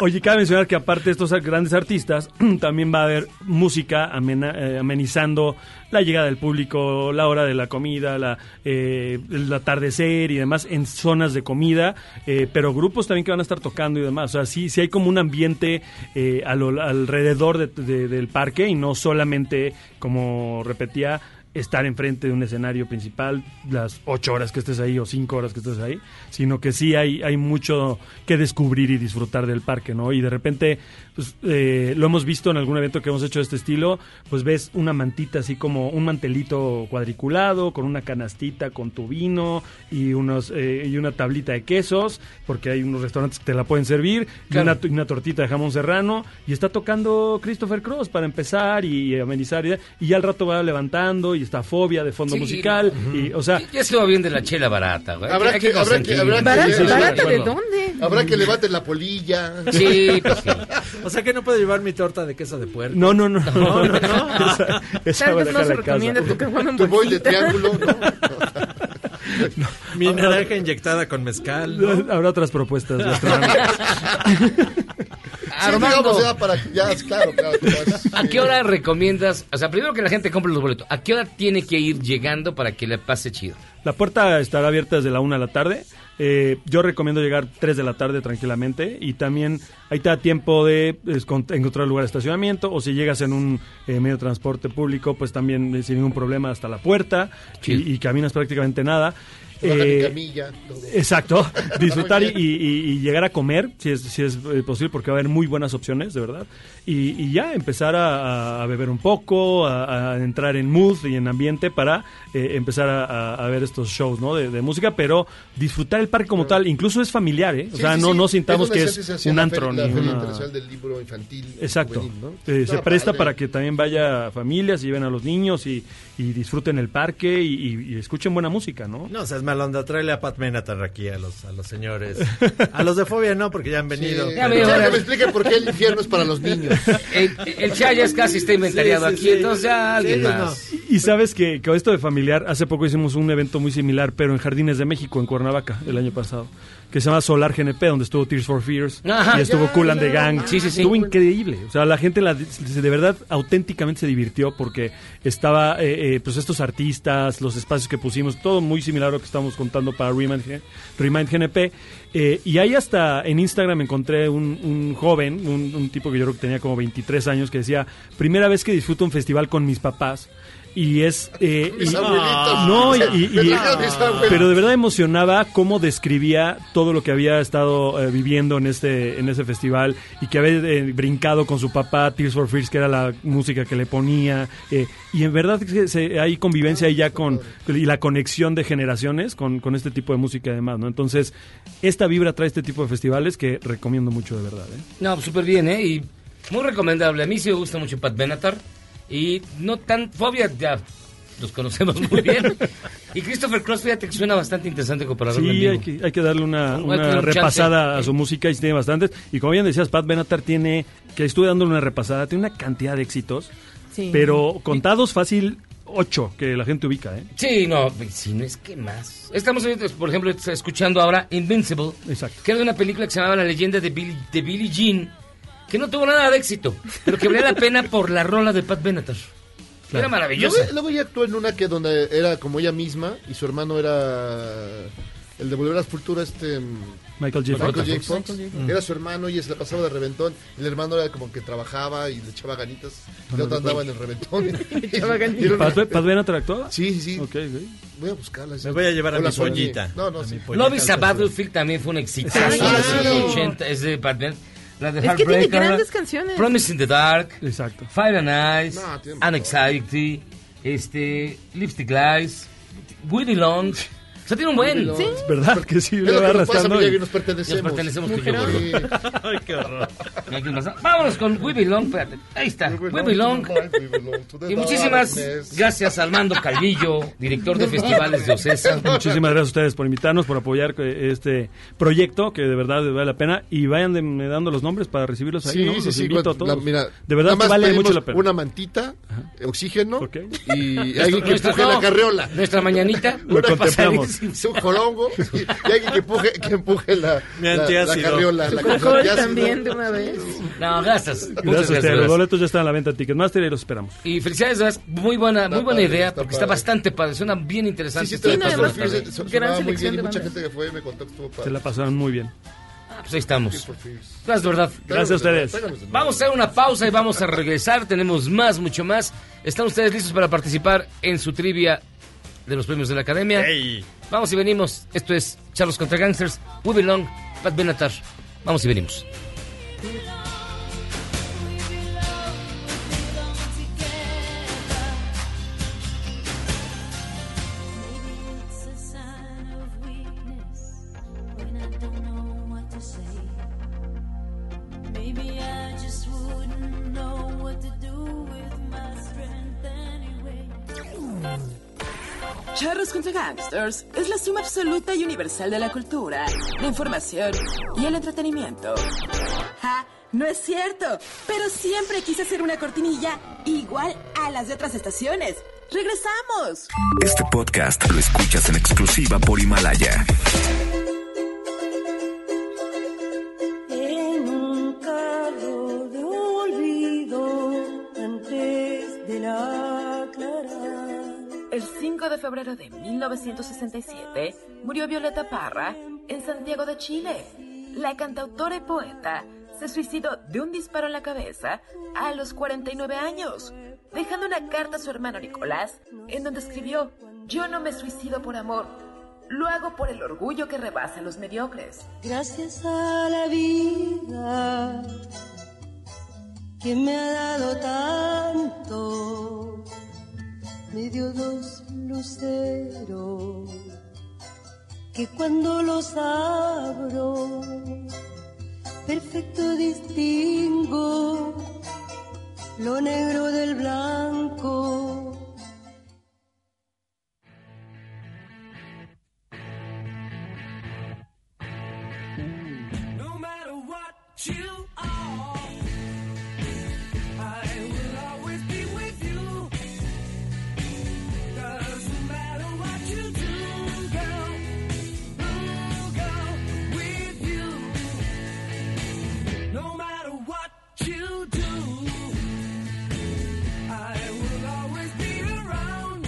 Speaker 16: Oye, cabe mencionar que aparte de estos grandes artistas, también va a haber música amena- eh, amenizando la llegada del público, la hora de la comida, la, eh, el atardecer y demás en zonas de comida, eh, pero grupos también que van a estar tocando y demás. O sea, sí, sí hay como un ambiente eh, a lo- alrededor de- de- del parque y no solamente, como repetía, estar enfrente de un escenario principal las ocho horas que estés ahí o cinco horas que estés ahí, sino que sí hay, hay mucho que descubrir y disfrutar del parque, ¿no? Y de repente, pues, eh, lo hemos visto en algún evento que hemos hecho de este estilo, pues ves una mantita así como un mantelito cuadriculado, con una canastita, con tu vino y, unos, eh, y una tablita de quesos, porque hay unos restaurantes que te la pueden servir, y
Speaker 5: Claro.
Speaker 16: una y una tortita de jamón serrano y está tocando Christopher Cross para empezar y, amenizar y, y ya al rato va levantando y está fobia de fondo
Speaker 5: Sí.
Speaker 16: musical y o sea
Speaker 5: Ya se va bien de la chela barata, güey.
Speaker 8: Habrá
Speaker 5: Hay
Speaker 8: que, habrá que,
Speaker 5: consentir.
Speaker 8: habrá que- Habrá que
Speaker 5: Mm.
Speaker 8: levanten la polilla.
Speaker 5: Sí, pues
Speaker 9: O sea que no puedo llevar mi torta de queso de puerco.
Speaker 16: no no no
Speaker 9: No, no, no.
Speaker 16: Esa- esa
Speaker 9: Tal
Speaker 16: va a
Speaker 9: vez
Speaker 16: dejar
Speaker 9: no se
Speaker 16: la
Speaker 9: recomienda
Speaker 16: casa.
Speaker 9: tu caguama en Tu bol de bolsita. triángulo, Mi
Speaker 16: Habrá-
Speaker 9: naranja inyectada con mezcal. ¿no?
Speaker 16: habrá otras propuestas gastronómicas.
Speaker 5: Armando.
Speaker 8: digamos, ya para que- ya, claro, claro. te vas-
Speaker 5: ¿A qué hora recomiendas? O sea, primero que la gente compre los boletos. ¿A qué hora tiene que ir llegando para que le pase chido?
Speaker 16: La puerta estará abierta desde la 1 de la tarde. Eh, yo recomiendo llegar 3 de la tarde tranquilamente y también ahí te da tiempo de es, con- encontrar lugar de estacionamiento o si llegas en un eh, medio de transporte público, pues también eh, sin ningún problema hasta la puerta y, y caminas prácticamente nada.
Speaker 8: Te bajan en
Speaker 16: Eh,
Speaker 8: camilla, todo.
Speaker 16: Exacto, disfrutar y, y- y llegar a comer, si es, si es eh, posible, porque va a haber muy buenas opciones, de verdad. Y, y ya empezar a, a beber un poco, a, a entrar en mood y en ambiente para eh, empezar a, a- a ver estos shows ¿no? de, de música, pero disfrutar el parque como tal, incluso es familiar, ¿eh? o
Speaker 8: Sí,
Speaker 16: sea,
Speaker 8: sí,
Speaker 16: no,
Speaker 8: sí.
Speaker 16: no sintamos
Speaker 8: donde
Speaker 16: que
Speaker 8: se
Speaker 16: es
Speaker 8: hace- se hacía
Speaker 16: un
Speaker 8: la
Speaker 16: antro.
Speaker 8: feria-
Speaker 16: ni
Speaker 8: La Feria
Speaker 16: una-
Speaker 8: Internacional del Libro Infantil.
Speaker 16: Exacto.
Speaker 8: juvenil, ¿no?
Speaker 16: Eh, se
Speaker 8: Estaba
Speaker 16: presta
Speaker 8: padre.
Speaker 16: para que también vaya familias y lleven a los niños y, y disfruten el parque y, y- y escuchen buena música, ¿no?
Speaker 9: No seas mal onda, tráele a Pat Menatar aquí a los, a los señores. A los de fobia no, porque ya han venido.
Speaker 8: Ya me- Ya que me expliquen por qué el infierno es para los niños.
Speaker 5: El, el Chayas casi está inventariado
Speaker 8: Sí, sí,
Speaker 5: aquí,
Speaker 8: sí.
Speaker 5: entonces ya alguien
Speaker 8: Sí, ellos
Speaker 5: más.
Speaker 16: Y sabes que, que esto de familiar, hace poco hicimos un evento muy similar, pero en Jardines de México, en Cuernavaca, el año pasado, que se llama Solar GNP, donde estuvo Tears for Fears
Speaker 5: Ajá.
Speaker 16: y estuvo
Speaker 5: Ya,
Speaker 16: Cool and the
Speaker 5: ya,
Speaker 16: Gang.
Speaker 5: sí, sí, sí.
Speaker 16: Estuvo increíble. O sea, la gente la- se- de verdad auténticamente se divirtió porque estaba, eh, eh, pues estos artistas, los espacios que pusimos, todo muy similar a lo que estamos contando para Remind, G- Remind GNP. Eh, y ahí hasta en Instagram encontré un, un joven, un, un tipo que yo creo que tenía como 23 años, que decía, primera vez que disfruto un festival con mis papás. Y es... eh,
Speaker 8: Mis
Speaker 16: y-
Speaker 8: abuelitos.
Speaker 16: No, y- y-
Speaker 8: Me
Speaker 16: y-
Speaker 8: trajeron mis abuelos.
Speaker 16: pero de verdad emocionaba cómo describía todo lo que había estado eh, viviendo en este en ese festival y que había eh, brincado con su papá Tears for Fears que era la música que le ponía eh, y en verdad es que se- hay convivencia ahí ya con y la conexión de generaciones con, con este tipo de música además no entonces esta vibra trae este tipo de festivales que recomiendo mucho de verdad ¿eh?
Speaker 5: No, pues, súper bien, ¿eh? Y muy recomendable. A mí sí me gusta mucho Pat Benatar. Y no tan fobia, ya los conocemos muy bien. y Christopher Cross, fíjate que suena bastante interesante comparado
Speaker 16: Sí,
Speaker 5: en
Speaker 16: hay
Speaker 5: vivo.
Speaker 16: que, hay que darle una,
Speaker 5: No,
Speaker 16: una
Speaker 5: hay que darle un
Speaker 16: repasada
Speaker 5: chance.
Speaker 16: a su música y tiene bastantes. Y como bien decías, Pat Benatar tiene, que estuve dando una repasada, tiene una cantidad de éxitos,
Speaker 5: Sí.
Speaker 16: pero contados fácil, ocho que la gente ubica, ¿eh?
Speaker 5: Sí, no, si no es que más. Estamos, ahorita, por ejemplo, escuchando ahora Invincible, que era de una película que se llamaba La leyenda de Billy, de Billie Jean, que no tuvo nada de éxito, pero que valía la pena por la rola de Pat Benatar. Era maravillosa.
Speaker 8: Luego, luego ella actuó en una que donde era como ella misma y su hermano era el de Volver a la Cultura, este. mm,
Speaker 16: Michael J. Fox.
Speaker 8: J. Fox,
Speaker 16: Michael J. Fox.
Speaker 8: Era su hermano y se la pasaba de reventón. El hermano era como que trabajaba y le echaba ganitas. Y el
Speaker 16: No
Speaker 8: otro
Speaker 16: lo
Speaker 8: andaba
Speaker 16: recuerdo.
Speaker 8: en el reventón.
Speaker 16: echaba ganitas.
Speaker 8: Y era una-
Speaker 16: ¿Paz- Pazvena tractó?
Speaker 8: Sí, sí, sí.
Speaker 16: Okay,
Speaker 8: Voy a buscarla. sí.
Speaker 9: Me voy a llevar a
Speaker 8: Hola,
Speaker 9: mi
Speaker 8: Juan.
Speaker 9: pollita.
Speaker 8: No, no,
Speaker 9: A
Speaker 8: sí.
Speaker 9: mi pollita.
Speaker 5: Lobby's a Battlefield también fue un exitazo.
Speaker 6: Sí,
Speaker 5: Ah, sí,
Speaker 6: claro.
Speaker 5: 80, es de Partner. La de
Speaker 6: Es que tiene
Speaker 5: Heartbreaker,
Speaker 6: grandes canciones.
Speaker 5: Promise in the Dark.
Speaker 16: Exacto.
Speaker 5: Fire and Ice.
Speaker 6: No, tiene
Speaker 5: An Anxiety. Este, Lipstick Lies. Willy Long. O sea, tiene un buen.
Speaker 8: Sí.
Speaker 16: Es verdad que sí,
Speaker 5: Es
Speaker 16: lo
Speaker 5: lo
Speaker 16: va
Speaker 5: que nos pasa,
Speaker 16: arrastrando.
Speaker 5: Miguel,
Speaker 16: y-
Speaker 5: que nos pertenecemos. Nos pertenecemos tú y yo, Mujerón.
Speaker 9: Ay, qué horror.
Speaker 5: ¿Y aquí pasa? Vámonos con We Belong. Espérate. Ahí está. We Belong. Y muchísimas gracias a Armando Calvillo, director de festivales de Ocesa.
Speaker 16: Muchísimas gracias a ustedes por invitarnos, por apoyar eh, este proyecto que de verdad vale la pena. Y vayan de- me dando los nombres para recibirlos ahí.
Speaker 8: Sí,
Speaker 16: ¿no?
Speaker 8: sí,
Speaker 16: Los
Speaker 8: sí,
Speaker 16: invito a
Speaker 8: cuando- la-
Speaker 16: todos.
Speaker 8: mira,
Speaker 16: de verdad
Speaker 8: nada más
Speaker 16: que vale
Speaker 8: pedimos
Speaker 16: mucho la pena.
Speaker 8: Una mantita, oxígeno y
Speaker 5: Nuestra-
Speaker 8: alguien que
Speaker 5: nuestra-
Speaker 8: empuje la
Speaker 5: no,
Speaker 8: carriola.
Speaker 5: nuestra mañanita. Lo
Speaker 8: Una
Speaker 5: contemplamos.
Speaker 8: pasadita, Un jorongo y, y alguien que empuje, que empuje la,
Speaker 5: Mi
Speaker 8: la, la
Speaker 5: antiácido.
Speaker 8: carriola.
Speaker 5: Su
Speaker 8: la
Speaker 5: cocol
Speaker 8: cosa antiácida.
Speaker 6: También de una vez.
Speaker 5: No, gracias. Muchas
Speaker 16: Gracias a ustedes.
Speaker 5: de
Speaker 16: Los
Speaker 5: verdad.
Speaker 16: boletos ya están a la venta en Ticketmaster y los esperamos.
Speaker 5: Y felicidades, de verdad, muy buena, muy buena
Speaker 8: padre,
Speaker 5: idea,
Speaker 8: está
Speaker 5: porque está
Speaker 8: padre.
Speaker 5: bastante padre, suena bien interesante.
Speaker 8: Sí, sí,
Speaker 5: Está
Speaker 8: te
Speaker 5: bien
Speaker 8: la pasó,
Speaker 5: padre.
Speaker 8: Fears, sonaba muy bien, y mucha gente que fue me contó que estuvo padre.
Speaker 16: Se la pasaron muy bien.
Speaker 5: Ah, Pues ahí estamos.
Speaker 8: Fears for Fears.
Speaker 5: Gracias, de verdad.
Speaker 16: Gracias a ustedes.
Speaker 5: Vamos a hacer una pausa y vamos a regresar. Tenemos más, mucho más. ¿Están ustedes listos para participar en su trivia de los premios de la academia? Vamos y venimos. Esto es Charlos contra Gangsters, We Belong, Pat Benatar. Vamos y venimos.
Speaker 12: Maybe it's a sign of weakness when I don't know what to say. Maybe I just wouldn't know what to do with my strength anyway.
Speaker 1: Charros contra Gangsters es la suma absoluta y universal de la cultura, la información y el entretenimiento. ¡Ja! Ah, No es cierto, pero siempre quise hacer una cortinilla igual a las de otras estaciones. ¡Regresamos!
Speaker 11: Este podcast lo escuchas en exclusiva por Himalaya.
Speaker 17: en un carro de olvido antes de la clara.
Speaker 1: El 5 de febrero de 1967 murió Violeta Parra en Santiago de Chile. La cantautora y poeta se suicidó de un disparo en la cabeza a los 49 años, dejando una carta a su hermano Nicolás en donde escribió, yo no me suicido por amor, lo hago por el orgullo que rebasa a los mediocres.
Speaker 17: Gracias a la vida que me ha dado tanto, me dio dos luceros que cuando los abro, perfecto distingo lo negro del blanco.
Speaker 4: No matter what you are, I will always be with you. Doesn't matter what you do, girl, we'll go with you. No matter what you do, I will always be around.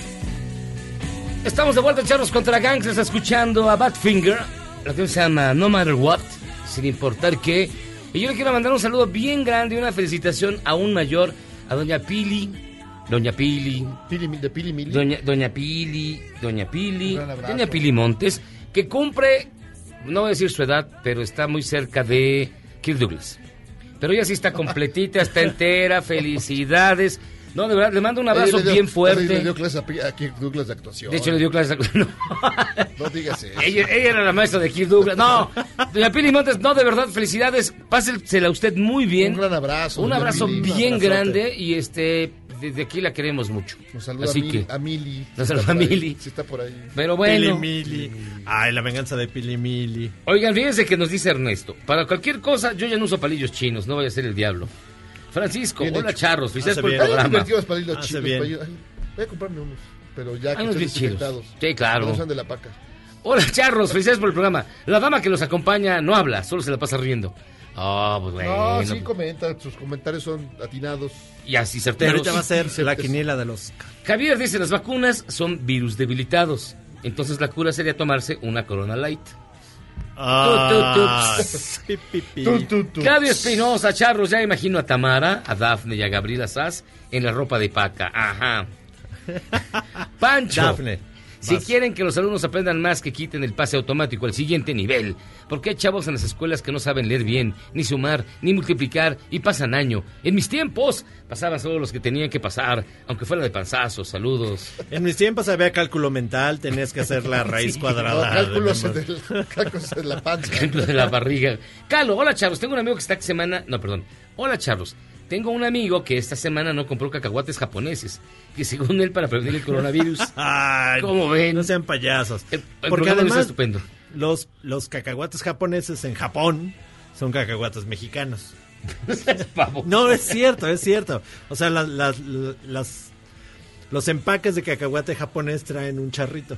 Speaker 5: Estamos de vuelta, Charlos contra Gangsters, escuchando a Badfinger. La canción se llama No Matter What, sin importar qué. Y yo le quiero mandar un saludo bien grande y una felicitación aún mayor a Doña Pili. Doña Pili.
Speaker 8: de Pili Mili.
Speaker 5: Doña, Doña Pili. Doña Pili.
Speaker 8: Un gran abrazo.
Speaker 5: Doña Pili Montes, que cumple, no voy a decir su edad, pero está muy cerca de Kirk Douglas. Pero ella sí está completita, está entera, felicidades. No, de verdad, le mando un abrazo
Speaker 8: Eh, le dio-
Speaker 5: bien
Speaker 8: le dio- Le
Speaker 5: fuerte.
Speaker 8: dio clases a Pi- a Kirk Douglas de actuación.
Speaker 5: De hecho, le dio clases a... no.
Speaker 8: No digas eso.
Speaker 5: Ella, ella era la maestra de Kirk Douglas. No, doña Pili Montes, no, de verdad, felicidades. Pásensela a usted muy bien. Un gran
Speaker 8: abrazo.
Speaker 5: Un
Speaker 8: doña
Speaker 5: abrazo
Speaker 8: Pili.
Speaker 5: bien
Speaker 8: Un abrazote.
Speaker 5: grande y este, desde aquí la queremos mucho.
Speaker 8: Nos saluda
Speaker 5: Así
Speaker 8: a, Mili,
Speaker 5: que,
Speaker 8: a Mili.
Speaker 5: Nos
Speaker 8: si está
Speaker 5: saluda
Speaker 8: por
Speaker 5: a
Speaker 8: ahí,
Speaker 5: Mili.
Speaker 8: si está por ahí.
Speaker 5: Pero bueno.
Speaker 9: Pilimili. Ay, la venganza de Pilimili.
Speaker 5: Oigan, fíjense que nos dice Ernesto. Para cualquier cosa, yo ya no uso palillos chinos, no vaya a ser el diablo. Francisco,
Speaker 8: Bien
Speaker 5: hola
Speaker 8: hecho.
Speaker 5: charros, felicidades
Speaker 8: Hace
Speaker 5: por el
Speaker 8: bien. Hay unos
Speaker 5: programa.
Speaker 8: divertidos palillos
Speaker 5: Hace
Speaker 8: chinos,
Speaker 5: bien.
Speaker 8: palillos- ay, Voy a comprarme unos. Pero ya
Speaker 5: Hay
Speaker 8: que
Speaker 5: unos
Speaker 8: estén
Speaker 5: bien chidos.
Speaker 8: desinfectados.
Speaker 5: Sí, claro.
Speaker 8: Que No sean de la paca.
Speaker 5: Hola charros, felicidades por el programa. La dama que nos acompaña no habla, solo se la pasa riendo. Ah, pues bueno.
Speaker 8: No, sí comenta, sus comentarios son atinados.
Speaker 5: Y así
Speaker 9: Y
Speaker 5: certeros.
Speaker 9: ahorita va a ser la quiniela de los
Speaker 5: Javier dice, las vacunas son virus debilitados. Entonces la cura sería tomarse una Corona Light.
Speaker 9: Ah, pi, pi, pi.
Speaker 5: Tú, tú, tú. Claudio Espinosa, Charros, ya imagino a Tamara, a Dafne y a Gabriela Sass en la ropa de paca. Ajá. Pancho.
Speaker 9: Dafne,
Speaker 5: Si
Speaker 9: vas.
Speaker 5: quieren que los alumnos aprendan más, que quiten el pase automático al siguiente nivel. Porque hay chavos en las escuelas que no saben leer bien, ni sumar, ni multiplicar, y pasan año. En mis tiempos pasaban solo los que tenían que pasar, aunque fuera de panzazos. Saludos.
Speaker 9: En mis tiempos había cálculo mental, tenías que hacer la raíz
Speaker 5: Sí.
Speaker 9: cuadrada.
Speaker 5: No, cálculos
Speaker 9: de memoria.
Speaker 8: del- cálculos de la panza.
Speaker 5: ejemplo de la barriga. Calo, hola Charlos, tengo un amigo que esta semana, no, perdón. Hola Charlos, tengo un amigo que esta semana no compró cacahuates japoneses, que según él para prevenir el coronavirus.
Speaker 9: Ay,
Speaker 5: ¿Cómo ven?
Speaker 9: No sean payasos.
Speaker 5: eh, programa pues, está estupendo.
Speaker 9: Los, los cacahuates japoneses en Japón son cacahuates mexicanos. no, es cierto, es cierto. O sea, las, las- las- los empaques de cacahuate japonés traen un charrito.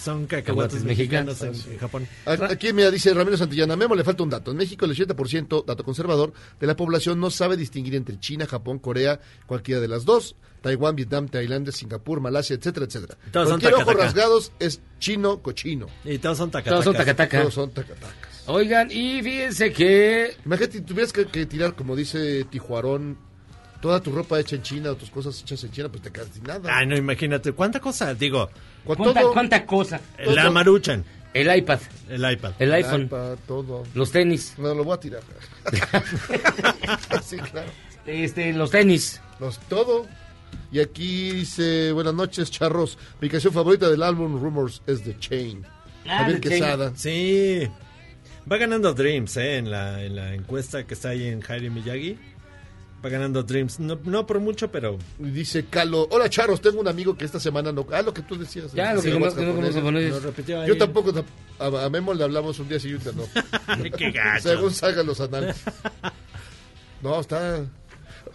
Speaker 9: Son cacahuates
Speaker 8: Cacahuates
Speaker 9: mexicanos,
Speaker 8: mexicanos,
Speaker 9: en, en Japón.
Speaker 8: A- Aquí mira, dice Ramiro Santillana, Memo le falta un dato. En México el 80%, dato conservador, de la población no sabe distinguir entre China, Japón, Corea, cualquiera de las dos, Taiwán, Vietnam, Tailandia, Singapur, Malasia, etcétera, etcétera.
Speaker 9: Todos son
Speaker 8: Cualquier ojos
Speaker 9: tacataca.
Speaker 8: rasgados es chino, cochino.
Speaker 9: Y todos son
Speaker 8: Todos
Speaker 9: tacatacas.
Speaker 8: son
Speaker 5: tacataca.
Speaker 8: Todos son tacatacas.
Speaker 5: Oigan, y fíjense que...
Speaker 8: Imagínate, tuvieras que, que tirar, como dice Tijuarón, toda tu ropa hecha en China o tus cosas hechas en China, pues te quedas sin nada.
Speaker 9: Ay, no, imagínate. ¿Cuánta cosa? Digo,
Speaker 5: ¿Cuánta, cuánta cosa?
Speaker 9: La maruchan.
Speaker 5: El iPad.
Speaker 9: El iPad.
Speaker 5: El iPhone.
Speaker 8: iPad, todo.
Speaker 5: Los tenis.
Speaker 8: No, lo voy a tirar. sí, claro.
Speaker 5: Este, los tenis.
Speaker 8: Los todo. Y aquí dice, buenas noches, charros. Mi canción favorita del álbum Rumors es The Chain.
Speaker 5: Ah,
Speaker 8: Javier Quesada.
Speaker 9: Sí. Va ganando Dreams, ¿eh? En la, en la encuesta que está ahí en Jairi Miyagi. Va ganando Dreams. No, no por mucho, pero.
Speaker 8: Y Dice Calo, hola charros, tengo un amigo que esta semana no... Ah, lo que tú decías.
Speaker 9: Ya,
Speaker 8: Eh,
Speaker 9: lo que
Speaker 8: sí,
Speaker 9: no-
Speaker 8: los
Speaker 9: que no
Speaker 8: japoneses.
Speaker 9: japoneses. Lo repitió ahí.
Speaker 8: Yo tampoco, tam- a, a Memo le hablamos un día siguiente, no.
Speaker 9: ¡Qué gacho!
Speaker 8: Según salgan los análisis. No, está...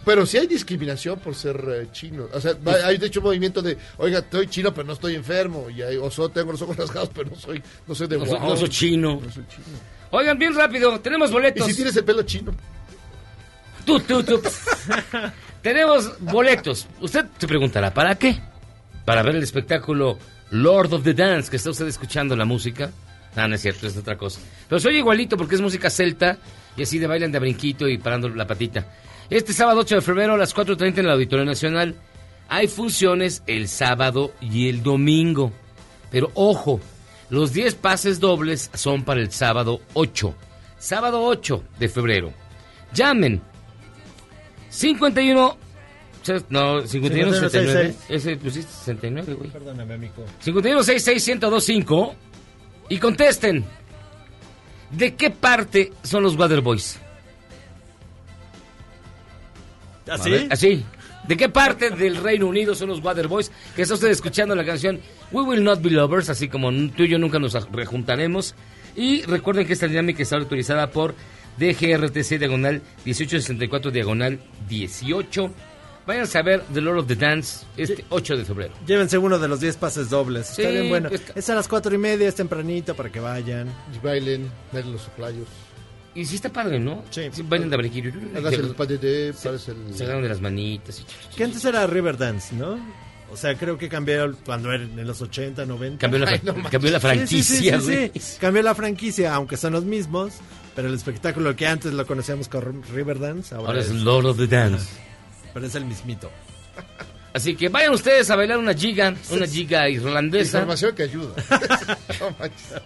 Speaker 8: Pero sí hay discriminación por ser eh, chino. O sea, va- hay de hecho un movimiento de, oiga, estoy chino, pero no estoy enfermo. Y hay, o so- tengo los ojos rasgados, pero no soy, no soy de
Speaker 5: No soy-
Speaker 8: Oaxaca.
Speaker 5: no soy chino. Oigan, bien rápido, tenemos
Speaker 8: ¿Y
Speaker 5: boletos.
Speaker 8: si tienes el pelo chino?
Speaker 5: Tú, tú, tú. Tenemos boletos. Usted se preguntará, ¿para qué? Para ver el espectáculo Lord of the Dance, que está usted escuchando la música. Ah, no es cierto, es otra cosa. Pero soy igualito porque es música celta y así de bailan de a brinquito y parando la patita. Este sábado 8 de febrero a las 4.30 en el Auditorio Nacional. Hay funciones el sábado y el domingo. Pero ojo, los 10 pases dobles son para el sábado 8. Sábado 8 de febrero. Llamen 51. se- No, 51
Speaker 9: 51-69.
Speaker 5: 69. Ese pusiste 69, güey.
Speaker 9: Perdóname, amigo.
Speaker 5: 51-66-1025 y contesten. ¿De qué parte son los Waterboys? A
Speaker 9: ¿Así?
Speaker 5: ver, Así. ¿De qué parte del Reino Unido son los Waterboys? Que está usted escuchando la canción We Will Not Be Lovers, así como n- tú y yo nunca nos aj- rejuntaremos. Y recuerden que esta dinámica está autorizada por DGRTC diagonal 1864 diagonal 18. Vayan a ver The Lord of the Dance este 8 de febrero.
Speaker 9: Llévense uno de los 10 pases dobles. está
Speaker 5: Sí, pues,
Speaker 9: bien bueno.
Speaker 5: está-
Speaker 9: Es a las 4 y media, es tempranito para que vayan.
Speaker 8: Y bailen, bailen los soplayos.
Speaker 5: Y sí está padre, ¿no? Sí. bailan de abrequir.
Speaker 8: Hagas el padre de... parece
Speaker 5: Se agarran de las manitas. y-
Speaker 9: Que antes era Riverdance, ¿no? O sea, creo que cambió cuando era en los 80, 90.
Speaker 5: Cambió la fra-
Speaker 9: manches.
Speaker 5: cambió la franquicia,
Speaker 9: Sí, sí, sí, sí, sí. Cambió la franquicia, aunque son los mismos. Pero el espectáculo que antes lo conocíamos con Riverdance, ahora,
Speaker 5: Ahora es Lord of the Dance.
Speaker 9: Pero es el mismito.
Speaker 5: Así que vayan ustedes a bailar una giga, una giga irlandesa.
Speaker 8: Información que ayuda.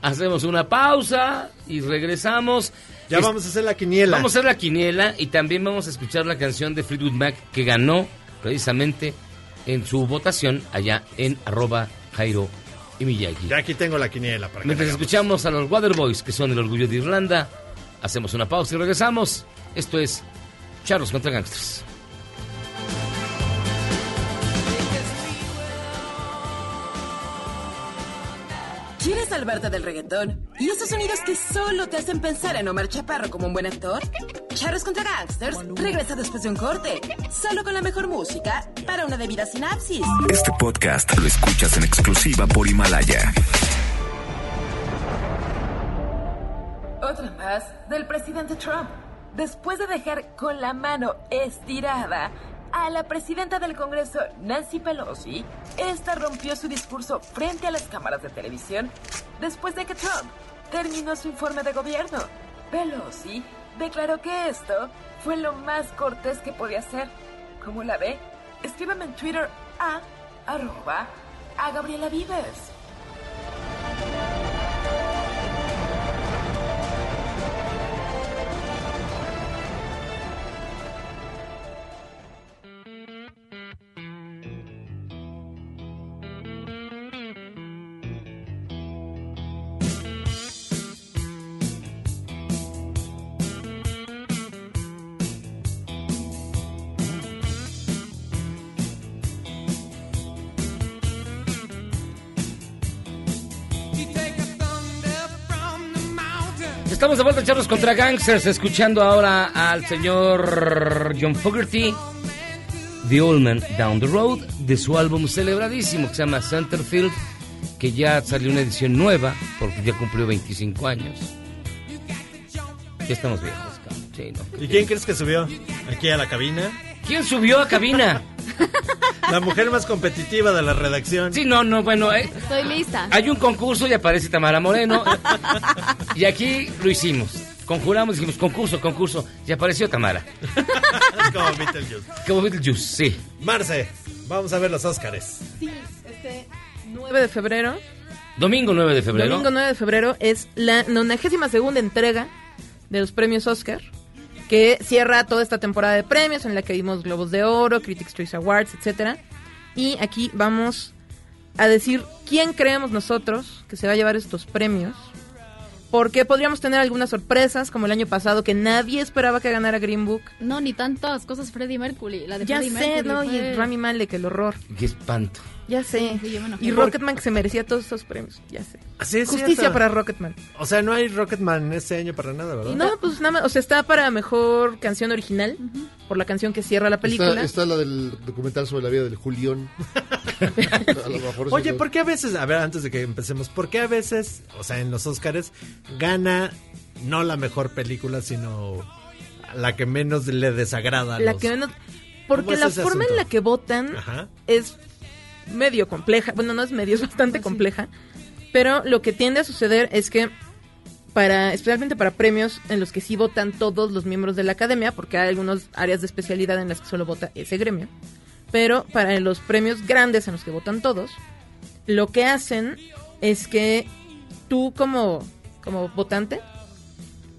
Speaker 5: Hacemos una pausa y regresamos.
Speaker 9: Ya
Speaker 5: Es-
Speaker 9: vamos a hacer la quiniela.
Speaker 5: Vamos a hacer la quiniela y también vamos a escuchar la canción de Fleetwood Mac que ganó precisamente en su votación allá en arroba Jairo y Miyagi.
Speaker 9: Ya aquí tengo la quiniela para que
Speaker 5: Mientras
Speaker 9: la hagamos.
Speaker 5: escuchamos a los Waterboys, que son el orgullo de Irlanda, hacemos una pausa y regresamos. Esto es Charlos contra Gangsters.
Speaker 18: ¿Quieres salvarte del reggaetón? ¿Y esos sonidos que solo te hacen pensar en Omar Chaparro como un buen actor? Charros contra Gangsters regresa después de un corte, solo con la mejor música para una debida sinapsis.
Speaker 11: Este podcast lo escuchas en exclusiva por Himalaya.
Speaker 1: Otra más del presidente Trump. Después de dejar con la mano estirada a la presidenta del Congreso, Nancy Pelosi, esta rompió su discurso frente a las cámaras de televisión después de que Trump terminó su informe de gobierno. Pelosi declaró que esto fue lo más cortés que podía hacer. ¿Cómo la ve? Escríbeme en Twitter a arroba a Gabriela Vives.
Speaker 5: Estamos de vuelta en Charlos contra Gangsters, escuchando ahora al señor John Fogerty, The Old Man Down the Road, de su álbum celebradísimo que se llama Centerfield, que ya salió una edición nueva porque ya cumplió 25 años. Ya estamos viejos, cabrón. Sí, no.
Speaker 9: ¿Y quién crees que subió? ¿Aquí a la cabina?
Speaker 5: ¿Quién subió a cabina?
Speaker 9: La mujer más competitiva de la redacción.
Speaker 5: Sí, no, no, bueno, eh,
Speaker 19: Estoy lista.
Speaker 5: hay un concurso y aparece Tamara Moreno. y aquí lo hicimos. Conjuramos, dijimos concurso, concurso. Y apareció Tamara.
Speaker 9: Es como Beetlejuice.
Speaker 5: Como Beetlejuice, sí.
Speaker 9: Marce, vamos a ver los Óscares.
Speaker 6: Sí, este 9 de febrero,
Speaker 5: Domingo 9 de febrero.
Speaker 6: domingo 9 de febrero, es la 92 segunda entrega de los premios Oscar, que cierra toda esta temporada de premios en la que vimos Globos de Oro, Critics' Choice Awards, etcétera. Y aquí vamos a decir quién creemos nosotros que se va a llevar estos premios. Porque podríamos tener algunas sorpresas, como el año pasado, que nadie esperaba que ganara Green Book.
Speaker 19: No, ni tantas cosas Freddie Mercury. La de
Speaker 6: Ya
Speaker 19: Freddie
Speaker 6: sé,
Speaker 19: Mercury
Speaker 6: ¿no? Y
Speaker 19: fue-
Speaker 6: el Rami Malek, el horror.
Speaker 5: Qué espanto.
Speaker 6: Ya sé.
Speaker 19: Sí, yo me enojé.
Speaker 6: y Rocketman que se merecía todos esos premios. Ya sé.
Speaker 9: Así es
Speaker 6: Justicia
Speaker 9: cierto.
Speaker 6: para Rocketman.
Speaker 9: O sea, no hay Rocketman este año para nada, ¿verdad?
Speaker 6: Y no, pues nada más. O sea, está para mejor canción original. Por la canción que cierra la película.
Speaker 8: Está, está la del documental sobre la vida del Julión. A lo mejor sí
Speaker 9: Oye,
Speaker 8: lo-
Speaker 9: ¿por qué a veces, a ver, antes de que empecemos, ¿por qué a veces, o sea, en los Óscares, gana no la mejor película, sino la que menos le desagrada? a
Speaker 6: La
Speaker 9: los-
Speaker 6: que menos.
Speaker 9: ¿Cómo
Speaker 6: Porque
Speaker 9: es
Speaker 6: la
Speaker 9: ese
Speaker 6: forma en
Speaker 9: asunto?
Speaker 6: la que votan
Speaker 9: Ajá.
Speaker 6: es medio compleja. Bueno, no es medio, es bastante compleja. Pero lo que tiende a suceder es que, para especialmente para premios en los que sí votan todos los miembros de la academia, porque hay algunas áreas de especialidad en las que solo vota ese gremio, pero para los premios grandes en los que votan todos, lo que hacen es que tú como, como votante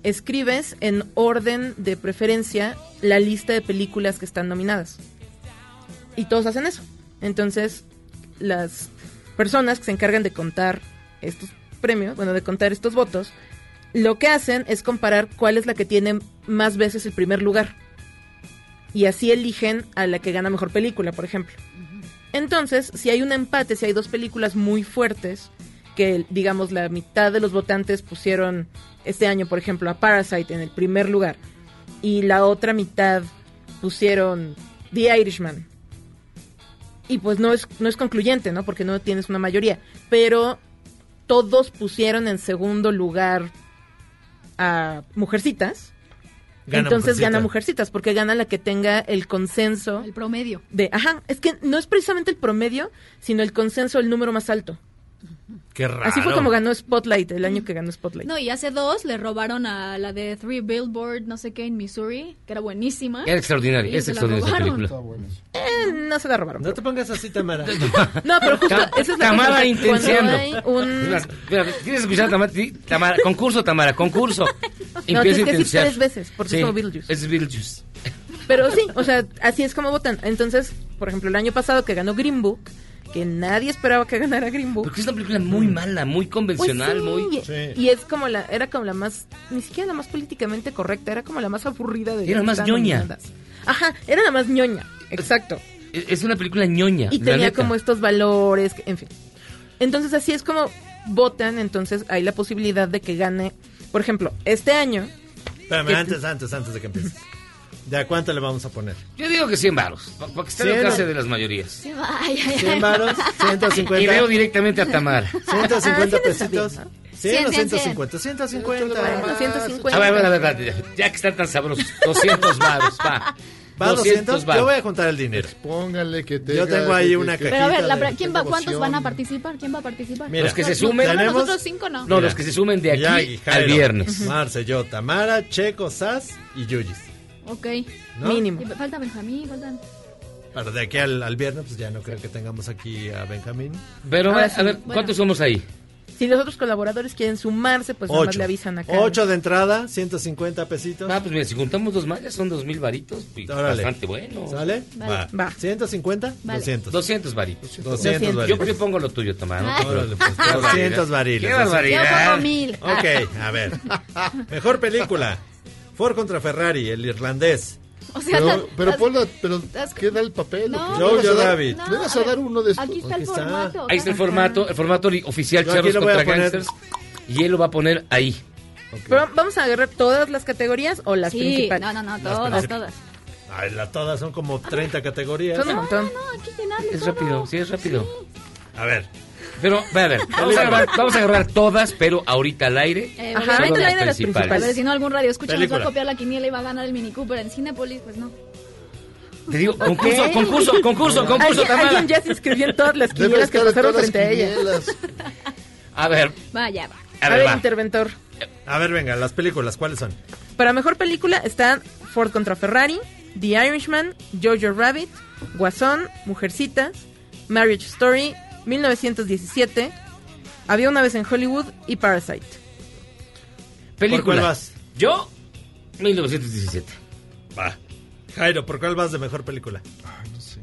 Speaker 6: escribes en orden de preferencia la lista de películas que están nominadas. Y todos hacen eso. Entonces, las personas que se encargan de contar estos premios, bueno, de contar estos votos, lo que hacen es comparar cuál es la que tiene más veces el primer lugar. Y así eligen a la que gana mejor película, por ejemplo. Entonces, si hay un empate, si hay dos películas muy fuertes, que digamos la mitad de los votantes pusieron este año, por ejemplo, a Parasite en el primer lugar, y la otra mitad pusieron The Irishman. Y pues no es, no es concluyente, ¿no? Porque no tienes una mayoría. Pero todos pusieron en segundo lugar a Mujercitas.
Speaker 19: Gana
Speaker 6: Entonces
Speaker 19: Mujercita.
Speaker 6: gana Mujercitas, porque gana la que tenga el consenso
Speaker 19: El promedio.
Speaker 6: de, ajá, es que no es precisamente el promedio, sino el consenso, el número más alto.
Speaker 9: Qué raro.
Speaker 6: Así fue como ganó Spotlight, el año que ganó Spotlight.
Speaker 19: No, y hace dos le robaron a la de Three Billboard, no sé qué, en Missouri, que era buenísima.
Speaker 5: Era extraordinaria,
Speaker 19: Y
Speaker 5: es
Speaker 19: se la
Speaker 5: extraordinaria esa
Speaker 19: robaron.
Speaker 5: película.
Speaker 6: Eh, no se la robaron.
Speaker 9: No te pongas así, Tamara.
Speaker 6: No, pero justo, esa es la
Speaker 5: Tamara
Speaker 6: cosa,
Speaker 5: intenciando.
Speaker 6: cuando hay un-
Speaker 5: Espera, espera, ¿Quieres escuchar a Tamara? Sí, Tamara, concurso, Tamara, concurso.
Speaker 6: tienes
Speaker 5: Empieza
Speaker 6: que
Speaker 5: a
Speaker 6: decir
Speaker 5: intensiar.
Speaker 6: tres veces, porque es como Beetlejuice.
Speaker 5: Es Beetlejuice.
Speaker 6: Pero sí, o sea, así es como votan. Entonces, por ejemplo, el año pasado que ganó Green Book, que nadie esperaba que ganara Green Book.
Speaker 5: Porque es una película muy
Speaker 9: Mm.
Speaker 5: mala, muy convencional,
Speaker 6: Pues
Speaker 5: muy.
Speaker 6: sí, Y es como la, era como la más, ni siquiera la más políticamente correcta, era como la más aburrida de
Speaker 5: Era la más
Speaker 6: tan
Speaker 5: ñoña.
Speaker 6: nominadas. Ajá, era la más ñoña, exacto.
Speaker 5: Es es una película ñoña.
Speaker 6: Y
Speaker 5: la
Speaker 6: tenía
Speaker 5: neta.
Speaker 6: como estos valores, que- en fin. Entonces así es como votan, entonces hay la posibilidad de que gane, por ejemplo, este año,
Speaker 9: Espérame, antes, antes, antes de que empieces. ¿De a cuánto le vamos a poner?
Speaker 5: Yo digo que 100 varos. Para que esté en
Speaker 9: Cien.
Speaker 5: la clase de las mayorías.
Speaker 19: Ay, ay, ay.
Speaker 9: 100 varos, 150.
Speaker 5: Y veo directamente a Tamara.
Speaker 9: 150
Speaker 5: Ah, sí,
Speaker 9: pesitos.
Speaker 5: Cien,
Speaker 9: 100 o
Speaker 5: cien,
Speaker 9: 150, 150.
Speaker 6: Bueno, 150.
Speaker 5: A ver, a ver, a ver, ya que están tan sabrosos. 200 varos, va.
Speaker 9: ¿Va a 200?
Speaker 5: va.
Speaker 9: Yo voy a juntar el dinero.
Speaker 8: Póngale que te.
Speaker 9: Yo tengo ahí una
Speaker 19: Pero a ver, la pra- ¿quién va, ¿cuántos van a participar? ¿Quién va a participar?
Speaker 9: Mira,
Speaker 5: Los que se sumen-
Speaker 19: ¿Tenemos
Speaker 9: tenemos-
Speaker 19: nosotros cinco, no?
Speaker 5: No, los que se sumen de aquí
Speaker 9: Miyagi,
Speaker 5: al
Speaker 9: Jairo,
Speaker 5: viernes.
Speaker 9: Marce, yo, Tamara, Checo, Sas y Yuyis.
Speaker 19: Ok.
Speaker 9: ¿No? Mínimo.
Speaker 19: Y Falta Benjamín, faltan...
Speaker 9: Pero de aquí al, al viernes, pues ya no creo que tengamos aquí a Benjamín.
Speaker 5: Pero
Speaker 19: Ah,
Speaker 6: Ahora a sí. ver,
Speaker 5: ¿cuántos somos ahí?
Speaker 6: Si los otros colaboradores quieren sumarse, pues nada más
Speaker 9: Ocho.
Speaker 6: le avisan acá.
Speaker 9: Ocho de entrada, 150 pesitos.
Speaker 5: Ah, pues mira, si juntamos dos mayas son dos mil varitos. y
Speaker 9: Órale.
Speaker 5: Bastante bueno.
Speaker 9: ¿Sale?
Speaker 19: Vale.
Speaker 9: Va. 150,
Speaker 19: Vale.
Speaker 9: 200.
Speaker 5: 200 varitos.
Speaker 9: 200
Speaker 5: Yo,
Speaker 9: varitos.
Speaker 5: yo pongo lo tuyo, Tamara.
Speaker 19: Ah.
Speaker 9: Órale, pues, 200 variles.
Speaker 5: Qué
Speaker 19: Yo
Speaker 5: barbaridad.
Speaker 19: pongo mil. Ah,
Speaker 9: Ok, Ah. a ver. Mejor película. Ford contra Ferrari, el irlandés.
Speaker 19: O sea,
Speaker 8: Pero,
Speaker 19: las-
Speaker 8: pero
Speaker 19: las-
Speaker 8: ponla, pero
Speaker 19: las-
Speaker 8: ¿qué da el papel?
Speaker 19: No,
Speaker 8: ¿O qué?
Speaker 9: Yo,
Speaker 8: ¿Le vas a
Speaker 9: yo,
Speaker 8: dar-
Speaker 9: David.
Speaker 19: No,
Speaker 8: ¿Le vas
Speaker 19: a
Speaker 8: a
Speaker 19: ver,
Speaker 8: dar uno de estos?
Speaker 19: Aquí está el
Speaker 9: está.
Speaker 19: formato.
Speaker 5: Ahí está el formato, el formato ori- oficial
Speaker 9: Yo aquí
Speaker 5: Charlos
Speaker 9: lo voy a
Speaker 5: contra
Speaker 9: poner.
Speaker 5: Gangsters. Y él lo va a poner ahí.
Speaker 6: Pero vamos a agarrar todas las categorías o las
Speaker 19: Sí,
Speaker 6: principales.
Speaker 19: no, no, no,
Speaker 9: Las
Speaker 19: todas,
Speaker 9: princip-
Speaker 19: todas.
Speaker 9: Ay, las todas son como 30 categorías.
Speaker 6: Son un montón.
Speaker 19: No, hay que llenarle
Speaker 5: Es
Speaker 19: todo.
Speaker 5: rápido, sí, es rápido.
Speaker 9: A ver.
Speaker 5: Pero, a ver, vamos a, agarrar, vamos a agarrar todas, pero ahorita al aire.
Speaker 19: Eh,
Speaker 6: Ajá,
Speaker 19: porque-
Speaker 5: Solo
Speaker 6: ahorita
Speaker 5: las
Speaker 6: al aire las
Speaker 19: A
Speaker 6: principales.
Speaker 19: ver, si no algún radio escucha nos va a
Speaker 5: Película.
Speaker 19: copiar la quiniela y va a ganar el Mini Cooper en Cinepolis, pues no.
Speaker 5: Te digo, concurso, concurso, concurso, concurso,
Speaker 6: ¿Alguien,
Speaker 5: Tamara.
Speaker 6: alguien ya se inscribió en todas las
Speaker 8: Debe
Speaker 6: quinielas que
Speaker 8: estar en
Speaker 6: pasaron
Speaker 8: todas
Speaker 6: frente a ella.
Speaker 8: las quinielas.
Speaker 5: A ver,
Speaker 19: Vaya, va.
Speaker 5: a
Speaker 6: A
Speaker 5: ver,
Speaker 6: ver,
Speaker 5: va.
Speaker 6: interventor.
Speaker 9: A ver, venga, las películas, ¿cuáles son?
Speaker 6: Para mejor película están Ford contra Ferrari, The Irishman, Jojo Rabbit, Guasón, Mujercitas, Marriage Story, 1917, Había una vez en Hollywood y Parasite.
Speaker 9: ¿Por cuál
Speaker 5: Película.
Speaker 9: vas?
Speaker 5: Yo, 1917.
Speaker 9: Va. Jairo, ¿por cuál vas de mejor película?
Speaker 8: Ay, no sé.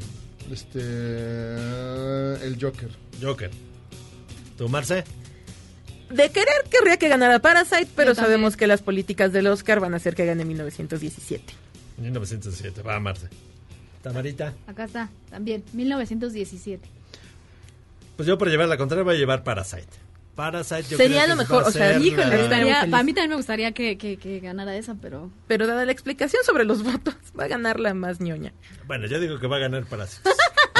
Speaker 8: Este. El Joker.
Speaker 9: Joker. ¿Tú, Marce?
Speaker 6: De querer querría que ganara Parasite, pero
Speaker 19: Yo también.
Speaker 6: sabemos que las políticas del Oscar van a hacer que gane 1917.
Speaker 9: 1907. Va, Marce. Tamarita.
Speaker 19: Acá está, también, 1917.
Speaker 9: Pues yo por llevar la contraria voy a llevar Parasite. Parasite yo
Speaker 6: Sería
Speaker 9: creo
Speaker 6: lo
Speaker 9: que
Speaker 6: mejor,
Speaker 9: va a
Speaker 6: o sea,
Speaker 9: ser
Speaker 6: híjole,
Speaker 9: la-
Speaker 6: está- Estaremos
Speaker 19: Ya,
Speaker 6: felices.
Speaker 19: para mí también me gustaría que, que- que ganara esa, pero...
Speaker 6: Pero dada la explicación sobre los votos, va a ganar la más ñoña.
Speaker 9: Bueno, yo digo que va a ganar Parasite.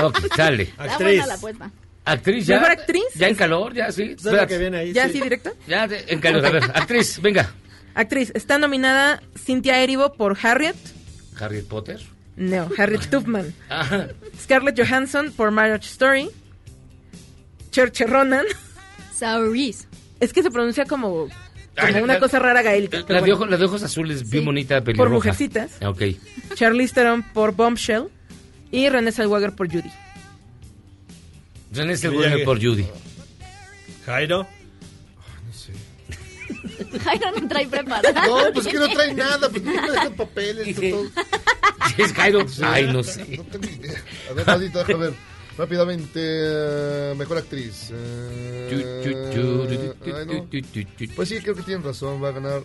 Speaker 5: Ok, sale.
Speaker 19: Está
Speaker 9: Actriz.
Speaker 19: buena la pues, apuesta.
Speaker 5: Actriz ya.
Speaker 6: ¿Mejor actriz?
Speaker 5: Ya en calor, ya sí.
Speaker 9: Pues es lo
Speaker 5: Espérate.
Speaker 9: que viene ahí.
Speaker 6: ¿Ya
Speaker 9: sí.
Speaker 6: así directo?
Speaker 5: Ya de- Eh, en calor. A ver, actriz, venga.
Speaker 6: Actriz, está nominada Cynthia Erivo por Harriet.
Speaker 5: Harry Potter.
Speaker 6: No, Harriet Tubman.
Speaker 5: Ajá.
Speaker 6: Scarlett Johansson por Marriage Story. Cherche Ronan.
Speaker 19: Sauris.
Speaker 6: Es que se pronuncia como, como
Speaker 5: Ay, la-
Speaker 6: una cosa rara gaélica.
Speaker 5: La,
Speaker 6: pero
Speaker 5: de
Speaker 6: bueno.
Speaker 5: ojos, la de ojos azules, bien
Speaker 19: Sí.
Speaker 5: bonita, pelirroja.
Speaker 6: Por Mujercitas.
Speaker 5: Ah, Ok.
Speaker 6: Charlize Theron por Bombshell. Y René Zellweger por Judy.
Speaker 5: René
Speaker 9: Villague.
Speaker 5: Zellweger por Judy.
Speaker 9: Jairo.
Speaker 8: No sé.
Speaker 19: Jairo no trae preparada.
Speaker 8: No, pues que no trae nada. Pues no me dejan papeles.
Speaker 5: Dije.
Speaker 8: todo.
Speaker 5: ¿Es Jairo?
Speaker 9: pues,
Speaker 5: Ay, no sé.
Speaker 8: No tengo idea. A ver, Dadito, déjame ver. Rápidamente, eh, mejor actriz. Eh,
Speaker 5: Tu, tu, tu, tu, tu,
Speaker 8: ay,
Speaker 5: tu,
Speaker 8: no.
Speaker 5: tu, tu, tu, tu.
Speaker 8: Pues sí, creo que tienen razón. Va a ganar.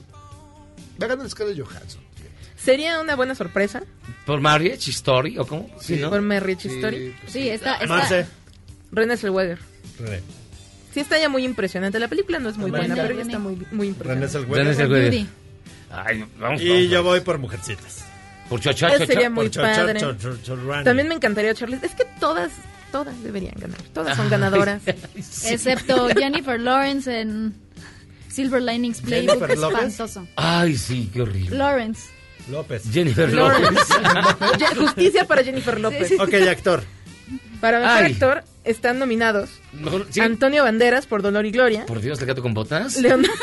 Speaker 8: Va a ganar Scarlett Johansson.
Speaker 6: Sería una buena sorpresa
Speaker 5: ¿Por Marriage Story o cómo? Sí, ¿no?
Speaker 6: por Marriage
Speaker 8: Sí,
Speaker 6: Story.
Speaker 8: pues
Speaker 19: Sí, está...
Speaker 9: Marce.
Speaker 19: está
Speaker 6: René Zellweger.
Speaker 9: René.
Speaker 6: Sí, está ya muy impresionante. La película no es muy
Speaker 19: También
Speaker 6: buena,
Speaker 19: está
Speaker 6: pero ya
Speaker 19: René.
Speaker 6: está muy, muy
Speaker 9: René
Speaker 6: impresionante.
Speaker 9: es el güey.
Speaker 5: René Zellweger.
Speaker 19: Judy.
Speaker 5: Ay, no, vamos,
Speaker 9: Y
Speaker 5: vamos.
Speaker 9: yo voy por Mujercitas.
Speaker 5: Por Cha Cha
Speaker 6: Ese
Speaker 5: Cha Cha.
Speaker 6: sería Muy
Speaker 9: Por Chor- Chor-
Speaker 6: padre.
Speaker 9: Chor- Chor- Chorrani.
Speaker 6: También me encantaría Charlize. Es que todas, todas deberían ganar. Todas son ganadoras.
Speaker 19: Excepto Jennifer Lawrence en Silver Linings Playbook.
Speaker 9: Jennifer Lopez.
Speaker 19: espantoso.
Speaker 5: Ay, sí, qué horrible.
Speaker 19: Lawrence.
Speaker 9: López.
Speaker 5: Jennifer
Speaker 6: Lawrence.
Speaker 5: Lawrence.
Speaker 6: Ya, Justicia para Jennifer López.
Speaker 9: Ok, actor.
Speaker 6: Para mejor
Speaker 5: Ay.
Speaker 6: actor están nominados
Speaker 5: Mejor- sí.
Speaker 6: Antonio Banderas por Dolor y Gloria.
Speaker 5: Por Dios, el gato con botas.
Speaker 6: Leonardo.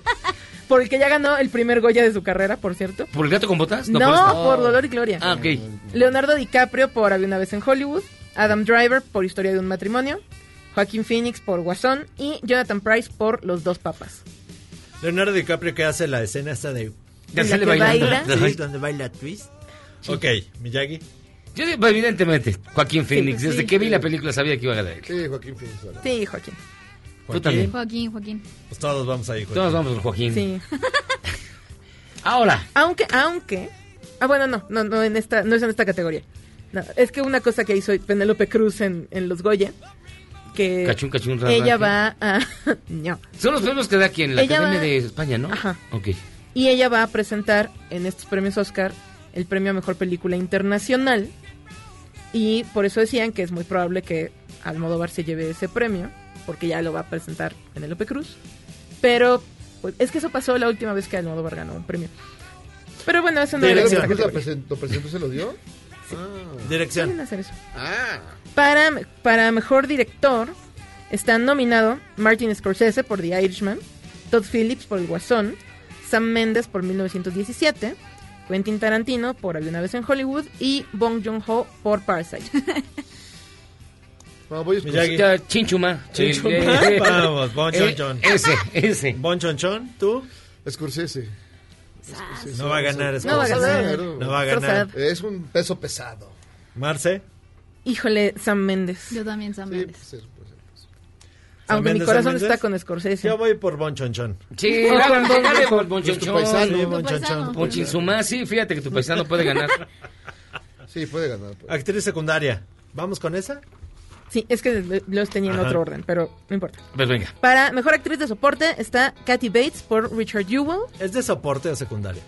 Speaker 6: por el que ya ganó el primer Goya de su carrera, por cierto.
Speaker 5: ¿Por el gato con botas?
Speaker 6: No,
Speaker 5: por esta.
Speaker 6: por Dolor y Gloria.
Speaker 5: Ah, ok.
Speaker 6: Leonardo DiCaprio por Había una vez en Hollywood. Adam Driver por Historia de un matrimonio. Joaquín Phoenix por Guasón. Y Jonathan Price por Los dos papas.
Speaker 9: Leonardo DiCaprio que hace la escena esta de...
Speaker 5: Ya
Speaker 6: la
Speaker 5: sale
Speaker 6: que
Speaker 5: bailando.
Speaker 6: baila.
Speaker 5: Ay.
Speaker 9: Sí, donde baila twist. Ok, Miyagi.
Speaker 5: Yo digo, pues, evidentemente, Joaquín
Speaker 6: pues,
Speaker 5: Phoenix. Desde
Speaker 19: sí.
Speaker 5: que vi la película sabía que iba a ganar él.
Speaker 8: Sí, Joaquín Phoenix. va a ganar.
Speaker 6: Sí, Joaquín.
Speaker 5: Tú
Speaker 9: Joaquín.
Speaker 5: también.
Speaker 19: Joaquín, Joaquín.
Speaker 9: Pues todos vamos ahí, Joaquín.
Speaker 5: Todos vamos con Joaquín.
Speaker 6: Sí.
Speaker 5: Ahora,
Speaker 6: Aunque, aunque. Ah, bueno, no, no, no, en esta, no es en esta categoría. No, es que una cosa que hizo Penélope Cruz en, en Los Goya, que
Speaker 5: Cachún, cachún, ra,
Speaker 6: ella
Speaker 5: ra,
Speaker 6: va a... no.
Speaker 5: son los premios que da aquí en la
Speaker 6: Ella
Speaker 5: Academia
Speaker 6: va-
Speaker 5: de España, ¿no?
Speaker 6: Ajá.
Speaker 5: Ok.
Speaker 6: Y ella va a presentar en estos premios Oscar el premio a Mejor Película Internacional. Y por eso decían que es muy probable que Almodóvar se lleve ese premio, porque ya lo va a presentar Penélope Cruz. Pero pues, es que eso pasó la última vez que Almodóvar ganó un premio. Pero bueno, eso no era
Speaker 8: ¿Penélope
Speaker 6: exacto.
Speaker 8: Cruz la presen- lo presentó, se lo dio?
Speaker 9: Dirección.
Speaker 6: Pueden hacer eso.
Speaker 8: Ah.
Speaker 6: Para, para mejor director están nominado Martin Scorsese por The Irishman, Todd Phillips por El Guasón, Sam Mendes por 1917, Quentin Tarantino por Había una vez en Hollywood y Bong Joon-ho por Parasite.
Speaker 8: No, voy a
Speaker 9: Miyagi.
Speaker 5: Pues Ya, Chinchuma.
Speaker 9: Chinchuma.
Speaker 5: Eh, eh,
Speaker 9: Vamos, Pues, Bon Chon
Speaker 5: eh,
Speaker 9: Chon.
Speaker 5: Ese, ese.
Speaker 9: Bon Chon Chon, tú.
Speaker 8: Scorsese.
Speaker 9: No va a ganar
Speaker 6: No va a ganar.
Speaker 9: No va a ganar.
Speaker 8: Es un peso pesado.
Speaker 9: Marce.
Speaker 6: Híjole, Sam Mendes.
Speaker 19: Yo también, Sam Mendes.
Speaker 6: Aunque mi
Speaker 9: Mendes,
Speaker 6: corazón
Speaker 9: Mendes.
Speaker 6: está con Scorsese.
Speaker 9: Yo voy por Bon Chon Chon.
Speaker 5: Sí,
Speaker 6: O
Speaker 5: dale,
Speaker 6: cuando-
Speaker 5: dale por
Speaker 9: Es tu
Speaker 5: Bonchinchón.
Speaker 9: paisano. Sí,
Speaker 5: Sí,
Speaker 9: Bonchinchón.
Speaker 5: Bonchinzumá, sí, fíjate que tu paisano puede ganar.
Speaker 8: Sí, puede ganar. pues.
Speaker 9: Actriz secundaria. ¿Vamos con esa?
Speaker 6: Sí, es que los tenía en
Speaker 9: Ajá.
Speaker 6: otro orden, pero no importa.
Speaker 5: Pues venga.
Speaker 6: Para mejor actriz de soporte está Kathy Bates por Richard Jewell.
Speaker 9: ¿Es de soporte o secundaria?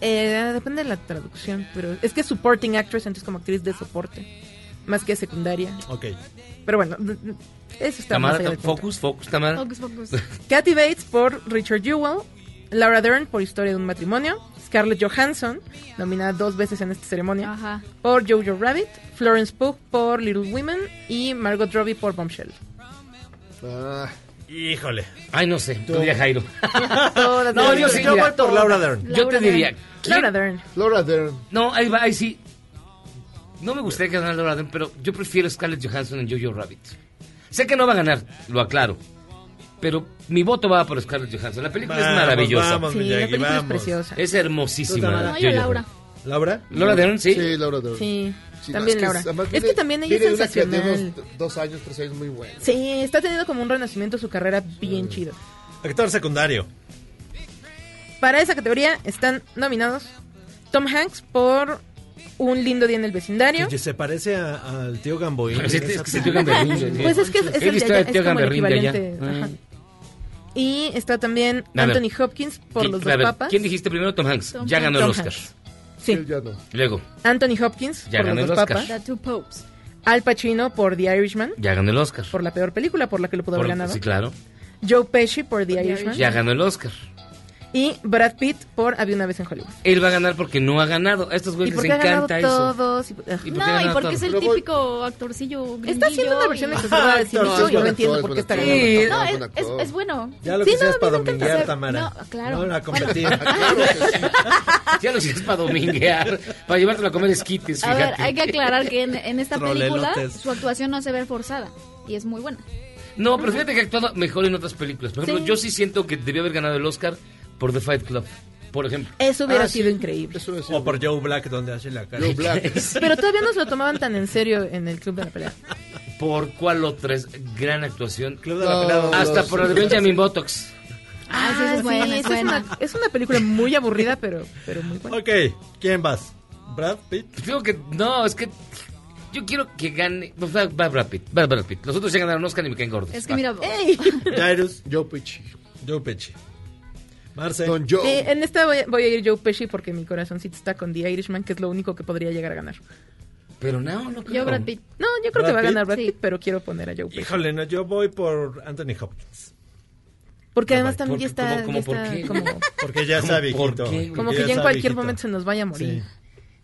Speaker 6: Eh, depende de la traducción, pero es que es supporting actress, entonces como actriz de soporte, más que secundaria.
Speaker 9: Ok.
Speaker 6: Pero bueno, d- d- eso está más
Speaker 5: Tamara,
Speaker 6: allá del
Speaker 5: tam- focus, focus, Tamara.
Speaker 6: punto. Kathy Bates por Richard Jewell, Laura Dern por Historia de un matrimonio, Scarlett Johansson, nominada dos veces en esta ceremonia,
Speaker 19: Ajá.
Speaker 6: por Jojo Rabbit, Florence Pugh por Little Women y Margot Robbie por Bombshell.
Speaker 9: Híjole.
Speaker 5: Ah. Ay, no sé, tú diría Jairo.
Speaker 6: Todas
Speaker 5: No,
Speaker 6: las-
Speaker 5: yo sí
Speaker 9: Yo
Speaker 5: diría-
Speaker 9: voy por Laura Dern.
Speaker 5: Yo te diría.
Speaker 6: Laura Dern.
Speaker 8: Laura Dern.
Speaker 5: No, ahí va, ahí sí. No me gustaría que ganara Laura Dern, pero yo prefiero Scarlett Johansson en Jojo Rabbit. Sé que no va a ganar, lo aclaro. Pero mi voto va por Scarlett Johansson. La película es
Speaker 9: Vamos,
Speaker 5: maravillosa.
Speaker 9: vamos, Sí, Miyagi, la película es vamos.
Speaker 6: preciosa.
Speaker 5: Es hermosísima.
Speaker 19: No,
Speaker 5: Jojo
Speaker 19: yo Laura.
Speaker 5: Rabbit.
Speaker 9: ¿Laura?
Speaker 5: Laura Dern, sí.
Speaker 8: Sí, Laura Dern.
Speaker 6: Sí,
Speaker 8: Sí,
Speaker 6: también
Speaker 8: es que
Speaker 6: Laura.
Speaker 8: es- además
Speaker 6: es
Speaker 8: tiene-
Speaker 6: que también ella es
Speaker 8: tiene una que
Speaker 6: sensacional.
Speaker 8: tiene unos dos años, tres años muy buenos.
Speaker 6: Sí, está teniendo como un renacimiento su carrera
Speaker 5: Mm.
Speaker 6: bien chido.
Speaker 9: Actor secundario.
Speaker 6: Para esa categoría están nominados Tom Hanks por Un lindo día en el vecindario.
Speaker 9: Oye, se parece a- al tío Gamboín.
Speaker 5: Sí, es que es el tío Gamboín, sí.
Speaker 6: Pues es que es, es
Speaker 5: He
Speaker 6: el de
Speaker 5: visto
Speaker 6: allá,
Speaker 5: al
Speaker 6: es
Speaker 5: tío
Speaker 6: como el
Speaker 5: Gamberrín de allá.
Speaker 6: equivalente. ajá. Y está también
Speaker 5: A ver.
Speaker 6: Anthony Hopkins por
Speaker 5: ¿Qui-
Speaker 6: Los dos
Speaker 5: a ver,
Speaker 6: papas.
Speaker 5: ¿Quién dijiste primero? Tom Hanks.
Speaker 6: Tom
Speaker 5: ya
Speaker 6: Hanks.
Speaker 5: ganó el
Speaker 6: Tom
Speaker 5: Oscar.
Speaker 6: Hanks. Sí,
Speaker 5: Luego,
Speaker 6: Anthony Hopkins
Speaker 5: Ya
Speaker 6: por
Speaker 5: ganó
Speaker 6: Los
Speaker 5: el
Speaker 6: dos
Speaker 5: Oscar.
Speaker 6: papas.
Speaker 19: The Two Popes.
Speaker 6: Al Pacino por The Irishman,
Speaker 5: ya ganó el Oscar.
Speaker 6: por la peor película por la que lo pudo haber
Speaker 5: Por-
Speaker 6: ganado.
Speaker 5: sí, claro.
Speaker 6: Joe Pesci por The Irishman.
Speaker 5: Ya ganó el Oscar.
Speaker 6: Y Brad Pitt por Había una vez en Hollywood.
Speaker 5: Él va a ganar porque no ha ganado. A estos
Speaker 6: Y
Speaker 5: güeyes les
Speaker 6: porque ha ganado
Speaker 5: encanta eso.
Speaker 6: todos. y-
Speaker 5: ¿Y por qué
Speaker 19: No, y
Speaker 5: ganó
Speaker 19: porque
Speaker 5: todo?
Speaker 19: es el
Speaker 5: Luego-
Speaker 19: típico actorcillo
Speaker 6: Está haciendo una versión exagerada de sí
Speaker 9: Actor,
Speaker 6: mismo
Speaker 9: sí,
Speaker 6: y
Speaker 9: es
Speaker 6: yo
Speaker 9: buen
Speaker 6: no entiendo
Speaker 9: actor,
Speaker 6: por qué
Speaker 9: es
Speaker 6: está
Speaker 9: buen
Speaker 6: ganando.
Speaker 9: actor. Sí, es buen
Speaker 19: No, es, es,
Speaker 9: actor.
Speaker 19: es bueno.
Speaker 9: Ya lo que
Speaker 19: Sí,
Speaker 9: sea es
Speaker 19: no, a mí
Speaker 9: para
Speaker 19: me encanta
Speaker 9: dominguear,
Speaker 19: hacer-
Speaker 9: Tamara.
Speaker 19: No, claro.
Speaker 9: No, la
Speaker 19: Bueno,
Speaker 9: competir.
Speaker 5: Ya lo hiciste para dominguear. Para llevártelo a comer esquites,
Speaker 19: a
Speaker 5: fíjate.
Speaker 19: ver, hay que aclarar que en, en esta película
Speaker 5: Trolelotes.
Speaker 19: su actuación no se ve forzada y es muy buena.
Speaker 5: No, pero fíjate que ha actuado mejor en otras películas. Por ejemplo,
Speaker 19: Sí.
Speaker 5: yo sí siento que debió haber ganado el Oscar por The Fight Club. Por ejemplo.
Speaker 6: Eso Ah, hubiera sido increíble.
Speaker 9: O por Joe Black, donde hace la cara.
Speaker 5: Joe Black.
Speaker 6: Pero todavía no se lo tomaban tan en serio en el club de la pelea.
Speaker 5: ¿Por cuál otra es gran actuación?
Speaker 9: de la Pelea dos.
Speaker 5: Hasta por la de Benjamin Botox.
Speaker 6: Ah, sí,
Speaker 19: es buena, es
Speaker 6: esa
Speaker 19: buena.
Speaker 6: una, es una película muy aburrida, pero, pero muy buena.
Speaker 9: Ok, ¿quién vas? ¿Brad Pitt?
Speaker 5: Digo que no, es que yo quiero que gane. pues, Va, va Brad Pitt, va Brad Pitt. Los otros ya ganaron Oscar y me caen gordos.
Speaker 19: Es que
Speaker 5: Va.
Speaker 19: mira,
Speaker 9: Jairus.
Speaker 8: Joe Pesci.
Speaker 9: Joe Pesci. Marce.
Speaker 8: Don Joe.
Speaker 6: Sí, eh, en esta voy, voy a ir Joe Pesci porque mi corazoncito está con The Irishman, que es lo único que podría llegar a ganar.
Speaker 5: Pero no, no creo.
Speaker 19: yo Brad Pitt.
Speaker 6: No, yo creo que
Speaker 9: ¿Brad
Speaker 6: va a
Speaker 9: Pitt?
Speaker 6: ganar Brad
Speaker 19: Sí.
Speaker 6: Pitt, pero quiero poner a Joe Pesci.
Speaker 9: Híjole, no, yo voy por Anthony Hopkins.
Speaker 6: Porque además
Speaker 9: ¿por-
Speaker 6: también ya está,
Speaker 5: cómo- cómo
Speaker 6: ya
Speaker 5: por
Speaker 6: está
Speaker 5: qué?
Speaker 6: como,
Speaker 9: Porque ya
Speaker 5: ¿Cómo
Speaker 9: está
Speaker 5: por
Speaker 9: viejito.
Speaker 5: qué, güey?
Speaker 6: como que ya en
Speaker 9: está
Speaker 6: cualquier
Speaker 9: viejito.
Speaker 6: momento se nos vaya a morir.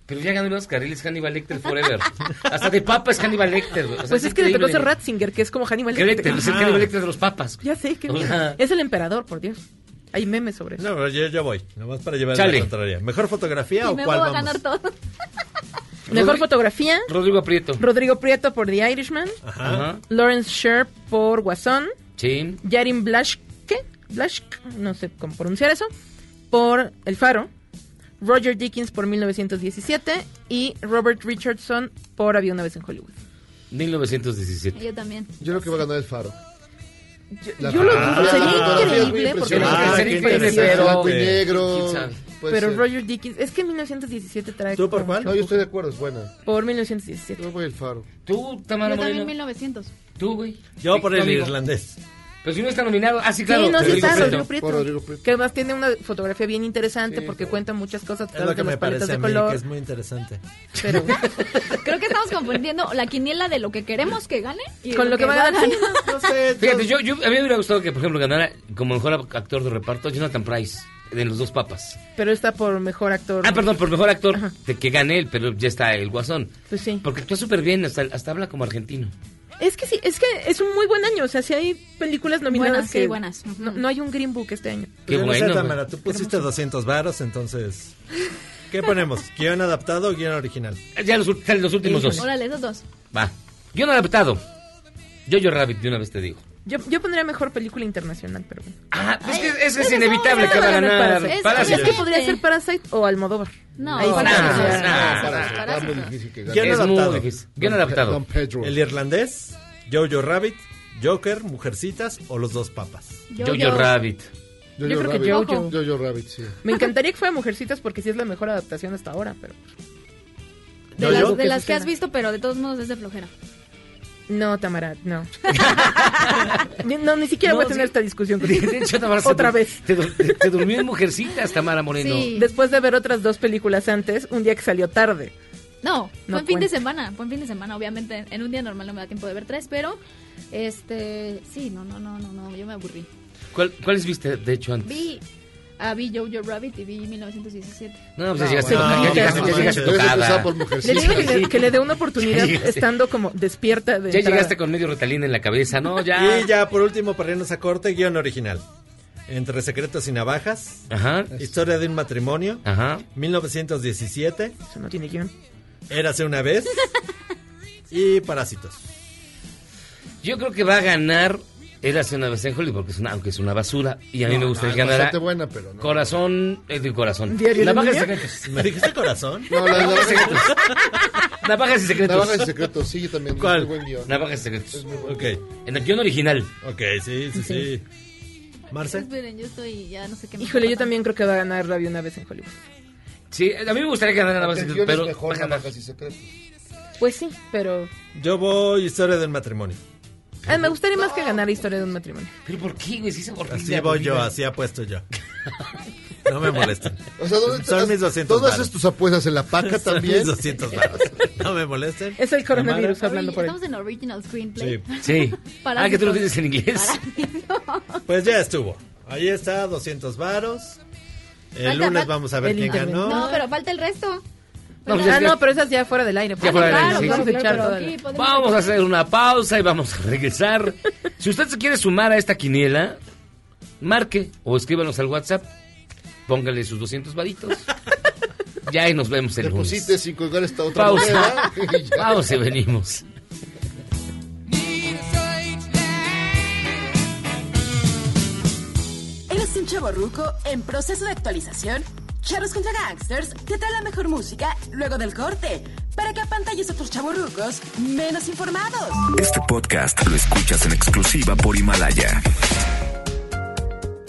Speaker 5: Pero ya ganó el Oscar, él es Hannibal Lecter Forever. Hasta de papa es Hannibal Lecter. güey. O sea,
Speaker 6: Pues es que le tocó
Speaker 5: increíble.
Speaker 6: ser Ratzinger, que es como Hannibal
Speaker 5: Que Lecter, es el
Speaker 9: Ajá.
Speaker 5: Hannibal Lecter de los papas. güey.
Speaker 6: Ya sé, que
Speaker 5: O sea.
Speaker 6: es el emperador, por Dios. Hay memes sobre eso.
Speaker 9: No, pero yo, yo voy, nomás para llevar
Speaker 5: Chale.
Speaker 9: la contraria. ¿Mejor fotografía
Speaker 19: Y
Speaker 9: o
Speaker 19: me voy
Speaker 9: cuál
Speaker 19: a
Speaker 9: vamos?
Speaker 19: ganar todo.
Speaker 6: Mejor fotografía,
Speaker 5: Rodrigo Aprieto.
Speaker 6: Rodrigo Prieto por The Irishman,
Speaker 5: Ajá.
Speaker 6: Lawrence Sher por Guasón,
Speaker 5: Sí.
Speaker 6: Yarin Blashke, Blashk, no sé cómo pronunciar eso, por El Faro, Roger Dickens por 1917 y Robert Richardson por Había una vez en Hollywood.
Speaker 5: 1917.
Speaker 19: Yo también.
Speaker 8: Yo creo que va a ganar el faro. La-
Speaker 6: yo lo dudo,
Speaker 8: Ah,
Speaker 6: sería
Speaker 8: la fotografía es muy
Speaker 6: increíble, porque-
Speaker 8: impresionante.
Speaker 9: Ah,
Speaker 5: Sería
Speaker 9: qué
Speaker 5: increíble,
Speaker 9: interesante.
Speaker 5: pero-
Speaker 8: Blanco y
Speaker 9: Sí.
Speaker 8: negro. pues,
Speaker 5: ¿Quién sabe?
Speaker 8: puede
Speaker 6: pero
Speaker 8: ser.
Speaker 6: Roger Dickens, es que 1917 trae...
Speaker 9: ¿Tú por
Speaker 6: como
Speaker 9: cuál?
Speaker 6: mucho
Speaker 8: No, yo
Speaker 6: empuje.
Speaker 8: estoy de acuerdo, es buena.
Speaker 6: Por 1917.
Speaker 8: Yo voy el faro.
Speaker 5: Tú, Tamara
Speaker 19: Yo también
Speaker 5: Moreno.
Speaker 19: 1900.
Speaker 5: Tú, güey.
Speaker 9: Yo por el
Speaker 5: Conmigo.
Speaker 9: irlandés.
Speaker 5: Pero si no está nominado. Ah, sí,
Speaker 6: Sí,
Speaker 5: claro.
Speaker 6: no, sí
Speaker 5: Rodrigo
Speaker 6: está
Speaker 5: Prieto.
Speaker 6: Rodrigo Prieto.
Speaker 8: Por Rodrigo Prieto.
Speaker 6: Que además tiene una fotografía bien interesante
Speaker 8: Sí,
Speaker 6: porque
Speaker 8: está
Speaker 6: cuenta muchas cosas a
Speaker 9: Es lo
Speaker 6: través
Speaker 9: que
Speaker 6: de
Speaker 9: me
Speaker 6: las paletas
Speaker 9: parece a
Speaker 6: de
Speaker 9: mí,
Speaker 6: color.
Speaker 9: que es muy interesante.
Speaker 6: Pero
Speaker 19: Creo que estamos confundiendo la quiniela de lo que queremos que gane y
Speaker 6: con lo que va a ganar.
Speaker 9: No sé,
Speaker 5: Fíjate, yo, yo- a mí me hubiera gustado que, por ejemplo, ganara como mejor actor de reparto Jonathan Price. en los dos papas.
Speaker 6: Pero está por mejor actor.
Speaker 5: Ah, perdón, por mejor actor de que gane él, pero ya está el guasón.
Speaker 6: Pues sí.
Speaker 5: Porque actúa súper bien, hasta, hasta habla como argentino.
Speaker 6: Es que sí, es que es un muy buen año. O sea, si hay películas nominadas
Speaker 19: Buenas, sí,
Speaker 6: que.
Speaker 19: buenas.
Speaker 6: No, no hay un Green Book este año.
Speaker 9: Pues Yo no sé,
Speaker 7: bueno,
Speaker 9: Tamara,
Speaker 7: güey.
Speaker 9: tú pusiste 200 varos, entonces. ¿Qué ponemos? ¿Guión adaptado o guión original?
Speaker 5: Eh, Ya los, últimos dos.
Speaker 19: Órale, esos dos.
Speaker 8: Ah,
Speaker 5: Va. Guión adaptado. Yo, yo, Rabbit, de una vez te digo.
Speaker 6: Yo, yo pondría mejor película internacional, pero bueno.
Speaker 5: Ah, es que ese es inevitable que va a ganar.
Speaker 6: Parasite.
Speaker 5: Parásito.
Speaker 6: Es que podría ser Parasite o Almodóvar.
Speaker 19: No,
Speaker 6: Ahí sí
Speaker 5: Parásito,
Speaker 8: ah,
Speaker 6: podría ser.
Speaker 5: Parásito,
Speaker 6: Parásito.
Speaker 5: Parásito.
Speaker 8: Está ah, muy difícil que
Speaker 9: Guión
Speaker 8: gane.
Speaker 5: Es muy
Speaker 9: adaptado.
Speaker 5: difícil. ah. Guión Don Pe- adaptado. Don Pedro.
Speaker 9: El irlandés, Jojo Rabbit, Joker, Mujercitas o Los Dos Papas.
Speaker 5: Jojo Jojo. Rabbit.
Speaker 8: Yo,
Speaker 6: Yo
Speaker 8: yo,
Speaker 6: creo que
Speaker 8: Rabbit.
Speaker 6: Jojo.
Speaker 8: Yo, yo, Rabbit, sí.
Speaker 6: Me encantaría que fuera Mujercitas porque sí es la mejor adaptación hasta ahora, pero.
Speaker 19: De, las, de las que has visto, pero de todos modos es de flojera.
Speaker 6: No, Tamara, no. Ni- no, ni siquiera
Speaker 5: No,
Speaker 6: voy a tener
Speaker 5: sí.
Speaker 6: esta discusión
Speaker 5: De
Speaker 6: contigo.
Speaker 5: hecho, Tamara, se
Speaker 6: Otra
Speaker 5: dur-
Speaker 6: vez.
Speaker 5: Te, dur- te- te durmió en Mujercitas, Tamara Moreno.
Speaker 6: Después de ver otras dos películas antes, un día que salió tarde.
Speaker 19: No,
Speaker 6: No pues.
Speaker 19: buen fin de
Speaker 6: cuenta.
Speaker 19: semana, buen fin de semana, obviamente. En un día normal no me da tiempo de ver tres, pero este, sí, no, no, no, no, no, yo me aburrí.
Speaker 5: ¿Cuál- ¿Cuáles viste, de hecho, antes?
Speaker 19: Vi, ah, vi Jojo Rabbit y vi 1917.
Speaker 5: No, pues ya
Speaker 19: No,
Speaker 6: Ah,
Speaker 5: llegaste
Speaker 19: bueno.
Speaker 5: tocada, ya
Speaker 19: No,
Speaker 5: llegaste-
Speaker 19: no
Speaker 5: ya llegaste
Speaker 19: manches.
Speaker 5: tocada.
Speaker 19: Debes empezar por
Speaker 6: Le digo que le,
Speaker 5: Sí.
Speaker 6: que le dé una oportunidad
Speaker 5: Ya llegaste.
Speaker 6: estando como despierta de
Speaker 5: Ya
Speaker 6: entrada.
Speaker 5: llegaste con medio retalín en la cabeza, ¿no? Ya.
Speaker 9: Y ya por último, para irnos a corte, guión original. Entre secretos y navajas.
Speaker 5: Ajá.
Speaker 9: Historia de un matrimonio.
Speaker 5: Ajá.
Speaker 9: 1917.
Speaker 6: Eso no tiene guión.
Speaker 9: Érase una vez. y Parásitos.
Speaker 5: Yo creo que va a ganar Érase una vez en Hollywood, porque es una, aunque es una basura. Y a mí
Speaker 8: No,
Speaker 5: me gusta
Speaker 8: no,
Speaker 5: que
Speaker 8: es
Speaker 5: ganara.
Speaker 8: bastante buena, pero no.
Speaker 5: Corazón, es del corazón.
Speaker 8: ¿Diario de
Speaker 5: Navajas y
Speaker 8: niña?
Speaker 5: secretos.
Speaker 9: ¿Me dijiste corazón?
Speaker 8: No, la- la-
Speaker 5: Navajas y secretos. Navajas y secretos.
Speaker 8: Navajas y secretos, sí, yo también.
Speaker 5: ¿Cuál?
Speaker 8: Muy buen guión.
Speaker 5: Navajas y secretos.
Speaker 8: Es muy bueno.
Speaker 9: Ok.
Speaker 5: En el guión original.
Speaker 9: Ok, sí, sí, sí. Marce.
Speaker 19: Esperen, yo estoy ya no sé qué me
Speaker 6: Híjole,
Speaker 19: está
Speaker 6: yo también creo que va a ganar Rabia una vez en Hollywood.
Speaker 5: Sí, a mí me gustaría que ganara Navajas y
Speaker 8: Atención, es
Speaker 5: secretos, pero.
Speaker 8: mejor
Speaker 5: va a ganar.
Speaker 8: Navajas y secretos.
Speaker 6: Pues sí, pero.
Speaker 9: Yo voy historia del matrimonio.
Speaker 6: Ah, me gustaría más que ganara Historia de un matrimonio.
Speaker 5: ¿Pero por qué, güey? Si es horrible.
Speaker 9: Así voy yo, así apuesto yo. No me molesten.
Speaker 8: O sea, ¿dónde
Speaker 9: Son
Speaker 8: estás?
Speaker 9: mis 200
Speaker 8: ¿Todas
Speaker 9: varos.
Speaker 8: tus apuestas en la paca
Speaker 9: Son
Speaker 8: también?
Speaker 9: mis 200 varos. No me molesten.
Speaker 6: Es el coronavirus
Speaker 19: pasando.
Speaker 6: hablando por él.
Speaker 19: Estamos en original screenplay.
Speaker 9: Sí.
Speaker 5: Sí.
Speaker 19: Parásitos.
Speaker 5: Ah, que tú lo tienes en inglés.
Speaker 9: Pues ya estuvo. Ahí está, 200 varos. El
Speaker 19: Falta,
Speaker 9: lunes
Speaker 19: falta.
Speaker 9: vamos a ver
Speaker 6: El
Speaker 9: quién
Speaker 6: internet.
Speaker 9: ganó.
Speaker 19: No, pero falta el resto.
Speaker 5: No, pues
Speaker 6: ah,
Speaker 5: es que-
Speaker 6: no, pero esas ya fuera del aire.
Speaker 5: Ya fuera del aire, sí.
Speaker 6: Vamos a echar
Speaker 19: Claro,
Speaker 6: toda
Speaker 19: aquí
Speaker 6: la-
Speaker 19: podemos-
Speaker 5: Vamos a hacer una pausa y vamos a regresar. Si usted se quiere sumar a esta quiniela, marque o escríbanos al WhatsApp. Póngale sus 200 varitos. Ya ahí nos vemos el lunes.
Speaker 8: Deposite sin colgar esta otra
Speaker 5: Pausa.
Speaker 8: moneda y ya.
Speaker 5: Pausa y venimos.
Speaker 18: ¿Eres un chavo ruco en proceso de actualización? Charros contra Gangsters te trae la mejor música luego del corte para que apantalles a tus chavos rucos menos informados.
Speaker 11: Este podcast lo escuchas en exclusiva por Himalaya.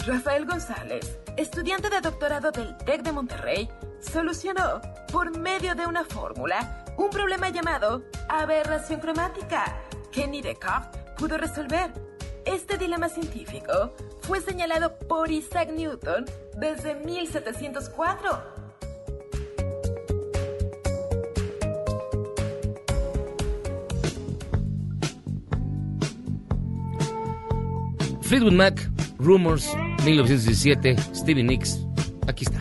Speaker 1: Rafael González, estudiante de doctorado del TEC de Monterrey, solucionó, por medio de una fórmula, un problema llamado aberración cromática, que Niedekov pudo resolver. Este dilema científico fue señalado por Isaac Newton desde 1704.
Speaker 5: Fleetwood Mac, Rumors, 1917, Stevie Nicks. Aquí está.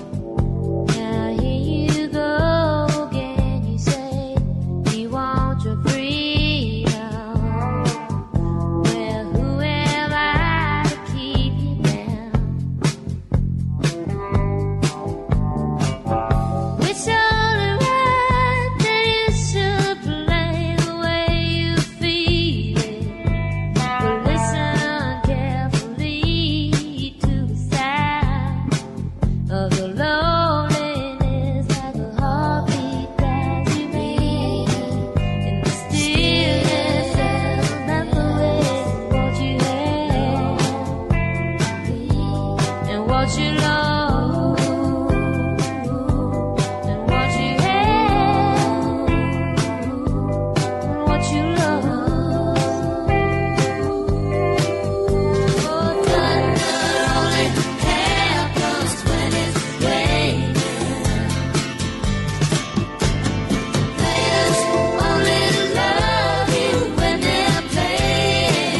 Speaker 12: Now here you go again. You say you want your freedom. Well, who am I to keep you down? It's only right that you should play the way you feel it. But listen carefully to the sound of your loneliness like a heartbeat drives you me in the stillness of not the way what you have and what you love and what you have and what you love oh thunder only happens when it's raining. Players only love you when they're playing.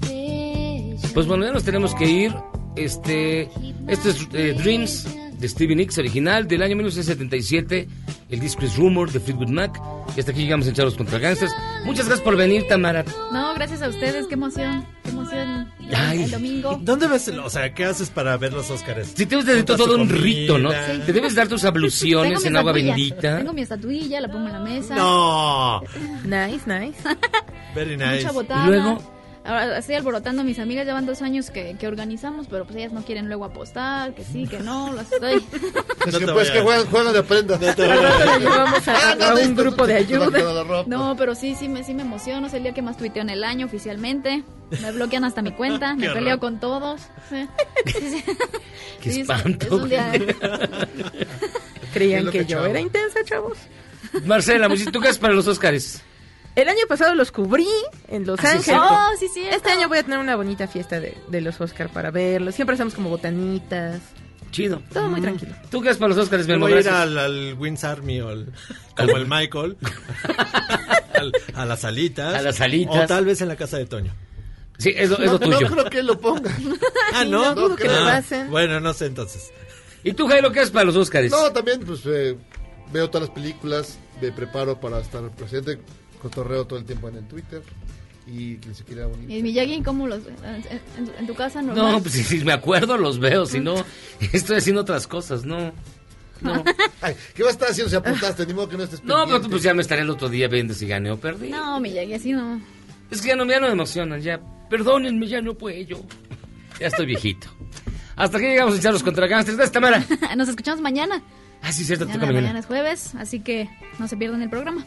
Speaker 5: Pues bueno, ya nos tenemos que ir. Este, este es eh, Dreams de Stevie Nicks, original del año 1977. El disco es Rumor de Fleetwood Mac. Y hasta aquí llegamos en Charlos contra Gangsters. Muchas gracias por venir, Tamara.
Speaker 19: No, gracias a ustedes, qué emoción, qué emoción.
Speaker 5: Ay.
Speaker 19: El domingo.
Speaker 9: ¿Dónde ves, el- o sea, qué haces para ver los Óscares?
Speaker 5: Si te debes dar todo un rito, ¿no? Te debes dar tus
Speaker 19: Tengo
Speaker 5: abluciones
Speaker 19: mi
Speaker 5: en agua
Speaker 19: estatuilla,
Speaker 5: bendita.
Speaker 19: Tengo mi estatuilla, la pongo en la mesa.
Speaker 9: No.
Speaker 6: Nice, nice.
Speaker 9: Very
Speaker 19: Mucha botada. Ahora estoy alborotando a mis amigas, ya van dos años que, que organizamos, pero pues ellas no quieren luego apostar, que sí, que no, las estoy.
Speaker 8: Es
Speaker 9: No
Speaker 8: que,
Speaker 9: te
Speaker 8: pues,
Speaker 9: vayas.
Speaker 8: que juegan, juegan de prenda.
Speaker 6: Al rato la llevamos
Speaker 8: Ah,
Speaker 6: a, a un grupo de ayuda.
Speaker 19: No, pero sí, sí me, sí me emociono, es el día que más tuiteo en el año oficialmente. Me bloquean hasta mi cuenta,
Speaker 5: Qué
Speaker 19: me
Speaker 5: horror.
Speaker 19: peleo con todos. Sí, sí.
Speaker 5: Qué
Speaker 19: Sí, es-
Speaker 5: espanto.
Speaker 19: es un día-
Speaker 6: Creían
Speaker 5: Qué
Speaker 6: que
Speaker 5: loca
Speaker 6: yo
Speaker 5: chava.
Speaker 6: era intensa, chavos.
Speaker 5: Marcela, muchis- ¿tú qué haces para los Óscares?
Speaker 6: El año pasado los cubrí en Los
Speaker 5: Ah, sí,
Speaker 6: Ángeles.
Speaker 5: cierto. Oh,
Speaker 6: Este año voy a tener una bonita fiesta de, de los Oscar para verlos. Siempre hacemos como botanitas.
Speaker 5: Chido.
Speaker 6: Todo muy tranquilo.
Speaker 5: ¿Tú qué haces para los Óscares, mi
Speaker 9: Yo
Speaker 5: amor?
Speaker 9: voy a ir
Speaker 5: Gracias.
Speaker 9: al, al Wins Army o al- como el Michael. al- a las alitas. A las
Speaker 5: alitas.
Speaker 9: O tal vez en la casa de Toño.
Speaker 5: Sí, es lo, es lo
Speaker 8: No, no
Speaker 5: tuyo.
Speaker 8: creo que lo pongan.
Speaker 9: Ah, ¿no?
Speaker 8: No creo.
Speaker 9: Ah, Bueno, no sé entonces.
Speaker 5: ¿Y tú, Jairo, qué haces para los Óscares?
Speaker 8: No, también, pues, eh, veo todas las películas, me preparo para estar presente, cotorreo todo el tiempo en el Twitter y quien se quiera unir.
Speaker 19: ¿Y Miyagi cómo los en, en- en tu casa normal?
Speaker 5: No, pues si, si me acuerdo los veo, si no, estoy haciendo otras cosas, no. No,
Speaker 8: Ay, ¿Qué vas a estar haciendo si apuntaste? Ni modo que no estés
Speaker 5: no pero
Speaker 8: pendiente.
Speaker 5: tú, pues ya me estaré el otro día viendo si gané o perdí.
Speaker 19: No, Miyagi, así no.
Speaker 5: Es que ya no, ya no me emocionan, ya. Perdónenme, ya no puedo yo. Ya estoy viejito. Hasta aquí llegamos a echarlos contra gangsters. Gracias, Tamara.
Speaker 19: Nos escuchamos mañana.
Speaker 5: Ah, sí, cierto,
Speaker 19: Mañana,
Speaker 5: toca mañana.
Speaker 19: mañana es jueves, así que no se pierdan el programa.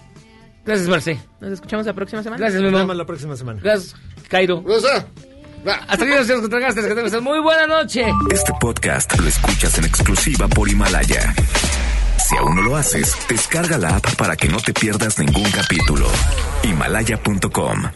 Speaker 5: Gracias, Marce.
Speaker 6: Nos escuchamos la próxima semana.
Speaker 5: Gracias, mi mamá.
Speaker 9: la próxima semana.
Speaker 5: Gracias, Cairo. Hasta aquí llegamos a echarlos contra gangsters. Que tengas muy buena noche.
Speaker 11: Este podcast lo escuchas en exclusiva por Himalaya. Si aún no lo haces, descarga la app para que no te pierdas ningún capítulo. Himalaya.com